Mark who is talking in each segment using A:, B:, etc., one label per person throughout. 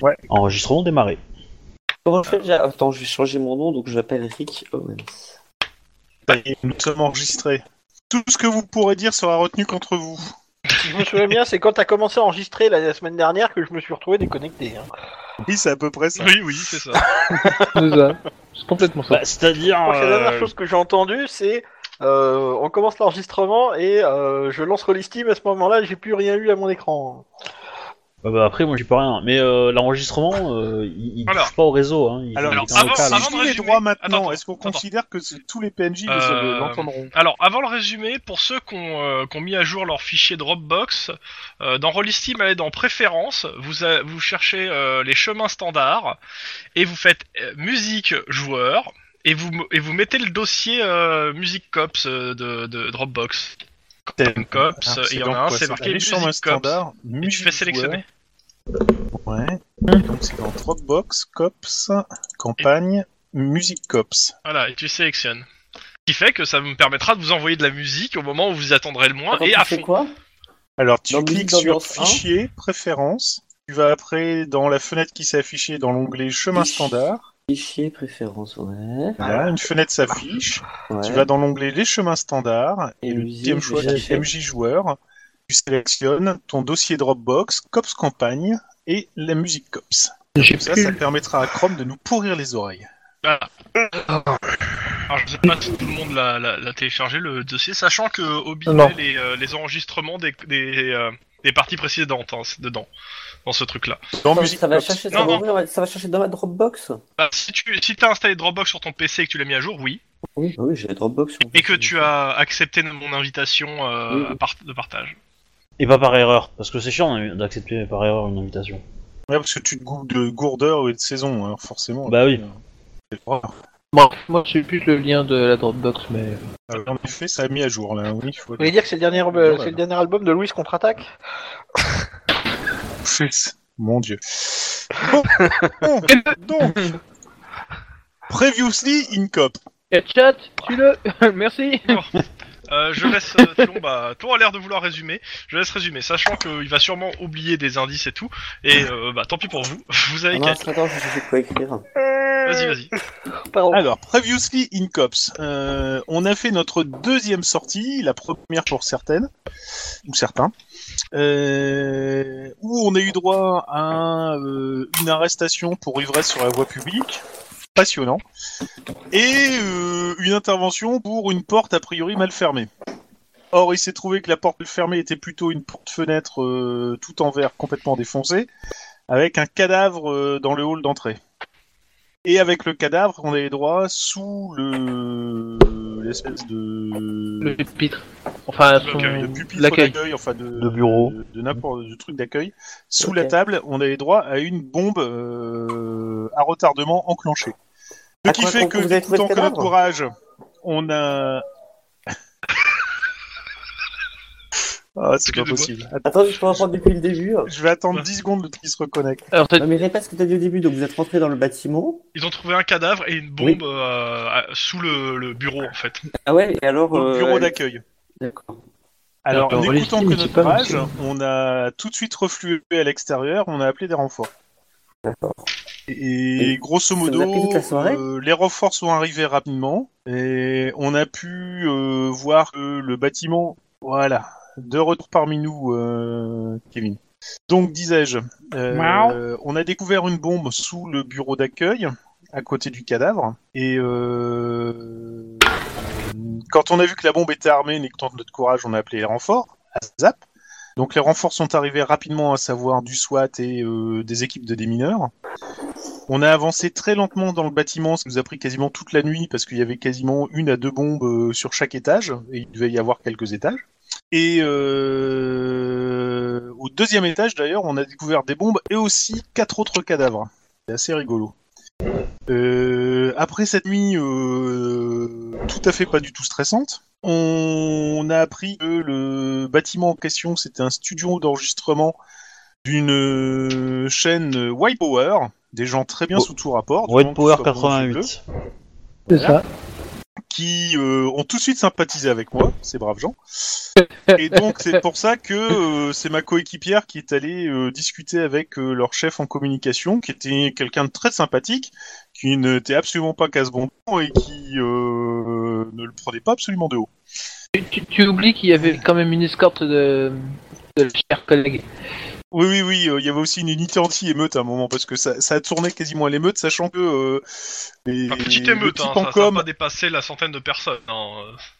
A: Ouais.
B: Enregistrement démarré.
C: Comment je fais déjà Attends, je vais changer mon nom, donc je m'appelle Rick Owens.
A: Ça y est, Bah, Nous sommes enregistrés. Tout ce que vous pourrez dire sera retenu contre vous.
D: Si je me souviens bien, c'est quand t'as commencé à enregistrer la, la semaine dernière que je me suis retrouvé déconnecté. hein.
A: Oui, c'est à peu près ça.
E: Oui, oui, c'est ça.
F: C'est ça. C'est complètement ça.
B: Bah, c'est-à-dire.
D: Je crois que la dernière
B: euh,
D: chose que j'ai entendue, c'est euh, on commence l'enregistrement et euh, je lance Roll Steam. À ce moment-là, j'ai plus rien eu à mon écran.
B: bah, bah, après, moi, j'ai pas rien. Mais euh, l'enregistrement, euh, il, il
E: Alors.
B: touche pas au réseau. Hein. Il,
A: Alors,
B: il est en
E: avant-
B: local, hein.
E: avant-
A: Si
E: de
A: les
E: résumer-
A: droits maintenant,
E: attends,
A: est-ce qu'on
E: attends.
A: considère que c'est- tous les PNJ les-
E: Euh,
F: l'entendront.
E: Alors, avant le résumé, pour ceux qui ont, euh, qui ont mis à jour leur fichier Dropbox, euh, dans Rollistim, allez dans Préférences, vous, a- vous cherchez euh, les chemins standards, et vous faites euh, musique joueur, et vous, m- et vous mettez le dossier euh, musique cops euh, de, de Dropbox. Comme cops,
A: Ah,
E: euh,
A: c'est
E: il y en
A: donc
E: a un,
A: quoi,
E: c'est marqué
A: allé sur un
E: musique cops.
A: standard,
E: Et tu
A: musique
E: fais sélectionner.
A: joueur, Ouais.
C: Hum.
A: Donc c'est dans Dropbox, Cops, campagne, musique Cops.
E: Voilà, et tu sélectionnes. Ce qui fait que ça me permettra de vous envoyer de la musique au moment où vous y attendrez le moins,
C: Attends,
E: et
C: Ah, tu
E: à
C: fais
E: fond.
C: quoi
A: Alors tu
C: Dans musique
A: cliques sur
C: d'ambiance un.
A: Fichier, Préférences. Tu vas après dans la fenêtre qui s'est affichée dans l'onglet Chemin
C: Fichier.
A: standard.
C: Fichier, préférence, ouais.
A: Voilà, Bah, une fenêtre s'affiche.
C: ouais.
A: Tu vas dans l'onglet Les chemins standards et,
C: Et
A: le
C: musique,
A: deuxième choix
C: déjà
A: qui est
C: fait.
A: MJ joueur. Tu sélectionnes ton dossier Dropbox, Cops campagne et la musique Cops.
F: J'ai
A: Ça, ça permettra à Chrome de nous pourrir les oreilles.
E: Voilà. Alors, je sais pas si tout le monde l'a- l'a l'a téléchargé le dossier, sachant que Obi
F: Non.
E: met les, euh, les enregistrements des, des, euh, des parties précédentes hein, c'est dedans, dans ce truc-là.
A: Dans
C: Attends,
A: musique
C: ça, va
A: Cops.
C: chercher, ça,
E: Non,
C: va
E: non.
C: ouvrir, ouais, ça va chercher dans la Dropbox
E: Bah, si tu si as installé Dropbox sur ton PC et que tu l'as mis à jour, oui.
C: Oui, Ah oui j'ai la Dropbox. sur mon
E: Et que
C: PC.
E: tu as accepté mon invitation euh,
C: Oui, oui.
E: à part- de partage.
B: Et pas par erreur. Parce que c'est chiant hein, d'accepter par erreur une invitation.
A: Ouais, parce que tu te goûtes de gourdeur et de saison, alors forcément. Euh,
B: Bah oui.
A: c'est rare.
F: Bon, moi j'ai plus le lien de la Dropbox, mais.
A: Alors, en effet, ça a mis à jour là. Oui, faut...
D: Vous voulez dire que c'est le dernier, euh,
A: Voilà.
D: c'est le dernier album de Louis contre-attaque
A: Mon Dieu. Bon, bon, donc, previously in cop.
F: Et chat, tu le Merci
E: Euh, je laisse euh, Tlon, bah, Tlon a l'air de vouloir résumer. Je laisse résumer, sachant qu'il va sûrement oublier des indices et tout. Et euh, bah, tant pis pour vous. Vous
C: Ah
E: avez qu'à.
C: mince, attends, je sais quoi écrire.
E: Vas-y, vas-y.
F: Ah,
D: Pardon.
A: Alors, Previously in Cops. Euh, on a fait notre deuxième sortie, la première pour certaines, ou certains, euh, où on a eu droit à euh, une arrestation pour ivresse sur la voie publique, passionnant, et euh, une intervention pour une porte a priori mal fermée. Or, il s'est trouvé que la porte fermée était plutôt une porte-fenêtre euh, tout en verre complètement défoncée, avec un cadavre euh, dans le hall d'entrée. Et avec le cadavre, on a les droits sous le l'espèce
F: Le
A: de
F: pitre. Enfin, son...
E: L'accueil.
C: Mmh.
A: de pupitre
F: l'accueil.
A: d'accueil, enfin de,
B: De bureau.
A: de, de n'importe de truc d'accueil. Sous
C: Ok.
A: la table, on a les droits à une bombe euh, à retardement enclenchée. Ce
C: À
A: qui
C: quoi
A: fait
C: qu'on-
A: que
C: vous avez trouvé
A: tout
C: le
A: en que notre
C: cadavre
A: courage, on a. Ah, c'est pas
E: Excusez-moi.
A: possible.
C: Attends, je peux reprendre depuis le début.
A: Att- Je vais attendre 10 secondes le qu'il se reconnecte.
F: Alors, t'as-
C: Non, mais répète ce que t'as dit au début, donc vous êtes rentré dans le bâtiment.
E: Ils ont trouvé un cadavre et une bombe euh, à- sous le, le bureau en fait.
C: Ah ouais, et alors.
A: Au
C: euh,
A: bureau
C: elle-
A: d'accueil.
C: D'accord.
A: Alors,
F: Alors,
A: en
F: les
A: écoutant
F: films,
A: que
F: c'est
A: notre
F: pas
A: rage,
F: possible.
A: on a tout de suite reflué à l'extérieur, on a appelé des renforts.
C: D'accord.
A: Et,
C: Et
A: grosso
C: vous a
A: modo,
C: pris toute la soirée
A: euh, les renforts sont arrivés rapidement, et on a pu euh, voir que le bâtiment, voilà, de retour parmi nous, euh, Kevin. Donc, disais-je, euh, on a découvert une bombe sous le bureau d'accueil, à côté du cadavre, et euh, quand on a vu que la bombe était armée, et que tant de notre courage, on a appelé les renforts, à ZAP. Donc les renforts sont arrivés rapidement, à savoir du SWAT et euh, des équipes de démineurs. On a avancé très lentement dans le bâtiment, ce qui nous a pris quasiment toute la nuit parce qu'il y avait quasiment une à deux bombes euh, sur chaque étage et il devait y avoir quelques étages. Et euh, au deuxième étage d'ailleurs, on a découvert des bombes et aussi quatre autres cadavres. C'est assez rigolo. Euh, après cette nuit euh, tout à fait pas du tout stressante, on a appris que le bâtiment en question, c'était un studio d'enregistrement d'une euh, chaîne euh, White Power, des gens très bien
B: Bo-
A: sous Oh, tout rapport. du
B: White
A: moment qu'ils
B: Power
A: soient blancs ou bleus,
B: 88.
F: c'est ça.
A: qui euh, ont tout de suite sympathisé avec moi, ces braves gens. Et donc c'est pour ça que euh, c'est ma coéquipière qui est allée euh, discuter avec euh, leur chef en communication, qui était quelqu'un de très sympathique, qui n'était absolument pas casse-bonbon et qui euh, ne le prenait pas absolument de haut.
F: Tu, tu- tu oublies qu'il y avait quand même une escorte de, de chers collègues.
A: Oui, oui, oui, euh, il y avait aussi une unité anti-émeute à un moment, parce que ça, ça a tourné quasiment à l'émeute, sachant que... Euh, les,
E: Enfin, petite
A: le
E: émeute,
A: type
E: hein,
A: en
E: ça, ça
A: com-
E: a pas dépassé la centaine de personnes. hein.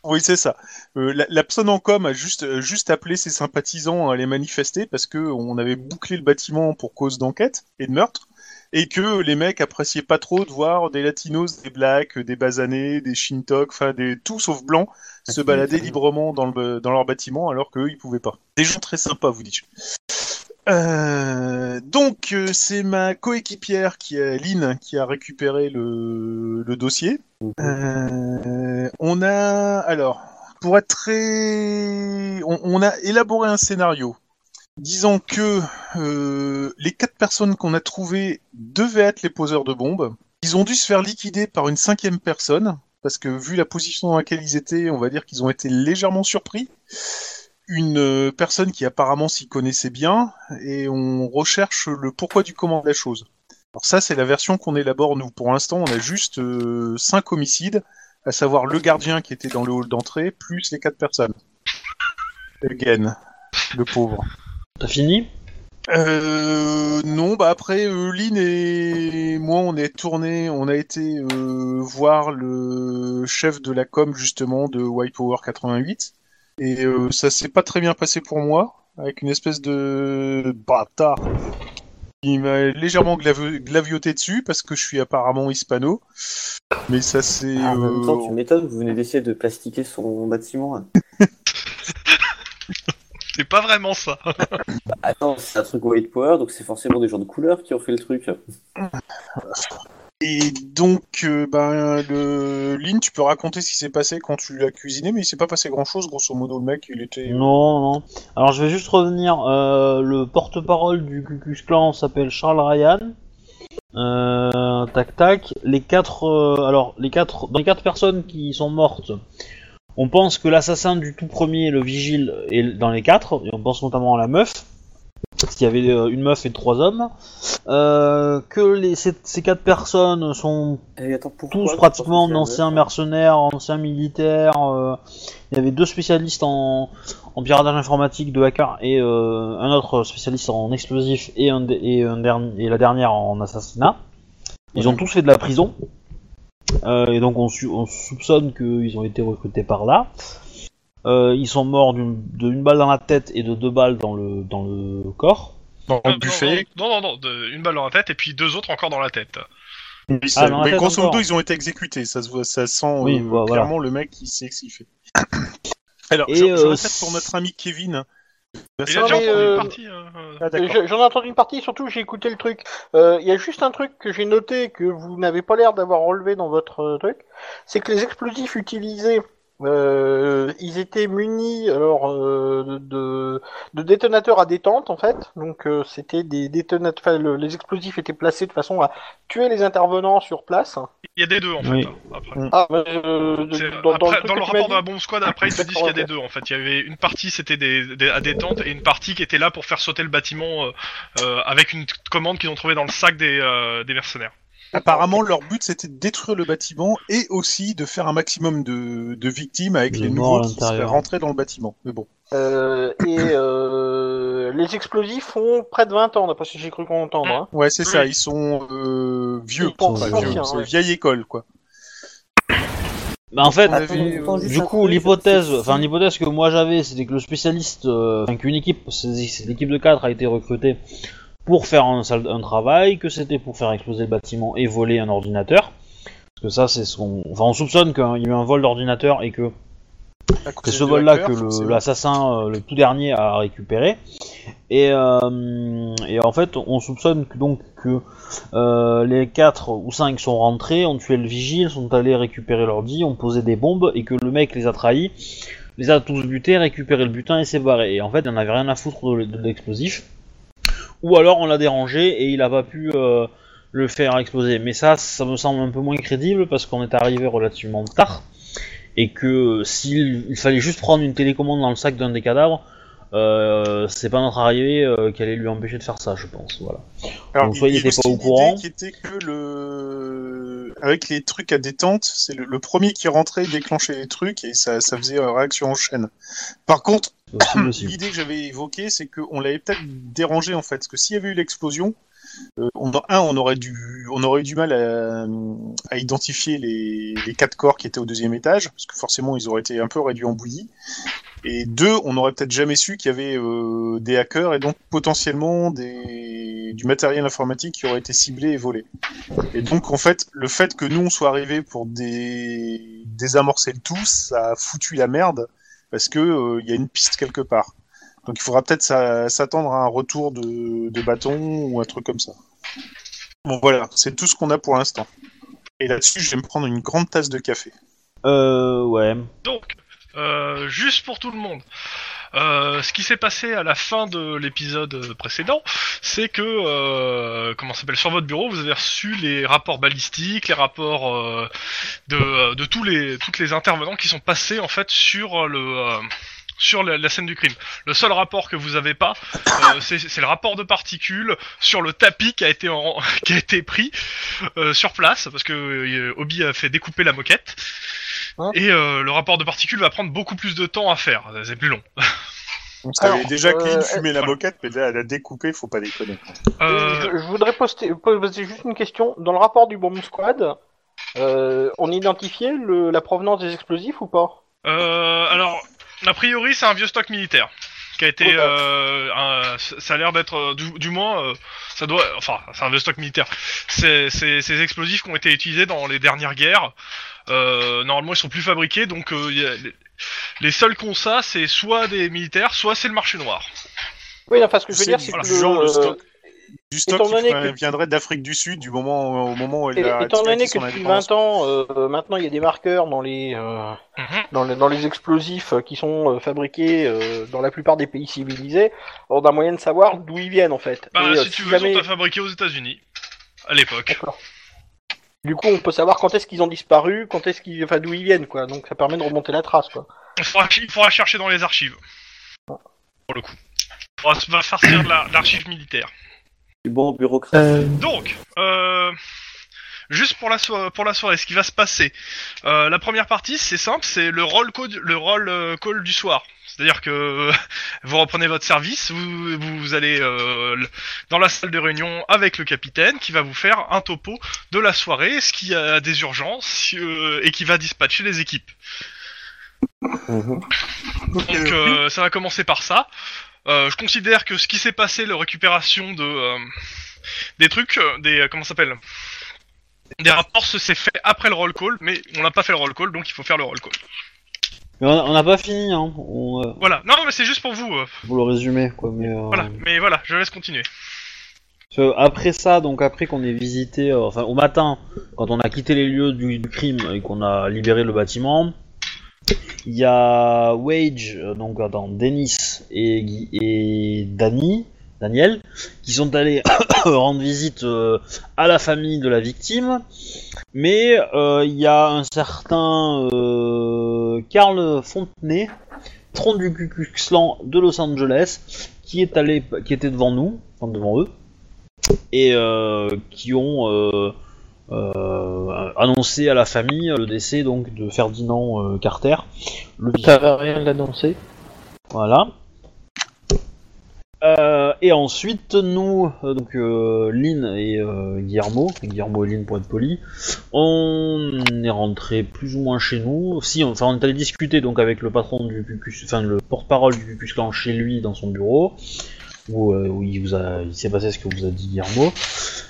A: Oui, c'est ça. Euh, la, la personne en com a juste, euh, juste appelé ses sympathisants à les manifester parce que on avait bouclé le bâtiment pour cause d'enquête et de meurtre, et que les mecs appréciaient pas trop de voir des latinos, des blacks, des basanés, des shintok, enfin des tout sauf blancs, se balader librement dans, le, dans leur bâtiment alors qu'eux ils pouvaient pas. Des gens très sympas, vous dis-je. Euh, donc euh, c'est ma coéquipière qui a Lynn qui a récupéré le, le dossier. Euh, on a alors pour être très, on, on a élaboré un scénario disant que euh, les quatre personnes qu'on a trouvées devaient être les poseurs de bombes. Ils ont dû se faire liquider par une cinquième personne parce que vu la position dans laquelle ils étaient, on va dire qu'ils ont été légèrement surpris. Une euh, personne qui apparemment s'y connaissait bien et on recherche le pourquoi du comment de la chose. Alors ça, c'est la version qu'on élabore nous. Pour l'instant, on a juste euh, cinq homicides, à savoir le gardien qui était dans le hall d'entrée, plus les quatre personnes. Again, le pauvre.
B: T'as fini
A: Euh, non, bah après, euh, Lynn et moi, on est tourné, on a été euh, voir le chef de la com justement de White Power 88, et euh, ça s'est pas très bien passé pour moi, avec une espèce de bâtard qui m'a légèrement glave- glavioté dessus parce que je suis apparemment hispano, mais ça c'est.
C: Ah, en même temps,
A: euh,
C: tu m'étonnes, vous venez d'essayer de plastiquer son bâtiment. hein.
E: C'est pas vraiment ça.
C: Attends, c'est un truc white power, donc c'est forcément des gens de couleur qui ont fait le truc.
A: Et donc, euh, ben, le... Lynn, tu peux raconter ce qui s'est passé quand tu l'as cuisiné, mais il s'est pas passé grand chose, grosso modo. Le mec, il était. euh,
B: Non, non. Alors je vais juste revenir. euh, le porte-parole du Cucus Clan s'appelle Charles Ryan. Euh, tac tac. Les quatre, euh, alors les quatre, dans les quatre personnes qui sont mortes, on pense que l'assassin du tout premier, le vigile, est dans les quatre. Et on pense notamment à la meuf, parce qu'il y avait euh, une meuf et trois hommes. Euh, que les, ces- ces quatre personnes sont
C: Et attends, pourquoi
B: tous pratiquement
C: Pourquoi
B: d'anciens mercenaires, anciens militaires. euh, il y avait deux spécialistes en, en piratage informatique de hacker et euh, un autre spécialiste en explosifs et, un, dé- et, un derni- et la dernière en assassinat. Ils ont tous fait de la prison. Euh, et donc on, su- on soupçonne qu'ils ont été recrutés par là. Euh, ils sont morts d'une d'une balle dans la tête et de deux balles dans le, dans le corps.
A: Dans
B: Ah,
E: Euh, non, Non, non, non, non, de- une balle dans la tête et puis deux autres encore dans la tête.
A: Oui, ça-
B: Ah, dans la
A: mais
B: tête
A: grosso modo,
B: encore.
A: ils ont été exécutés. Ça, se voit, ça sent
B: Oui, bah,
A: euh,
B: voilà.
A: clairement le mec qui s'est exilé. Alors,
B: Et,
A: je, je
B: euh,
A: répète pour notre ami Kevin. La
E: Il a
A: seule-
D: mais,
E: déjà entendu
D: euh,
E: une partie. euh, euh,
A: Ah,
D: Et
A: d'accord.
D: je- J'en ai entendu une partie, surtout j'ai écouté le truc. Euh, Il y a juste un truc que j'ai noté que vous n'avez pas l'air d'avoir relevé dans votre euh, truc, c'est que les explosifs utilisés, euh, ils étaient munis alors euh, de- de, de détonateurs à détente en fait. Donc euh, c'était des détonateurs, enfin, le- les explosifs étaient placés de façon à tuer les intervenants sur place.
E: Il y a des deux en fait.
B: Oui.
E: hein, après.
D: Ah, mais, euh, de-
E: C'est-
D: dans, dans le,
E: après,
D: truc
E: dans
D: que
E: le
D: tu m'as
E: rapport de
D: dit-
E: la bombe squad, après ils te disent qu'il y a des deux en fait. Il y avait une partie c'était des, des- à détente et une partie qui était là pour faire sauter le bâtiment euh, euh, avec une t- commande qu'ils ont trouvée dans le sac des, euh, des mercenaires.
A: Apparemment, leur but, c'était de détruire le bâtiment et aussi de faire un maximum de, de victimes avec
B: Des
A: les
B: morts à
A: nouveaux qui seraient
B: l'intérieur.
A: rentrés dans le bâtiment. Mais bon.
D: Euh, et euh, les explosifs ont près de 20 ans, d'après ce que j'ai cru qu'on entendre. hein.
A: Ouais, c'est
E: Oui.
A: ça. Ils sont euh, vieux.
D: Ils pensent
A: Enfin,
B: anciens,
A: vieux, c'est
D: ouais.
A: vieille école, quoi.
B: Bah, en fait,
A: On
C: Attends,
A: avait-
C: attends, juste
B: Du
C: un
B: coup,
C: truc,
B: l'hypothèse,
C: c'est-
B: enfin l'hypothèse que moi j'avais, c'était que le spécialiste, euh, enfin qu'une équipe, c'est- c'est- l'équipe de 4 a été recrutée pour faire un, sale- un travail, que c'était pour faire exploser le bâtiment et voler un ordinateur. Parce que ça, c'est ce qu'on, enfin on soupçonne qu'il y a eu un vol d'ordinateur et que
A: À
B: c'est
A: côté
B: ce
A: de
B: vol-là
A: hackers,
B: que
A: forcément.
B: le- l'assassin, euh, le, tout dernier, a récupéré. Et, euh, et en fait, on soupçonne que, donc que euh, les 4 ou 5 sont rentrés, ont tué le vigile, sont allés récupérer l'ordi, ont posé des bombes, et que le mec les a trahis, les a tous butés, récupéré le butin et s'est barré. Et en fait, il n'en avait rien à foutre de, de l'explosif. Ou alors on l'a dérangé et il n'a pas pu euh, le faire exploser. Mais ça, ça me semble un peu moins crédible parce qu'on est arrivé relativement tard et que euh, s'il il fallait juste prendre une télécommande dans le sac d'un des cadavres, euh, c'est pas notre arrivée euh, qui allait lui empêcher de faire ça, je pense. Voilà. Donc, soit il
A: y a
B: était
A: aussi
B: pas au
A: une idée
B: courant.
A: qui était que le avec les trucs à détente, c'est le, le premier qui rentrait déclenchait les trucs et ça, ça faisait euh, réaction en chaîne. Par contre,
B: C'est possible aussi.
A: l'idée que j'avais évoquée, c'est qu'on l'avait peut-être dérangé en fait, parce que s'il y avait eu l'explosion, euh, on, un, on aurait dû, on aurait eu du mal à, à identifier les, les quatre corps qui étaient au deuxième étage, parce que forcément ils auraient été un peu réduits en bouillie. Et deux, on n'aurait peut-être jamais su qu'il y avait euh, des hackers et donc potentiellement des, du matériel informatique qui aurait été ciblé et volé. Et donc en fait, le fait que nous on soit arrivés pour dé- désamorcer le tout, ça a foutu la merde parce que euh, il y a une piste quelque part. Donc il faudra peut-être s'a- s'attendre à un retour de, de bâton ou un truc comme ça. Bon voilà, c'est tout ce qu'on a pour l'instant. Et là-dessus, je vais me prendre une grande tasse de café.
B: Euh, ouais.
E: Donc, euh, juste pour tout le monde, euh, ce qui s'est passé à la fin de l'épisode précédent, c'est que, euh, comment ça s'appelle, sur votre bureau, vous avez reçu les rapports balistiques, les rapports euh, de, euh, de tous les toutes les intervenants qui sont passés en fait sur le euh, sur la, la scène du crime. Le seul rapport que vous avez pas, euh, c'est c'est le rapport de particules sur le tapis qui a été en- qui a été pris euh, sur place parce que euh, Obi a fait découper la moquette. Et euh, le rapport de particules va prendre beaucoup plus de temps à faire, euh, c'est plus long.
A: On savait
D: Alors,
A: déjà que
D: euh,
A: Lynn fumait la moquette, mais là, elle a découpé, faut pas déconner.
E: Euh,
D: Je, je voudrais poster, poser juste une question. Dans le rapport du bomb squad, euh, on identifiait le- la provenance des explosifs ou pas
E: euh, alors, a priori, c'est un vieux stock militaire qui a été,
D: Oh, bah.
E: euh, un- ça a l'air d'être, euh, du, du moins, euh, ça doit, enfin, c'est un vieux stock militaire. C'est c'est- ces explosifs qui ont été utilisés dans les dernières guerres. Euh, normalement, ils sont plus fabriqués, donc euh, y a- les, les seuls qu'on ça, c'est soit des militaires, soit c'est le marché noir.
D: Oui, enfin, ce que je veux
A: C'est
D: dire, c'est
A: du
D: que
A: genre de
D: euh,
A: stock. Du stock
D: étant
A: qui
D: donné
A: euh,
D: que-
A: viendrait d'Afrique du Sud, du moment au moment où elle
D: Et-
A: a
D: étant donné
A: acquis
D: que
A: son
D: depuis
A: indépendance.
D: 20 ans, euh, maintenant il y a des marqueurs dans les, euh,
E: Mhm.
D: dans, les dans les explosifs euh, qui sont euh, fabriqués euh, dans la plupart des pays civilisés, on a moyen de savoir d'où ils viennent en fait.
E: Bah,
D: Et, euh,
E: si tu
D: si
E: veux,
D: jamais-
E: ils sont fabriqués aux États-Unis à l'époque.
D: D'accord. Du coup, on peut savoir quand est-ce qu'ils ont disparu, quand est-ce qu'ils, enfin, d'où ils viennent quoi. Donc ça permet de remonter la trace quoi.
E: Il faudra, il faudra chercher dans les archives. Pour le coup. On va se va sortir de la- de l'archive militaire.
C: Du bon bureaucrate.
F: Euh,
E: Donc, euh, juste pour la, so- pour la soirée, ce qui va se passer. Euh, la première partie, c'est simple, c'est le roll call, le roll euh, call du soir. C'est-à-dire que euh, vous reprenez votre service, vous, vous allez euh, le- dans la salle de réunion avec le capitaine qui va vous faire un topo de la soirée, ce qui a des urgences euh, et qui va dispatcher les équipes.
C: Mhm.
E: Donc euh, ça va commencer par ça. Euh, je considère que ce qui s'est passé, la récupération de euh, des trucs, euh, des euh, comment ça s'appelle, des rapports, ce s'est fait après le roll call, mais on n'a pas fait le roll call, donc il faut faire le roll call.
B: Mais on on n'a pas fini, hein. On, euh,
E: Voilà. Non, mais c'est juste pour vous. euh,
B: pour le résumer, quoi. Mais, euh,
E: Voilà. Mais voilà, je laisse continuer.
B: Parce que Après ça, donc après qu'on ait visité, euh, enfin au matin, quand on a quitté les lieux du, du crime et qu'on a libéré le bâtiment, il y a Wage, euh, donc attends, Dennis et, Guy- et Danny, Daniel, qui sont allés rendre visite euh, à la famille de la victime, mais euh, il y a un certain euh, Karl Fontenay, tronc du Ku Klux Klan de Los Angeles, qui est allé, qui était devant nous, enfin devant eux et euh, qui ont euh, euh, annoncé à la famille le décès donc de Ferdinand euh, Carter, le
F: ça va rien l'annoncer.
B: voilà. Euh, et ensuite, nous, euh, donc euh, Lynn et euh, Guillermo, Guillermo et Lynn pour être poli, on est rentré plus ou moins chez nous. Si, on- enfin, on est allé discuter donc avec le patron du Ku Klux- enfin le porte-parole du Ku Klux Klan chez lui dans son bureau, où, euh, où il vous a, il s'est passé ce que vous a dit Guillermo.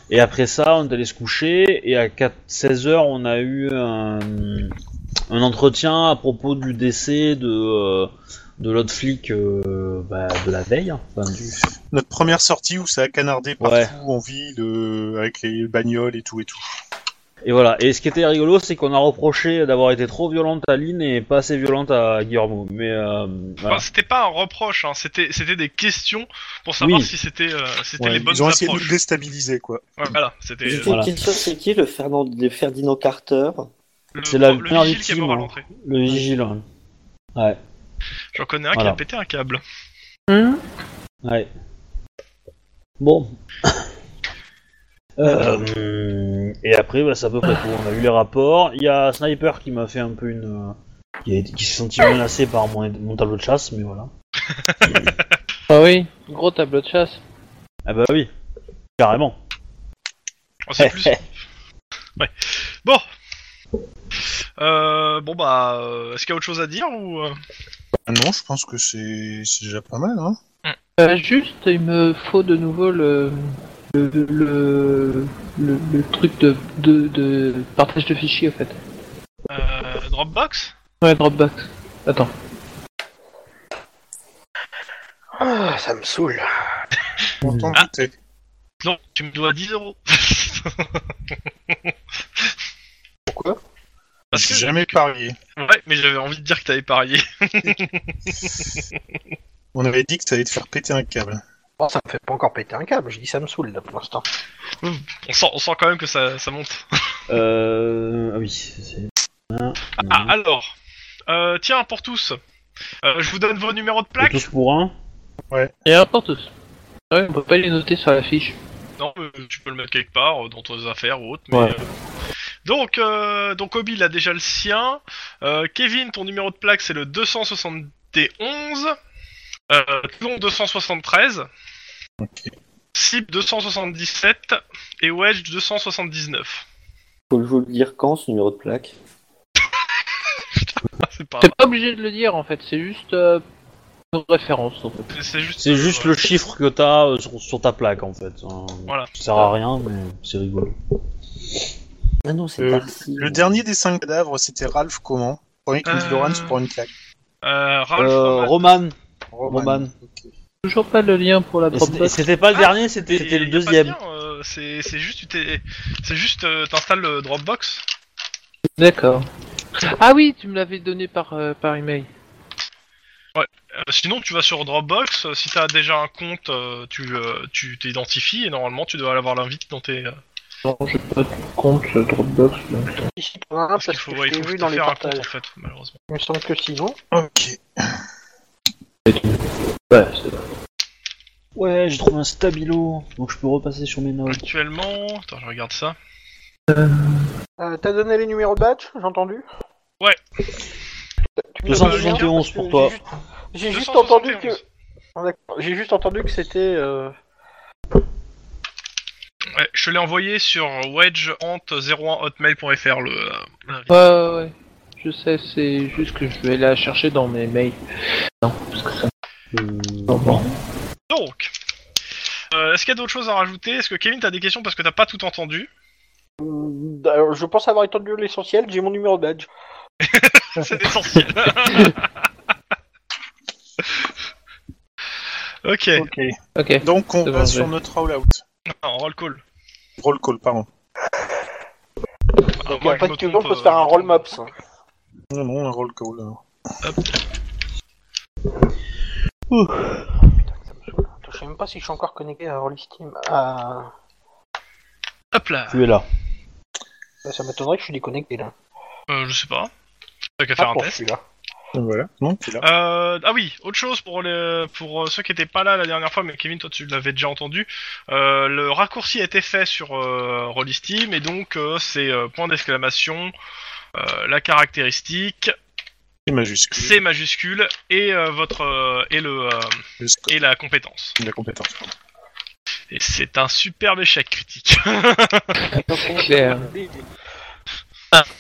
B: Et après ça, on est allé se coucher et à 4, 16 heures, on a eu un, un entretien à propos du décès de euh, de l'autre flic euh, bah, de la veille. hein. Enfin, du-
A: Notre première sortie où ça a canardé partout
B: Ouais.
A: en ville, euh, avec les bagnoles et tout et tout.
B: Et voilà. Et ce qui était rigolo, c'est qu'on a reproché d'avoir été trop violente à Lynn et pas assez violente à Guillermo. Mais euh, voilà.
E: Enfin, c'était pas un reproche, hein, c'était c'était des questions pour savoir
B: Oui.
E: si c'était euh, c'était
B: Ouais,
E: les
B: ils
E: bonnes
A: Ils ont essayé de
E: approches.
A: nous déstabiliser, quoi.
E: Ouais, Voilà, c'était. euh,
C: Juste
B: Voilà.
C: une question, c'est qui le Fernand- le Ferdinand Carter
E: Le-
B: C'est la
E: le
B: première
E: vigile qui est mort à
B: victime, hein.
E: l'entrée.
B: Le vigile. ouais. Ouais.
E: J'en connais un
B: Voilà.
E: qui a pété un câble.
F: Hum
B: Ouais. Bon. Euh, et après, voilà, c'est à peu près tout. On a eu les rapports. Il y a Sniper qui m'a fait un peu une. euh, Qui, a été- qui s'est senti menacé par mon, mon tableau de chasse, mais voilà.
F: Ah oui, gros tableau de chasse.
B: Ah bah oui, carrément.
E: On sait plus. ouais. Bon. Euh, bon bah, euh, est-ce qu'il y a autre chose à dire ou euh,
A: Ah Non, je pense que c'est c'est déjà pas mal. Hein.
F: Euh, juste, il me faut de nouveau le le, le, le, le truc de, de, de partage de fichiers en fait.
E: euh, Dropbox
F: Ouais, Dropbox. Attends.
D: Ah, ça me saoule.
A: On t'en
E: Ah.
A: doutait.
E: Non, tu me dois 10 euros.
D: Pourquoi
E: Parce
A: J'ai
E: que
A: jamais parié.
E: ouais, mais j'avais envie de dire que t'avais parié.
A: On avait dit que ça allait te faire péter un câble.
D: Bon, ça me fait pas encore péter un câble, je dis ça me saoule là pour l'instant.
E: On sent, on sent quand même que ça, ça monte.
B: Euh. Ah oui, c'est. Ah,
E: Ah, alors, euh, tiens pour tous, euh, je vous donne vos numéros de
B: Et
E: plaque.
B: tous pour un
F: Et un pour tous. Ah Ouais, on peut pas les noter sur la fiche.
E: Non, euh, tu peux le mettre quelque part euh, dans tes affaires ou autre. Mais,
B: Ouais.
E: euh, Donc, euh, donc Obi il a déjà le sien. Euh, Kevin, ton numéro de plaque c'est le 271. Euh, Tlon 273.
A: Ok.
E: Sip 277 et Wedge 279.
C: Faut que je vous le dire quand ce numéro de plaque
E: Ah, c'est pas.
F: T'es pas obligé de le dire en fait, c'est juste euh, une référence en fait.
E: c'est- C'est juste.
B: C'est juste
E: euh,
B: le chiffre que t'as euh, sur, sur ta plaque en fait. Euh,
E: Voilà.
B: Ça sert à rien, mais c'est rigolo.
C: Ah non, c'est
A: Euh,
C: Darcy.
A: Le dernier des cinq cadavres, c'était Ralph comment Premier Chris
E: Euh,
A: Lawrence pour une claque.
E: euh, Ralph,
B: Euh,
E: Roman.
B: Roman.
A: Roman.
B: Roman.
A: Ok.
F: Toujours pas le lien pour la
B: Et C'était
F: Dropbox.
B: c'était pas le
E: Ah,
B: dernier, c'était
E: Et
B: c'était le
E: y a pas de
B: deuxième.
E: lien, euh, C'est c'est juste, tu t'es- c'est juste, euh, t'installes le Dropbox.
F: D'accord. Ah oui, tu me l'avais donné par, euh, par email.
E: Euh, sinon, tu vas sur Dropbox. euh, Si t'as déjà un compte, euh, tu euh, tu t'identifies et normalement, tu dois avoir l'invite dans tes.
D: Ah,
E: euh,
F: Non, j'ai pas de compte euh, Dropbox. donc.
D: Ici, pour un, parce
E: parce qu'il
D: que
E: faut,
D: je
E: ouais, il
D: l'ai
E: faut
D: vu
E: que
D: dans
E: t'aies
D: les
E: faire un compte en
D: partages.
E: fait, malheureusement.
D: Il me semble que sinon.
A: Ok.
F: Ouais, c'est vrai.
B: Ouais, j'ai trouvé un stabilo, donc je peux repasser sur mes notes.
E: Actuellement, attends, je regarde ça.
D: Euh, T'as donné les numéros de batch, j'ai entendu
E: Ouais.
D: Tu me donnes le lien
B: 271
D: parce que
B: pour toi.
D: j'ai juste- J'ai juste entendu que.
E: 271.
D: Ah, d'accord. J'ai juste entendu que c'était. euh,
E: Ouais, je te l'ai envoyé sur wedgehant01hotmail.fr le. euh, l'invite.
F: Ouais, ouais, ouais. Je sais, c'est juste que je vais la chercher dans mes mails. Non, parce que ça. non, bon.
E: Donc, euh, est-ce qu'il y a d'autres choses à rajouter Est-ce que Kevin, t'as des questions parce que t'as pas tout entendu
D: euh, alors, je pense avoir entendu l'essentiel, j'ai mon numéro de badge.
E: C'est essentiel. ok,
A: Ok.
F: Ok.
A: Donc on
F: C'est
A: va
F: bon,
A: sur
F: ouais.
A: notre rollout.
E: non, roll call.
A: Roll call, pardon.
E: Ah,
D: Donc,
E: moi,
D: après,
E: je me
D: tout le
E: trompe,
D: monde peut se
E: euh,
D: faire un roll maps.
A: Non, non, un roll call. alors.
D: Putain, que ça me saoule. Attends, Je sais même pas si je suis encore connecté à Rollisteam. Ah,
E: Hop là,
B: Tu es là.
D: bah, ça m'étonnerait que je suis déconnecté là.
E: Euh, je sais pas. T'as qu'à
D: Ah,
E: faire un
D: bon,
E: test.
D: je suis là.
A: Voilà. Non, t'es là.
E: Euh, ah oui, autre chose pour les, pour euh, ceux qui étaient pas là la dernière fois, mais Kevin, toi tu l'avais déjà entendu. Euh, le raccourci a été fait sur euh, Rollisteam et donc euh, c'est euh, point d'exclamation, euh, la caractéristique,
A: C'est majuscule.
E: C majuscule et euh, votre euh, et le euh,
A: Le score
E: et la compétence.
A: de la compétence. pardon.
E: Et c'est un superbe échec critique.
F: clair.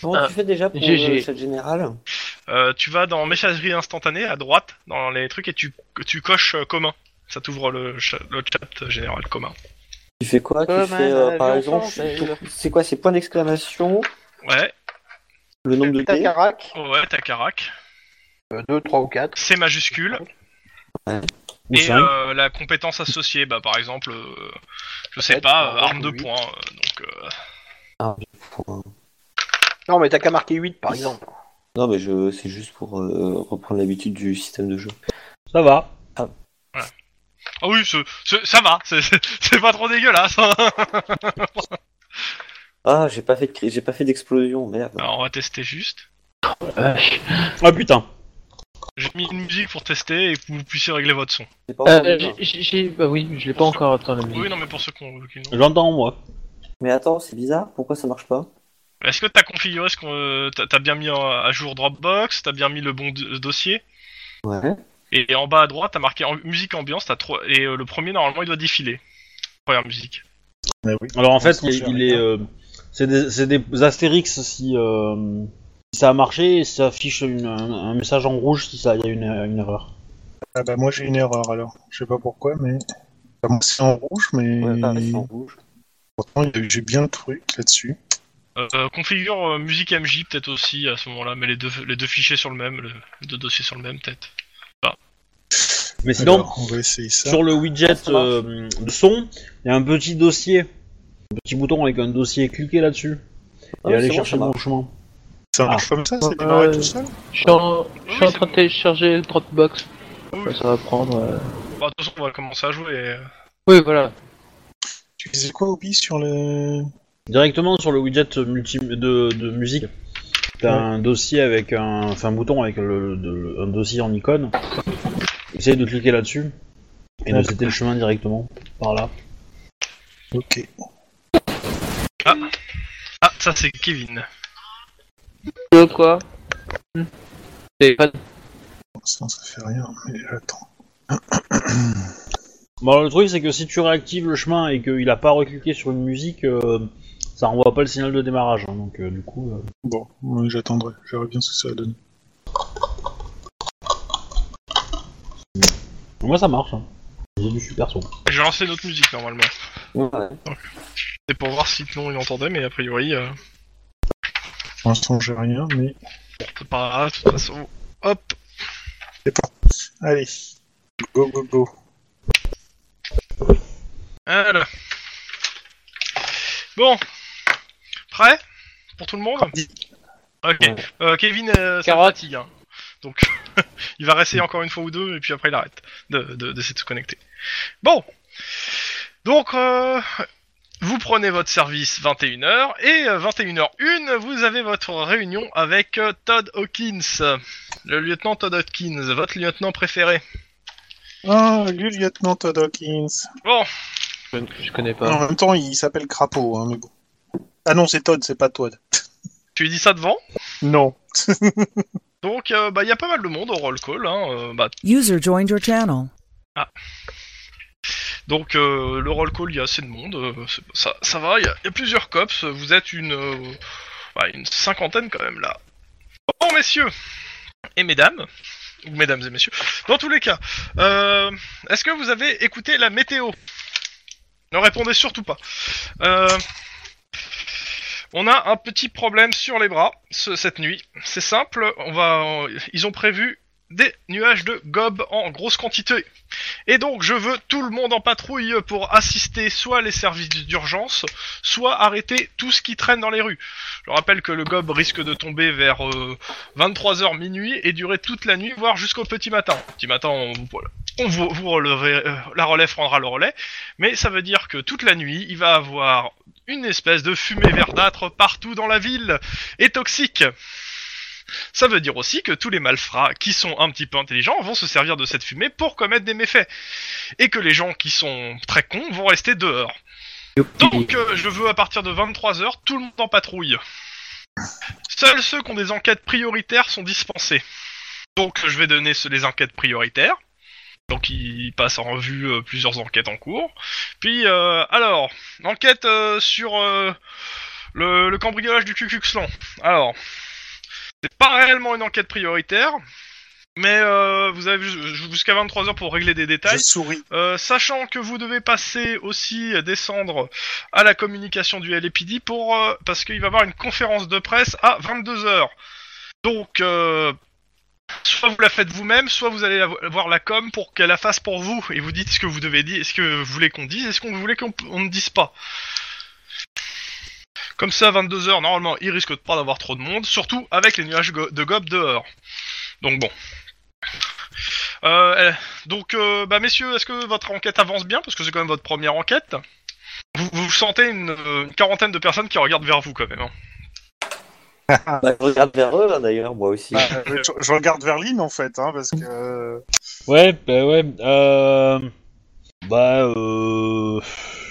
C: Comment tu fais déjà pour
F: GG.
C: le chat général
E: Euh, tu vas dans messagerie instantanée à droite dans les trucs et tu tu coches euh, commun. Ça t'ouvre le, cha- le chat général commun.
C: Tu fais quoi Tu
D: Comme
C: fais
D: un
C: euh, par
D: avion
C: exemple.
D: sans aile.
C: tout- C'est quoi C'est point d'exclamation,
E: Ouais,
C: le nombre de
D: T'as
C: dés
D: Carac
E: ouais, t'as carac.
D: 2, 3 euh, ou 4.
E: C majuscule.
B: Ou
E: Et
B: cinq.
E: euh, la compétence associée, bah, par exemple, euh, je sais
D: Sept,
E: pas, euh,
D: par
E: arme de
D: exemple, huit.
E: poing. euh, donc, euh,
D: Non, mais t'as qu'à marquer 8 par exemple.
C: Non, mais je... c'est juste pour euh, reprendre l'habitude du système de jeu.
B: Ça va.
E: Ah oui, ce- ce- ça va, c'est- c'est c'est pas trop dégueulasse. hein.
C: Ah, j'ai pas fait de cri- j'ai pas fait d'explosion, merde.
E: Alors, on va tester juste.
F: Euh,
B: Ah putain.
E: J'ai mis une musique pour tester et que vous puissiez régler votre son.
C: J'ai pas entendu,
F: Euh,
C: hein.
F: j'ai- j'ai- j'ai- bah oui, je l'ai pas encore atteint la musique.
E: Oui, non, mais pour ceux qui ont... qui n'ont-
B: J'entends moi.
C: Mais attends, c'est bizarre, pourquoi ça marche pas
E: Est-ce que t'as configuré ce qu'on... euh, T'as t'as bien mis en- à jour Dropbox, t'as bien mis le bon do- dossier
C: Ouais.
E: et en bas à droite, t'as marqué en- musique ambiance, t'as trois... et euh, le premier, normalement, il doit défiler. Première musique.
A: Ah,
B: Alors en fait,
A: On
B: il,
A: se fait
B: il est, euh, c'est des, c'est des astérix si, euh, si ça a marché, et ça affiche une- un, un message en rouge si ça il y a une, une erreur.
A: Ah bah moi j'ai une erreur alors. Je sais pas pourquoi, mais. Enfin, moi, c'est en rouge, mais.
C: Ouais, pareil, c'est en rouge.
A: Pourtant, il y a eu- j'ai bien le truc là-dessus.
E: Euh, euh, configure euh, musique MJ peut-être aussi à ce moment-là, mais les deux, les deux fichiers sur le même, le- les deux dossiers sur le même peut-être.
B: Mais sinon,
A: Alors, on va essayer ça.
B: sur le widget
C: Ça marche.
B: euh, de son, il y a un petit dossier, un petit bouton avec un dossier. Cliquez là-dessus
C: Ah,
B: et
C: mais c'est
B: allez
C: bon,
B: chercher
C: ça
B: le bon
C: marche.
B: chemin.
A: Ça marche comme ça,
F: Euh,
A: c'est démarré tout seul
F: Je suis en, je suis en
E: Oui,
F: train de télécharger Dropbox.
E: Oui.
F: Ça va prendre. euh,
E: Bah, de toute façon, on va commencer à jouer. euh.
F: Oui, voilà.
A: Tu disais quoi, Obi, sur le.
B: Directement sur le widget multi de, de musique, t'as un dossier avec un, enfin un bouton avec le, de- un dossier en icône. Essayez de cliquer là-dessus et de
A: Ouais.
B: citer le chemin directement par là.
A: Ok.
E: Ah, ça c'est Kevin.
F: De quoi Hmm. C'est pas-
A: Pour l'instant, ça fait rien, mais attends.
B: Bon, alors, le truc, c'est que si tu réactives le chemin et qu'il a pas recliqué sur une musique, euh, ça renvoie pas le signal de démarrage. hein, donc, euh, du coup. euh,
A: Bon, moi, j'attendrai. Je verrai bien ce que ça va donner.
B: Moi, ça marche. hein. J'ai du super son.
E: J'ai lancé notre musique normalement.
C: Ouais.
E: C'est pour voir si non il entendait, mais a priori, euh,
A: Pour l'instant, j'ai rien, mais.
E: c'est pas grave, de toute façon. Hop
A: Allez. Go, go, go.
E: Voilà. Bon. Prêt Pour tout le monde Ok.
C: Ouais.
E: Euh, Kevin, euh, ça
F: Carotte.
E: fatigue. hein. Donc, il va réessayer encore une fois ou deux, et puis après il arrête de- de- d'essayer de, se connecter. Bon. Donc, euh, vous prenez votre service 21h, et 21h01, vous avez votre réunion avec euh, Todd Hawkins. Le lieutenant Todd Hawkins, votre lieutenant préféré.
A: Ah, lui, le lieutenant Todd Hawkins.
E: Bon,
F: Je, je connais pas.
A: En même temps, il s'appelle Crapaud, hein, mais bon. Ah non, c'est Todd, c'est pas Todd.
E: tu lui dis ça devant
A: Non.
E: Donc, il bah, y a pas mal de monde au roll call. Hein. euh, bah,
G: User joined your channel.
E: donc, euh, le roll call, il y a assez de monde. euh, c'est- ça, ça va, il y, a- y a plusieurs cops. Vous êtes une, euh, bah, une cinquantaine quand même là. Bon, messieurs et mesdames, ou mesdames et messieurs, dans tous les cas, euh, est-ce que vous avez écouté la météo Ne répondez surtout pas. Euh, on a un petit problème sur les bras ce- cette nuit. C'est simple, on va, ils ont prévu des nuages de gobe en grosse quantité. Et donc je veux tout le monde en patrouille pour assister soit les services d'urgence, soit arrêter tout ce qui traîne dans les rues. Je rappelle que le gob risque de tomber vers 23h minuit et durer toute la nuit, voire jusqu'au petit matin. Petit matin, on, vous- on vous, vous relevez- euh, la relève prendra le relais, mais ça veut dire que toute la nuit, il va avoir une espèce de fumée verdâtre partout dans la ville et toxique. Ça veut dire aussi que tous les malfrats qui sont un petit peu intelligents vont se servir de cette fumée pour commettre des méfaits. Et que les gens qui sont très cons vont rester dehors. Donc euh, je veux à partir de 23h tout le monde en patrouille. Seuls ceux qui ont des enquêtes prioritaires sont dispensés. Donc je vais donner ce- les enquêtes prioritaires. Donc ils passent en revue euh, plusieurs enquêtes en cours. Puis euh, alors, enquête euh, sur euh, le, le cambriolage du Cucuxlan. Alors, c'est pas réellement une enquête prioritaire, mais euh, vous avez jus- jusqu'à 23h pour régler des
A: Je
E: détails.
A: souris.
E: Euh, sachant que vous devez passer aussi euh, descendre à la communication du LAPD pour euh, parce qu'il va y avoir une conférence de presse à 22 h Donc euh, soit vous la faites vous-même, soit vous allez la vo- voir la com pour qu'elle la fasse pour vous et vous dites ce que vous devez dire, ce que vous voulez qu'on dise, et ce qu'on voulait qu'on on ne dise pas. Comme ça, à 22 h normalement, il risque de pas d'avoir trop de monde, surtout avec les nuages go- de gobe dehors. Donc bon. Euh, donc, euh, bah messieurs, est-ce que votre enquête avance bien Parce que c'est quand même votre première enquête. Vous, vous sentez une, euh, une quarantaine de personnes qui regardent vers vous quand même. hein.
C: Bah, je regarde vers eux, là, d'ailleurs, moi aussi.
A: Bah, je, je regarde vers Lynn en fait, hein, parce que. euh,
B: Ouais, bah ouais. Euh... Bah, euh...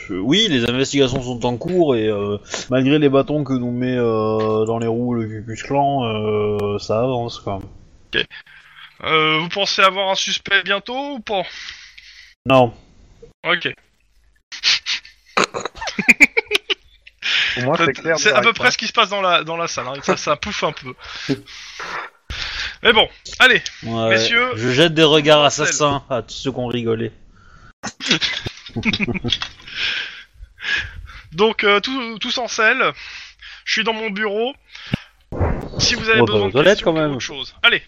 B: oui, les investigations sont en cours et euh, malgré les bâtons que nous met euh, dans les roues le Cucus Clan, euh, ça avance quoi.
E: Euh, vous pensez avoir un suspect bientôt ou pas
B: Non,
E: Ok.
A: Ah, Au moins, c'est
E: C'est
A: clair.
E: c'est à peu
A: direct, hein.
E: près ce qui se passe dans la, dans la salle, hein. ça, ça pouffe un peu. Mais bon, allez,
B: Ouais.
E: Messieurs,
B: je jette des regards assassins à tous ceux qui ont rigolé.
E: donc euh, tous tous en selle, je suis dans mon bureau. Si vous avez
B: Ouais, bah,
E: besoin
B: aux
E: de
B: toilettes,
E: questions
B: quand même.
E: ou autre chose, allez,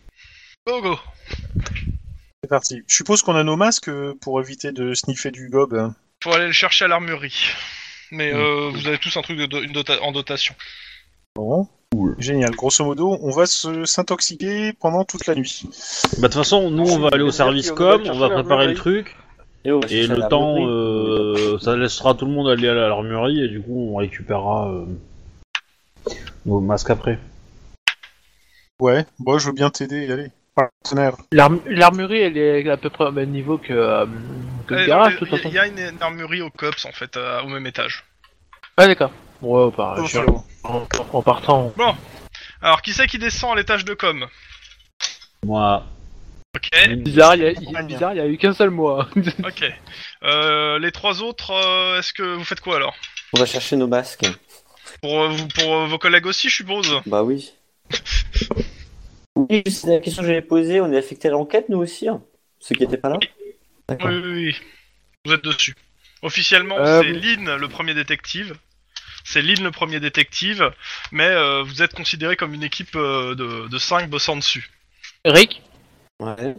E: go go
A: C'est parti. Je suppose qu'on a nos masques euh, pour éviter de sniffer du gob. hein.
E: Faut aller le chercher à l'armurerie. Mais
B: Mm.
E: euh, vous avez tous un truc de, de- une dota- en dotation.
A: Bon. Génial. Grosso modo, on va se s'intoxiquer pendant toute la nuit.
B: Bah de toute façon, nous on va aller au service com, on va préparer le truc
C: on va
B: et
C: chercher
B: le
C: la
B: temps,
C: mairie.
B: euh, ça laissera tout le monde aller à l'armurerie et du coup on récupérera euh, nos masques après.
A: Ouais. Bon, je veux bien t'aider. Allez. Partenaire.
F: L'arm- L'armurerie, elle est à peu près au même niveau que, euh, que le
E: Eh,
F: garage, de toute
E: Il y,
F: façon.
E: y a une, une armurerie au COPS en fait, euh, au même étage.
F: Ah, d'accord. Ouais,
E: Ah,
F: par,
A: Oh,
F: je- en, en partant.
E: Alors qui c'est qui descend à l'étage de com
B: Moi,
E: Ok,
F: Bizarre, il y a, il- bizarre, il y a eu qu'un seul mois.
E: ok. Euh, les trois autres, euh, est-ce que vous faites quoi alors
C: On va chercher nos masques.
E: Pour, euh, vous- pour euh, vos collègues aussi, je suppose
C: Bah oui. oui, c'est la question que j'avais posée. On est affecté à l'enquête, nous aussi hein Ceux qui n'étaient pas là D'accord.
E: Oui, oui, oui. Vous êtes dessus. Officiellement,
F: Euh,
E: c'est Lynn le premier détective. C'est Lynn le premier détective, mais euh, vous êtes considéré comme une équipe euh, de, de 5 bossant dessus.
F: Rick,
C: Ouais.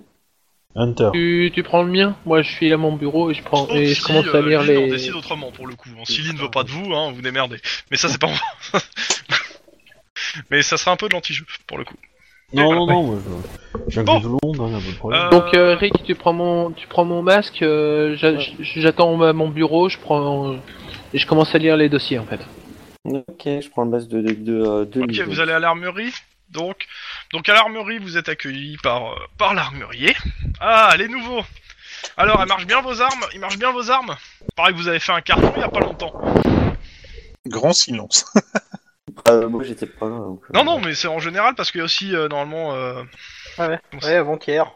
B: Hunter.
F: tu, tu prends le mien Moi, je suis à mon bureau et je, prends,
E: Sauf si,
F: et Oh, je commence
E: euh,
F: à lire
E: Lynn en
F: les.
E: décide autrement pour le coup. Si Lynn veut pas de vous, hein, vous démerdez. Mais ça, c'est pas moi. Mais ça sera un peu de l'anti-jeu pour le coup.
B: Non, non, non, moi, je... j'inclus
E: Bon.
B: tout le monde, hein, y a pas de problème.
E: Euh,
F: Donc, euh, Rick, tu prends mon, tu prends mon masque, euh, j'a- j- j'attends à mon bureau, je prends. Et je commence à lire les dossiers en fait.
C: Ok, je prends le masque de, de, de, euh, de
E: Ok,
C: Ludo.
E: vous allez à l'armurerie. Donc, donc à l'armurerie, vous êtes accueillis par, euh, par l'armurier. Ah, les nouveaux. Alors, elle marche bien vos armes Il marche bien vos armes Pareil que vous avez fait un carton il y a pas longtemps.
A: Grand silence.
C: Euh, moi, j'étais pas là. donc, euh,
E: Non, non, mais c'est en général parce qu'il y a aussi euh, normalement. euh,
D: Ouais, avant-hier.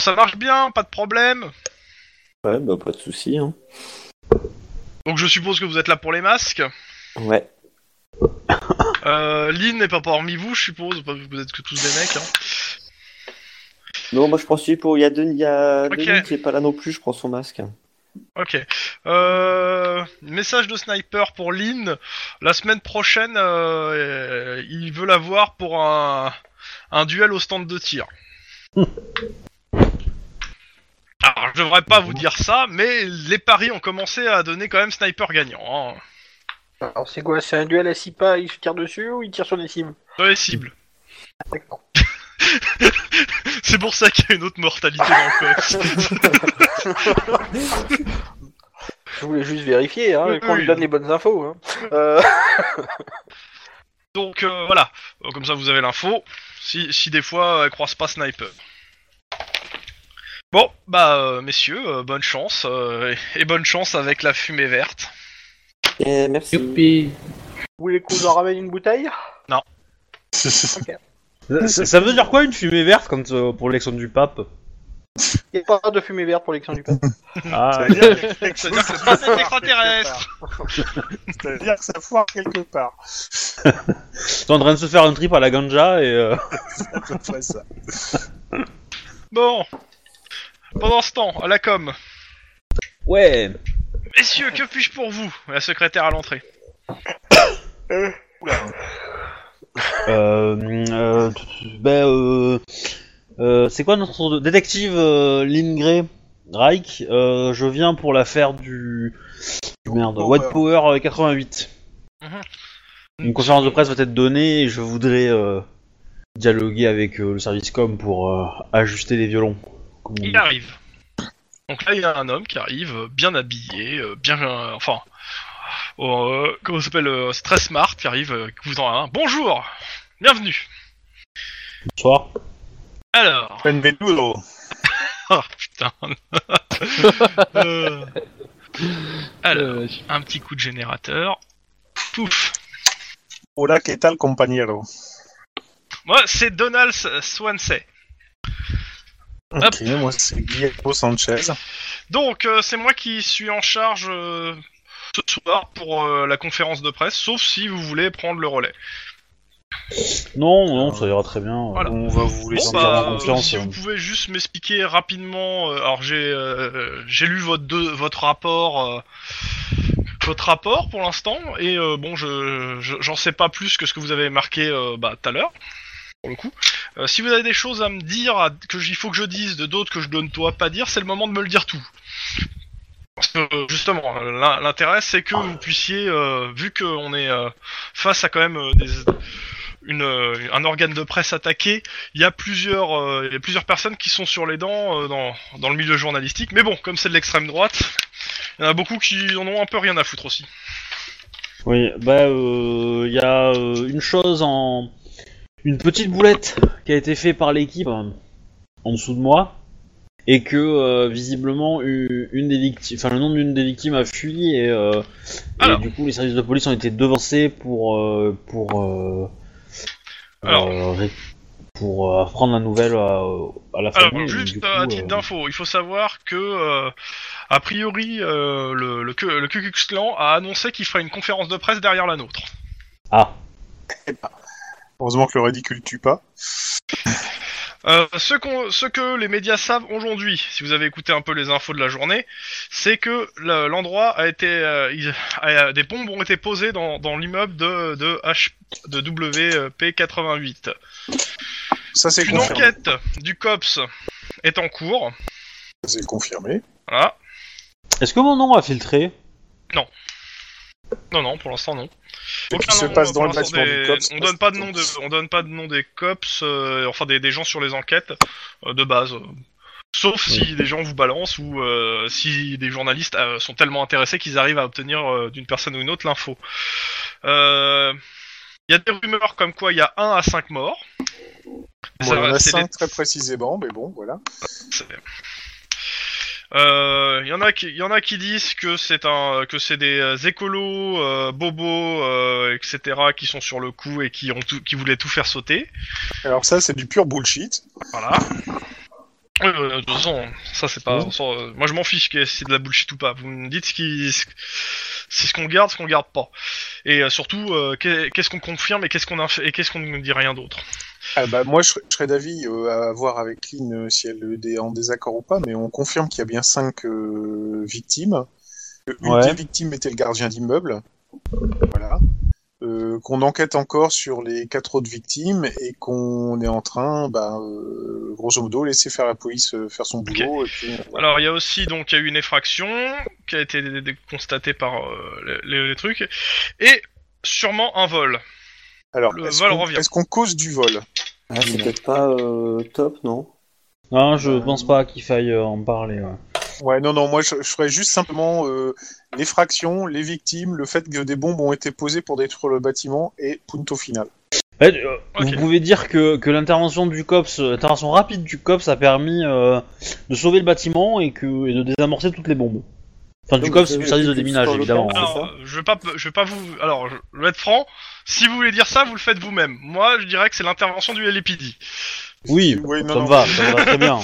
E: Ça marche bien, pas de problème.
C: Ouais, bah pas de soucis. Hein.
E: Donc je suppose que vous êtes là pour les masques.
C: Ouais.
E: Euh, Lynn n'est pas parmi vous, je suppose. Pas- Vous êtes que tous des mecs. Hein.
C: Non, moi, je prends celui pour. Il y a Denis, il y a
E: Ok.
C: Denis qui est pas là non plus. Je prends son masque.
E: Ok. Euh, message de sniper pour Lynn. La semaine prochaine, euh, euh, il veut la voir pour un, un duel au stand de tir. Alors, je devrais pas vous dire ça, mais les paris ont commencé à donner quand même sniper gagnant. Hein.
D: Alors c'est quoi C'est un duel à 6 pas, il se tire dessus ou il tire sur les cibles
E: Sur les cibles.
D: D'accord.
E: C'est pour ça qu'il y a une autre mortalité dans le coffre.
D: Je voulais juste vérifier, hein,
E: Oui,
D: qu'on
E: oui.
D: lui donne les bonnes infos. Hein. Euh,
E: Donc euh, voilà, Euh, comme ça vous avez l'info, si, si des fois euh, elle croise pas sniper. Bon, bah euh, messieurs, euh, bonne chance, euh, et, et bonne chance avec la fumée verte.
C: Et Eh, merci.
F: Youpi
D: vous voulez qu'on leur ramène une bouteille
B: Ça, ça veut dire quoi une fumée verte comme ça, pour l'élection du pape
D: Il n'y a pas de fumée verte pour l'élection du pape.
B: Ah,
E: C'est-à-dire que c'est pas des extraterrestres
A: C'est-à-dire que ça foire quelque part.
B: t'es en train de se faire un trip à la ganja et... euh,
A: À peu près ça.
E: Bon, pendant ce temps, à la com.
B: Ouais
E: Messieurs, que puis-je pour vous La secrétaire à l'entrée.
B: euh, euh, Ben, euh... euh, c'est quoi notre... Détective euh, Lynn Gray Reich, euh, je viens pour l'affaire du... du Merde,
A: White
B: White Power euh, 88.
E: Mhm.
B: Une conférence de presse va être donnée et je voudrais euh, dialoguer avec euh, le service com pour euh, ajuster les violons. Comme on dit.
E: Il arrive. Donc là, il y a un homme qui arrive, euh, bien habillé, euh, bien, euh, enfin, euh, comment ça s'appelle, euh, c'est très smart, qui arrive, euh, qui vous en a un. Bonjour, bienvenue.
B: Bonsoir.
E: Alors,
A: Benvenuto.
E: oh, putain. Euh, alors,
F: Euh,
E: un petit coup de générateur. Pouf.
A: Hola, que tal, compañero?
E: Moi, c'est Donald S- Swansea. Hop.
A: Ok, moi c'est Guillermo Sanchez.
E: Donc, euh, c'est moi qui suis en charge euh, ce soir pour euh, la conférence de presse, sauf si vous voulez prendre le relais.
B: Non, non, ça ira très bien.
E: Voilà.
A: On va vous
E: Bon,
A: laisser
B: bah,
A: en
E: euh,
B: confiance,
E: si
B: hein.
E: vous pouvez juste m'expliquer rapidement. euh, alors j'ai euh, j'ai lu votre deux, votre rapport euh, votre rapport pour l'instant et euh, bon je je- j'en sais pas plus que ce que vous avez marqué euh, bah, tout à l'heure pour le coup. Euh, si vous avez des choses à me dire à- que j- il faut que je dise de d'autres que je donne toi pas dire, c'est le moment de me le dire tout. Parce que euh, justement, euh, l'in- l'intérêt c'est que vous puissiez, euh, vu qu'on est euh, face à quand même euh, des, une, euh, un organe de presse attaqué, il y a plusieurs, euh, il y a plusieurs personnes qui sont sur les dents euh, dans, dans le milieu journalistique. Mais bon, comme c'est de l'extrême droite, il y en a beaucoup qui en ont un peu rien à foutre aussi.
B: Oui, bah, euh, il y a euh, une chose en. Une petite boulette qui a été faite par l'équipe euh, en dessous de moi. Et que, euh, visiblement, u- une des victimes. Enfin, le nom d'une des victimes a fui et, euh, et
E: Alors.
B: du coup, les services de police ont été devancés pour. euh, pour. euh,
E: Alors.
B: euh, ré- pour euh, apprendre la nouvelle à, euh, à la famille.
E: Alors,
B: et du
E: juste
B: coup,
E: à
B: euh,
E: titre d'info, il faut savoir que, euh, a priori, euh, le, le, Ku- le Ku Klux Klan a annoncé qu'il ferait une conférence de presse derrière la nôtre.
B: Ah,
A: Heureusement que le ridicule tue pas.
E: Euh, ce, qu'on- ce que les médias savent aujourd'hui, si vous avez écouté un peu les infos de la journée, c'est que le- l'endroit a été, euh, il- a- des bombes ont été posées dans, dans l'immeuble de, de, H, de WP88.
A: Ça c'est
E: Une
A: confirmé.
E: enquête du COPS est en cours.
A: Ça, C'est confirmé.
E: Voilà.
B: est-ce que mon nom a filtré
E: Non, non, pour l'instant non.
A: Ce qui
E: Aucun
A: se
E: nom,
A: passe
E: pour
A: dans le
E: l'instant,
A: bâtiment
E: des-
A: du COPS.
E: On donne pas de nom, de- on donne pas de nom des COPS, euh, enfin des, des gens sur les enquêtes euh, de base. euh. Sauf si des gens vous balancent ou euh, si des journalistes euh, sont tellement intéressés qu'ils arrivent à obtenir euh, d'une personne ou une autre l'info. Euh, Il y a des rumeurs comme quoi il y a 1 à 5 morts.
A: Bon, il y en a
E: c'est des-
A: cinq très précisément, mais bon, voilà.
E: Euh, Il y en a qui, il y en a qui disent que c'est un, que c'est des euh, écolos, euh, bobos, euh, etc. qui sont sur le coup et qui ont tout, qui voulaient tout faire sauter.
A: Alors ça, c'est du pur bullshit.
E: Voilà. Euh, de toute façon, ça c'est pas. ça, euh, moi je m'en fiche que c'est de la bullshit ou pas. Vous me dites ce qui, ce- c'est ce qu'on garde, ce qu'on garde pas. Et euh, surtout, euh, qu'est- qu'est-ce qu'on confirme et qu'est-ce qu'on inf- et qu'est-ce qu'on ne dit rien d'autre.
A: Ah bah, moi, je, serais- je serais d'avis euh, à voir avec Clean euh, si elle est en désaccord ou pas, mais on confirme qu'il y a bien cinq euh, victimes. que Une
B: Ouais.
A: des victimes était le gardien d'immeuble. Voilà. Euh, qu'on enquête encore sur les quatre autres victimes et qu'on est en train, bah, euh, grosso modo, laisser faire la police euh, faire son boulot. Et puis, euh, voilà.
E: Alors il y a aussi donc il y a eu une effraction qui a été dé- dé- constatée par euh, les, les trucs et sûrement un vol.
A: Alors,
E: le
A: est-ce
E: vol
A: qu'on-
E: revient.
A: est-ce qu'on cause du vol
C: Ah, c'est peut-être pas euh, top, non
B: non, je pense pas qu'il faille euh, en parler. ouais.
A: Ouais, non, non, moi je, je ferais juste simplement euh, les fractions, les victimes, le fait que des bombes ont été posées pour détruire le bâtiment et punto final.
B: Ouais, euh,
E: Ok.
B: Vous pouvez dire que, que l'intervention du COPS, euh, l'intervention rapide du COPS a permis euh, de sauver le bâtiment et, que, et de désamorcer toutes les bombes. Enfin, du
C: Donc,
B: COPS, c'est le
C: vous avez
B: service de
C: le
B: déminage,
C: support
B: évidemment.
C: local.
B: hein.
E: Alors,
C: ça
E: euh, je vais pas, je vais pas vous. Alors, je je vais être franc. Si vous voulez dire ça, vous le faites vous-même. Moi, je dirais que c'est l'intervention du LPD.
B: Oui,
A: Oui, non,
B: ça me
A: non.
B: va, ça me va très bien.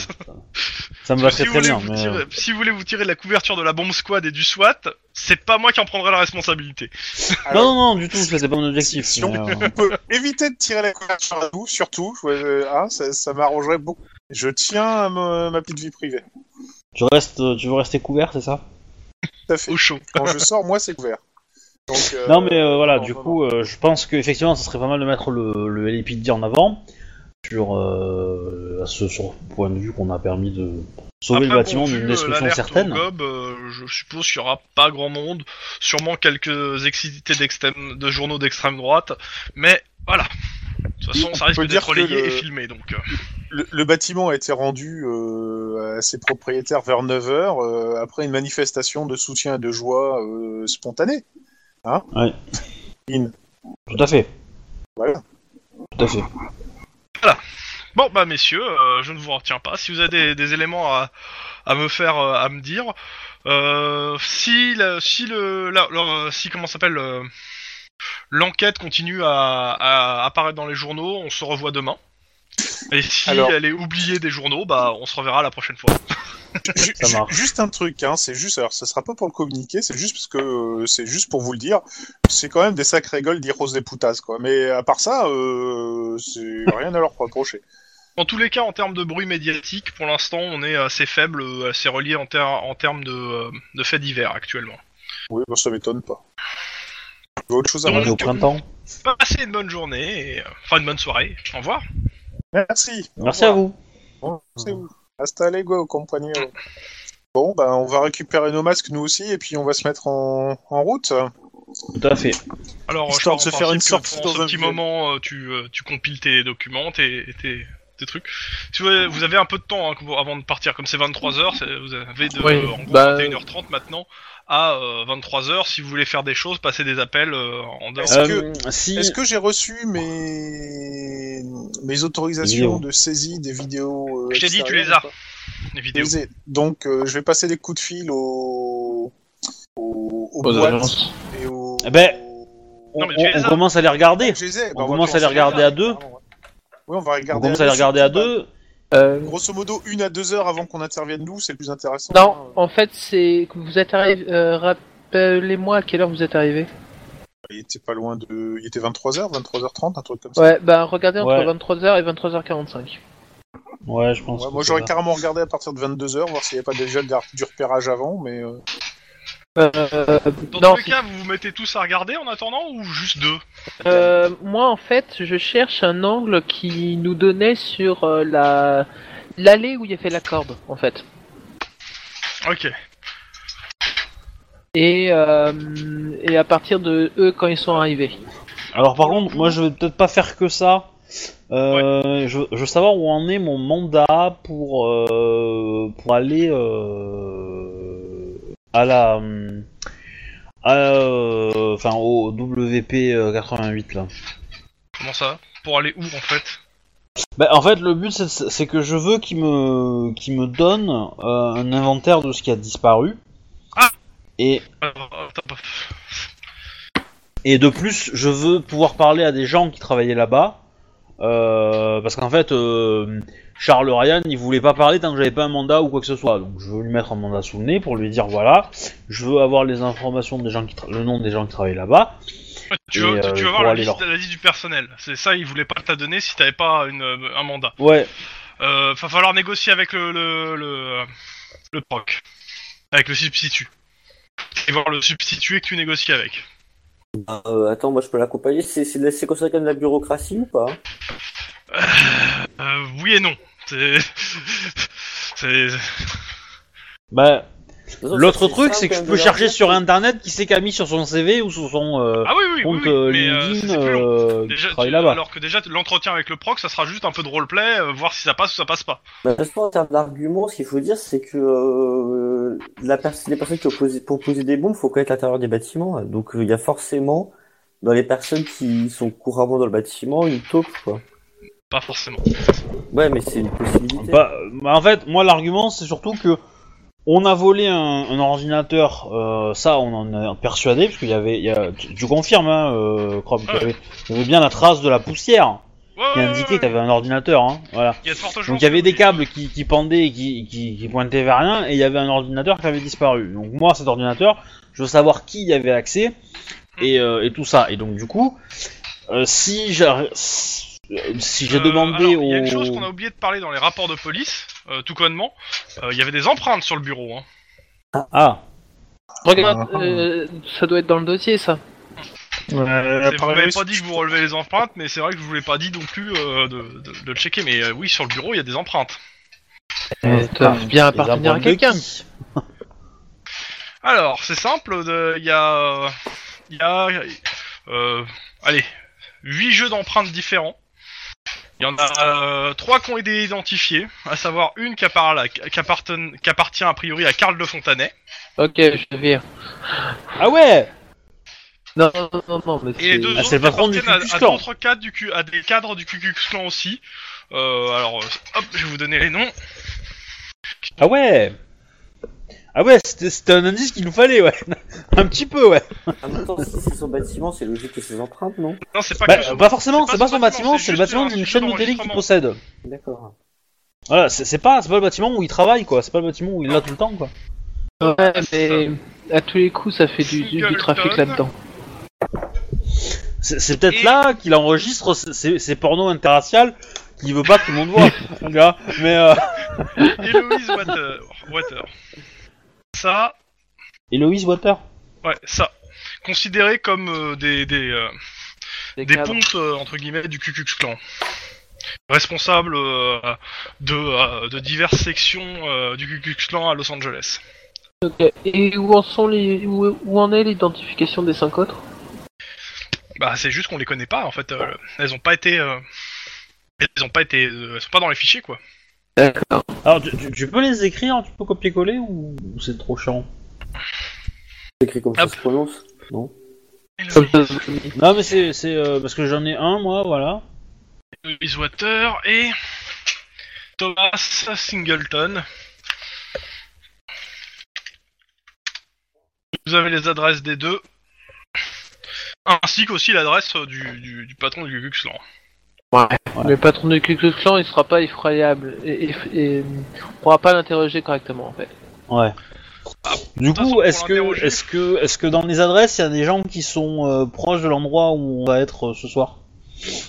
B: Ça me va
E: Parce que
B: très très
E: si
B: bien.
E: vous
B: mais,
E: voulez vous
B: euh,
E: tirer- si vous voulez vous tirer de la couverture de la bombe squad et du SWAT, c'est pas moi qui en prendrai la responsabilité.
B: Non, non, non, du tout, c'était pas mon objectif.
A: Si on-
B: mais, euh,
A: On peut éviter de tirer la couverture à nous, surtout, je- euh, hein, ça, ça m'arrangerait beaucoup. Je tiens à ma, ma petite vie privée.
B: tu, restes, tu veux rester couvert, c'est ça
A: Tout à fait.
E: Au chaud.
A: Quand je sors, moi c'est couvert. Donc, euh,
B: Non mais euh, voilà,
A: non,
B: du
A: non,
B: coup, euh, je pense qu'effectivement, ça serait pas mal de mettre le, le LPD en avant sur, euh, à ce, sur le point de vue qu'on a permis de sauver le
E: Après,
B: bâtiment
E: bon, vu,
B: d'une
E: euh,
B: destruction
E: l'alerte au
B: certaine.
E: Gob, euh, je suppose qu'il y aura pas grand monde, sûrement quelques excités d'extrême- de journaux d'extrême droite, mais voilà. Ça, toute façon, ça
A: On peut
E: risque
A: dire
E: d'être
A: que
E: relayé
A: le-
E: et filmé, donc. euh,
A: Le, le bâtiment a été rendu euh, à ses propriétaires vers 9h après une manifestation de soutien et de joie euh, spontanée. Hein
B: Ouais.
A: In.
B: Tout à fait.
A: Voilà.
B: Tout à fait.
E: Bon, bah, messieurs, euh, je ne vous retiens pas. Si vous avez des, des éléments à, à me faire, euh, à me dire, euh, si, la- si le, la- le- si comment ça s'appelle, euh, l'enquête continue à, à apparaître dans les journaux, on se revoit demain. Et si
A: Alors-
E: elle est oubliée des journaux, bah, on se reverra la prochaine fois.
A: Ju-
B: Ça
A: ju-
B: marche.
A: juste un truc, hein, c'est juste, alors ça sera pas pour le communiquer, c'est juste parce que euh, c'est juste pour vous le dire. C'est quand même des sacrés gueules d'Heroes des putas, quoi. Mais à part ça, euh, c'est rien à leur reprocher.
E: Dans tous les cas, en termes de bruit médiatique, pour l'instant, on est assez faible, euh, assez relié en, ter- en termes de, euh, de faits divers actuellement.
A: Oui, bah, ça m'étonne pas. Tu veux autre chose à
B: On
E: Donc,
B: est au
A: rajouter
B: printemps.
E: Passez une bonne journée, et, euh, enfin une bonne soirée. Au revoir.
A: Merci. Au
B: Merci à
A: revoir.
B: vous.
A: C'est où Hasta luego, compañero. Bon, ben, on va récupérer nos masques, nous aussi, et puis on va se mettre en, en route.
B: Tout à fait.
E: Alors, je
A: Histoire
E: pars
A: de se
E: en
A: faire
E: principe
A: une
E: que
A: sortie
E: pendant
A: dans
E: ce
A: un
E: petit
A: village.
E: moment, euh, tu, euh, tu compiles tes documents, tes, tes, tes trucs. Si vous avez, vous avez un peu de temps hein, comme- avant de partir, comme c'est 23h, vous avez de
F: Oui,
E: euh, en gros,
F: bah,
E: 21h30 maintenant à 23h si vous voulez faire des choses, passer des appels euh, en dehors.
A: Est-ce
B: Euh, si...
A: Est-ce que j'ai reçu mes, mes
B: Vidéo.
A: autorisations de saisie des vidéos euh,
E: Je t'ai dit, tu
A: extérieures
E: les
A: ou
E: as.
A: pas
E: Les
A: Je
E: vidéos.
A: les ai. Donc, euh, je vais passer des coups de fil aux, aux, aux
F: Aux
A: boîtes
F: agences.
A: et aux...
B: Eh ben, on,
E: Non, mais tu
B: on-
E: les
B: on
E: as.
B: commence à les regarder.
A: Je les ai. Ben,
B: on
A: va
B: commence à
A: commencer
B: les regarder à deux.
A: Pardon, ouais. Oui, on va
B: On
A: regarder
B: commence à les regarder à deux.
F: Euh,
A: Grosso modo, une à deux heures avant qu'on intervienne nous, c'est le plus intéressant.
F: non, en fait, c'est que vous êtes arrivé. euh, Rappelez-moi à quelle heure vous êtes arrivé.
A: Il était pas loin de. Il était 23h, 23h30, un truc comme ça.
F: Ouais, bah regardez entre
B: Ouais.
F: 23h et 23h45.
B: Ouais, je pense.
A: Ouais,
B: que
A: moi
B: ça
A: j'aurais
B: va.
A: carrément regardé à partir de 22h, voir s'il n'y avait pas déjà de- du repérage avant, mais. euh,
F: Euh,
E: Dans
F: non,
E: tous les
F: c'est-
E: cas, vous vous mettez tous à regarder en attendant ou juste deux
F: Euh, moi, en fait, je cherche un angle qui nous donnait sur euh, la l'allée où il y avait la corde, en fait.
E: Ok.
F: Et, euh, et à partir de eux quand ils sont arrivés.
B: Alors par contre, moi je vais peut-être pas faire que ça. Euh, je, je veux savoir où en est mon mandat pour euh, pour aller euh, à la hum, à, euh, enfin au WP euh, 88 là.
E: Comment ça Pour aller où en fait
B: Bah, en fait le but c'est- c'est que je veux qu'il me qu'il me donne euh, un inventaire de ce qui a disparu.
E: Ah.
B: Et
E: Euh, t'as pas-
B: Et de plus, je veux pouvoir parler à des gens qui travaillaient là-bas. euh, parce qu'en fait, euh, Charles Ryan, il voulait pas parler tant que j'avais pas un mandat ou quoi que ce soit. Donc je veux lui mettre un mandat sous le nez pour lui dire voilà, je veux avoir les informations des gens qui tra- le nom des gens qui travaillent là-bas.
E: Tu,
B: Et,
E: veux,
B: euh,
E: tu, tu
B: pour
E: vas voir la
B: aller
E: liste,
B: leur-
E: la liste du personnel. C'est ça, ils voulaient pas te la donner si t'avais pas une, euh, un mandat.
B: Ouais,
E: Euh, va falloir négocier avec le le le, le proc, avec le substitut. Et voir le substitut que tu négocies avec.
C: Euh, attends, moi je peux l'accompagner. C'est c'est c'est considéré comme de la bureaucratie ou pas
E: Euh, oui et non. C'est c'est
B: bah
C: De toute façon,
B: l'autre
C: c'est
B: truc,
C: simple,
B: c'est que
C: quand
B: je
C: même,
B: peux
C: de
B: chercher
C: leur dire
B: sur
C: que-
B: internet qui c'est qu'a mis sur son CV ou sur son euh,
E: ah oui oui oui,
B: compte
E: oui,
B: euh,
E: mais euh,
B: LinkedIn
E: c'est plus long.
B: euh, qui
E: Déjà, tu-
B: travaille là-bas.
E: alors que déjà l'entretien avec le proc, ça sera juste un peu de roleplay, euh, voir si ça passe ou ça passe pas.
C: Bah, parce que en termes d'argument, ce qu'il faut dire, c'est que euh, la pers- les personnes qui ont posé, pour poser des bombes, faut connaître l'intérieur des bâtiments. hein. Donc euh, il y a forcément, dans les personnes qui sont couramment dans le bâtiment, une taupe, quoi.
E: Pas forcément.
C: Ouais, mais c'est une possibilité.
B: Bah, bah, en fait, moi l'argument c'est surtout que on a volé un, un ordinateur, euh, ça on en est persuadé, parce qu'il y avait, il y a- tu, tu confirmes, hein, euh, Chrome, qu'il y avait- il y avait bien la trace de la poussière
E: Ouais,
B: qui
E: ouais,
B: indiquait qu'il y
E: ouais, ouais.
B: avait un ordinateur, hein, voilà.
E: Il y a de fortes chances
B: Donc il y avait
E: que-
B: des câbles qui, qui pendaient et qui, qui, qui pointaient vers rien, et il y avait un ordinateur qui avait disparu. Donc moi, cet ordinateur, je veux savoir qui y avait accès, et, euh, et tout ça. Et donc du coup, euh, si j'ai si j'ai
E: Euh,
B: demandé
E: alors,
B: au...
E: Il y a une chose qu'on a oublié de parler dans les rapports de police, euh, tout connement. Euh, Il y avait des empreintes sur le bureau. Hein.
B: Ah
F: Regarde, euh, ça doit être dans le dossier, ça.
A: Euh,
E: C'est- vous m'avez pas dit que vous relevez les empreintes, mais c'est vrai que je vous l'ai pas dit non plus euh, de, de- de le checker. Mais euh, oui, sur le bureau, il y a des empreintes.
F: Euh, doivent bien
B: Les
F: appartenir à
B: empreintes de
F: quelqu'un.
B: qui
E: Alors, c'est simple, de- il y a. euh, Il y a. euh, allez, 8 jeux d'empreintes différents. Il y en a euh, trois qui ont été identifiés, à savoir une qui, appara- la- qui apparten- qui appartient a priori à Karl de Fontanet,
F: Ok, je vire.
B: Ah ouais
F: Non, non, non, non, mais
E: et les
F: c'est-
E: deux
B: Ah,
E: autres
B: c'est le patron du
E: appartiennent à,
B: Ku Klux
E: à
B: Klan.
E: d'autres cadres du Ku- à des cadres du Ku Klux Klan aussi. Euh, alors, euh, hop, je vais vous donner les noms.
B: Ah ouais Ah ouais, c'était c'était un indice qu'il nous fallait, ouais. Un petit peu, ouais.
C: En même temps, si c'est son bâtiment, c'est logique que ses empreintes, non
E: Non, c'est pas
B: Bah,
E: que
B: euh, pas forcément,
E: c'est
B: c'est
E: pas
B: pas
E: son
B: son
E: bâtiment,
B: bâtiment,
E: c'est
B: c'est le
E: juste
B: bâtiment
E: un
B: d'une
E: studio
B: chaîne de télé qui
E: d'enregistrement.
B: possède.
C: D'accord.
B: Voilà, c'est c'est pas, c'est pas le bâtiment où il travaille, quoi. C'est pas le bâtiment où il l'a tout le temps, quoi.
F: Ouais, mais à tous les coups, ça fait du, du, du trafic là-dedans.
B: C'est c'est peut-être
E: Et-
B: là qu'il enregistre ses- ses, ses pornos interraciales qu'il veut pas que tout le monde voit, le gars. Mais euh...
E: Héloïse Water. Water. Ça,
B: Eloise Water.
E: ouais, ça. Considéré comme euh, des, des, euh, des
F: cadres.
E: pontes, euh, entre guillemets, du Ku Klux Klan. Responsable euh, de, euh, de diverses sections euh, du Ku Klux Klan à Los Angeles.
F: Ok. Et où en sont les où, où en est l'identification des cinq autres
E: Bah, c'est juste qu'on les connaît pas, en fait. euh, elles ont pas été... euh, elles ont pas été... euh, elles sont pas dans les fichiers, quoi.
F: D'accord.
B: Alors, tu, tu- tu peux les écrire, tu peux copier-coller ou ou c'est trop chiant
C: C'est écrit comme ça
E: Hop.
C: se prononce.
F: Comme ça, je vous le dis.
B: Non, mais c'est c'est, euh, parce que j'en ai un, moi, voilà.
E: Héloïse Water et... Thomas Singleton. Vous avez les adresses des deux. Ainsi qu'aussi l'adresse euh, du, du, du patron du Ku Klux Klan.
B: Ouais.
F: Le patron du Ku Klux Klan, il sera pas effroyable et, et- et on pourra pas l'interroger correctement en fait.
B: Ouais. Du
E: Ah, ça, c'est
B: coup,
E: pour
B: est-ce que,
E: l'interroger.
B: est-ce que, est-ce que dans les adresses, il y a des gens qui sont euh, proches de l'endroit où on va être euh, ce soir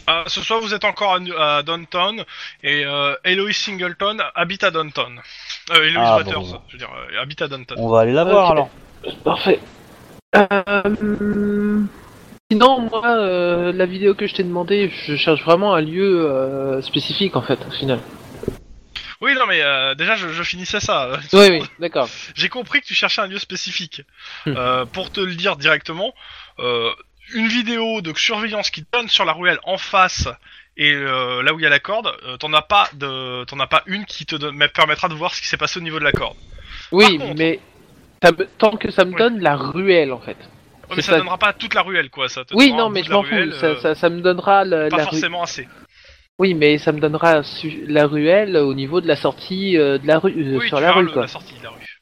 E: Euh, ce soir, vous êtes encore à, Nu- à Downtown et euh, Eloise Singleton habite à Downtown. Euh, Eloise
B: Ah,
E: Waters,
B: bon.
E: je veux dire, euh, habite à Downtown.
B: On va aller la voir
F: Ok.
B: alors.
F: Parfait. Euh, Sinon, moi, euh, la vidéo que je t'ai demandé, je cherche vraiment un lieu euh, spécifique en fait, au final.
E: Oui, non, mais euh, déjà, je, je finissais ça. euh,
F: Oui, oui, d'accord.
E: J'ai compris que tu cherchais un lieu spécifique.
F: Hmm.
E: Euh, pour te le dire directement, euh, une vidéo de surveillance qui donne sur la ruelle en face et euh, là où il y a la corde, euh, t'en as pas de, t'en as pas une qui te donne- me permettra de voir ce qui s'est passé au niveau de la corde.
F: Oui,
E: contre-
F: mais ça me- tant que ça me
E: Oui.
F: donne la ruelle en fait.
E: Ouais, mais
F: C'est
E: ça
F: ça.
E: donnera pas toute la ruelle, quoi. Ça te
F: Oui,
E: donnera un
F: non,
E: bout
F: mais
E: de
F: je
E: la
F: m'en fous.
E: ruelle,
F: Ça,
E: euh,
F: ça, ça me donnera la,
E: pas
F: la rue.
E: forcément assez.
F: Oui, mais ça me donnera su- la ruelle au niveau de la sortie euh, de la rue, euh,
E: oui,
F: sur
E: tu
F: la
E: verras
F: rue,
E: le-
F: quoi.
E: la sortie de la rue.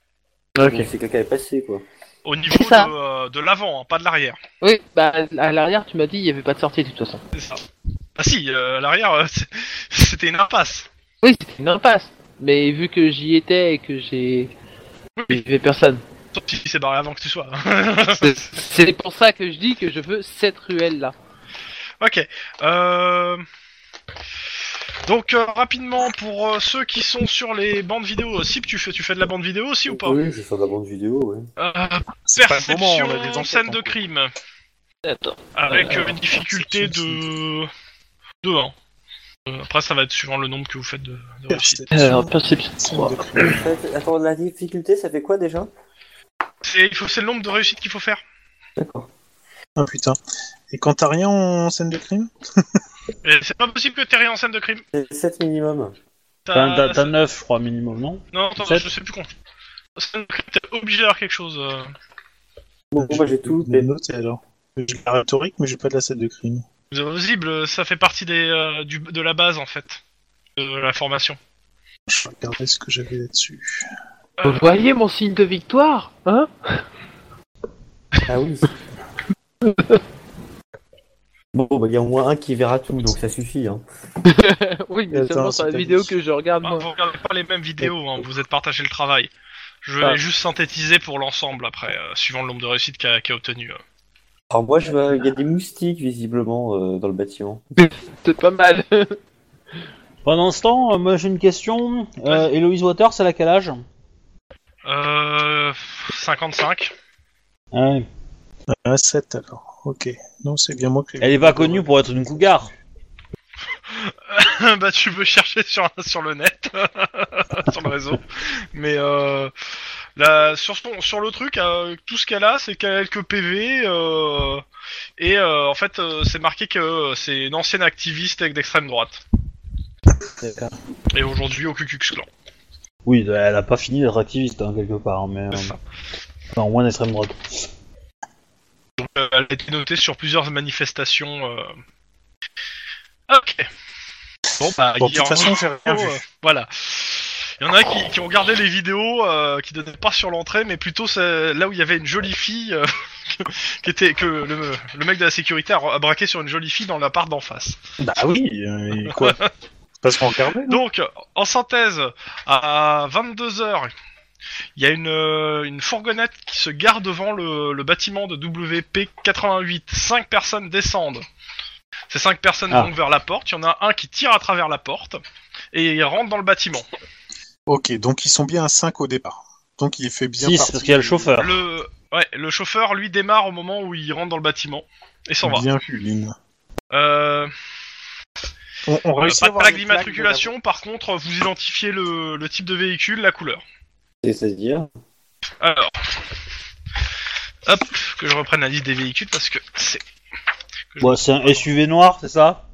C: Donc c'est quelqu'un est passé, quoi.
E: Au niveau
F: C'est ça.
E: de, euh, de l'avant, hein, pas de l'arrière.
F: Oui, bah à l'arrière, tu m'as dit, il n'y avait pas de sortie de toute façon.
E: C'est ça. Ah si, euh, à l'arrière, euh, c'est- c'était une impasse.
F: Oui, c'était une impasse. Mais vu que j'y étais et que j'ai.
E: Oui.
F: J'ai fait personne.
E: Sauf si c'est barré avant que tu sois. hein.
F: C'est- C'est pour ça que je dis que je veux cette ruelle là.
E: ok. euh, Donc euh, rapidement pour euh, ceux qui sont sur les bandes vidéo, euh, Sip, tu fais tu fais de la bande vidéo aussi ou pas
C: Oui, je fais de la bande vidéo, ouais.
E: Euh,
A: C'est pas le
E: Perception,
A: moment, on a des enquêtes
E: scène
A: en
E: de
A: cours.
E: crime
F: Attends.
E: avec
F: Euh,
E: euh, une difficulté de de 1. Euh, Après ça va être suivant le nombre que vous faites de, de
A: Euh,
E: réussite.
F: Alors, Euh, perception 3.
C: En fait, Attends, la difficulté, ça fait quoi déjà
E: C'est il faut c'est le nombre de réussites qu'il faut faire.
C: D'accord.
A: Ah putain. Et quand t'as rien en scène de crime
E: Et C'est pas possible que t'aies rien en scène de crime.
C: C'est 7 minimum.
B: T'as, t'as,
E: T'as-
B: t'as 9, je crois, minimum, non
E: Non, attends,
B: Sept.
E: je sais plus con. T'es obligé d'avoir quelque chose. euh.
C: Bon, moi j'ai tout.
A: les
C: mais-
A: noté alors. J'ai de la rhétorique, mais j'ai pas de la scène de crime.
E: Vous avez visible, euh, ça fait partie des, euh, du, de la base en fait, de la formation.
A: Je regardais ce que j'avais là-dessus.
F: Vous voyez mon signe de victoire Hein
C: Ah oui. Bon, bah, il y a au moins un qui verra tout, donc ça suffit. Hein.
F: Oui, mais
A: Attends,
F: seulement
A: c'est
F: sur la
A: pas
F: vidéo
A: dit.
F: que je regarde
E: Ah,
F: moi.
E: vous regardez pas les mêmes vidéos, hein, vous êtes partagé le travail. Je vais
F: Ah.
E: juste synthétiser pour l'ensemble après, euh, suivant le nombre de réussites qu'a qu'a obtenu. euh.
C: Alors, moi, je vois- il y a des moustiques visiblement euh, dans le bâtiment.
F: C'est pas mal.
B: Pendant ce temps, euh, moi j'ai une question. Euh, Eloise Waters, c'est à quel âge
E: Euh, 55.
B: Ah ouais.
A: Ah, 7 alors. Ok. Non, c'est bien moi qui.
B: Elle est pas connue pour être une cougar.
E: bah tu peux chercher sur, sur le net, sur le réseau. Mais euh, là, sur, son- sur le truc, euh, tout ce qu'elle a, c'est quelques PV. euh, et euh, en fait, euh, c'est marqué que c'est une ancienne activiste d'extrême droite. Et aujourd'hui au QQX Clan.
B: Oui, elle a pas fini d'être activiste, hein, quelque part, mais... euh,
E: C'est ça.
B: Enfin, au moins d'extrême droite.
E: Donc, euh, elle a été notée sur plusieurs manifestations. euh. Ok. Bon, bah,
A: Bon,
E: il
A: de
E: y a
A: toute façon, j'ai rien vu.
E: euh, voilà. Il y en a qui, qui ont regardé les vidéos euh, qui donnaient pas sur l'entrée, mais plutôt c'est là où il y avait une jolie fille euh, qui était que le, le mec de la sécurité a, a braqué sur une jolie fille dans l'appart d'en face.
A: Bah oui, euh, et quoi Parce qu'on regardait.
E: Donc, en synthèse, à 22h, il y a une, euh, une fourgonnette qui se gare devant le, le bâtiment de WP88. Cinq personnes descendent. Ces cinq personnes
B: Ah.
E: vont vers la porte. Il y en a un qui tire à travers la porte et il rentre dans le bâtiment.
A: Ok, donc ils sont bien à 5 au départ. Donc il fait bien
B: Si, c'est
A: partie
B: parce qu'il y a le
A: du-
B: chauffeur.
E: Le, ouais, le chauffeur, lui, démarre au moment où il rentre dans le bâtiment et s'en va.
A: Bien vu, Lynn.
E: Euh,
A: On, on
E: pas
A: réussit à
B: Bah,
E: de
A: avoir
E: plaque
A: les
E: d'immatriculation, par contre, vous identifiez le, le type de véhicule, la couleur.
C: C'est-à-dire
E: Alors. Hop, que je reprenne la liste des véhicules parce que c'est.
B: Bon, c'est un SUV noir, c'est ça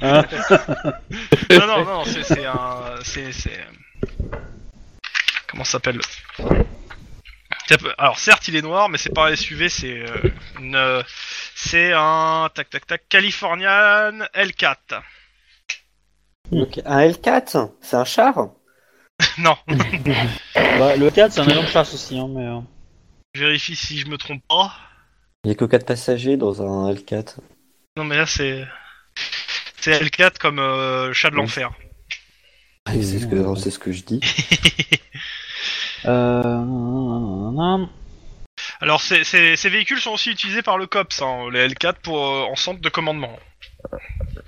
B: Hein
E: Non, non, non, c'est- c'est un. C'est. c'est- Comment ça s'appelle Ça peut- Alors, certes, il est noir, mais c'est pas un SUV, c'est. euh, une, euh, C'est un. Tac, tac, tac. Californian L4.
C: Donc, un L4 C'est un char
E: Non,
B: Bah, le 4, c'est un avion de chasse aussi, hein, mais... euh,
E: je vérifie si je me trompe pas.
C: Il n'y a que 4 passagers dans un L4.
E: Non, mais là, c'est. C'est L4 comme euh, chat de l'enfer.
C: Ah, C'est ce, que- c'est ce que je dis.
B: Euh... nanana.
E: Alors, ces, ces- ces véhicules sont aussi utilisés par le COPS, hein, les L4 pour, euh, en centre de commandement.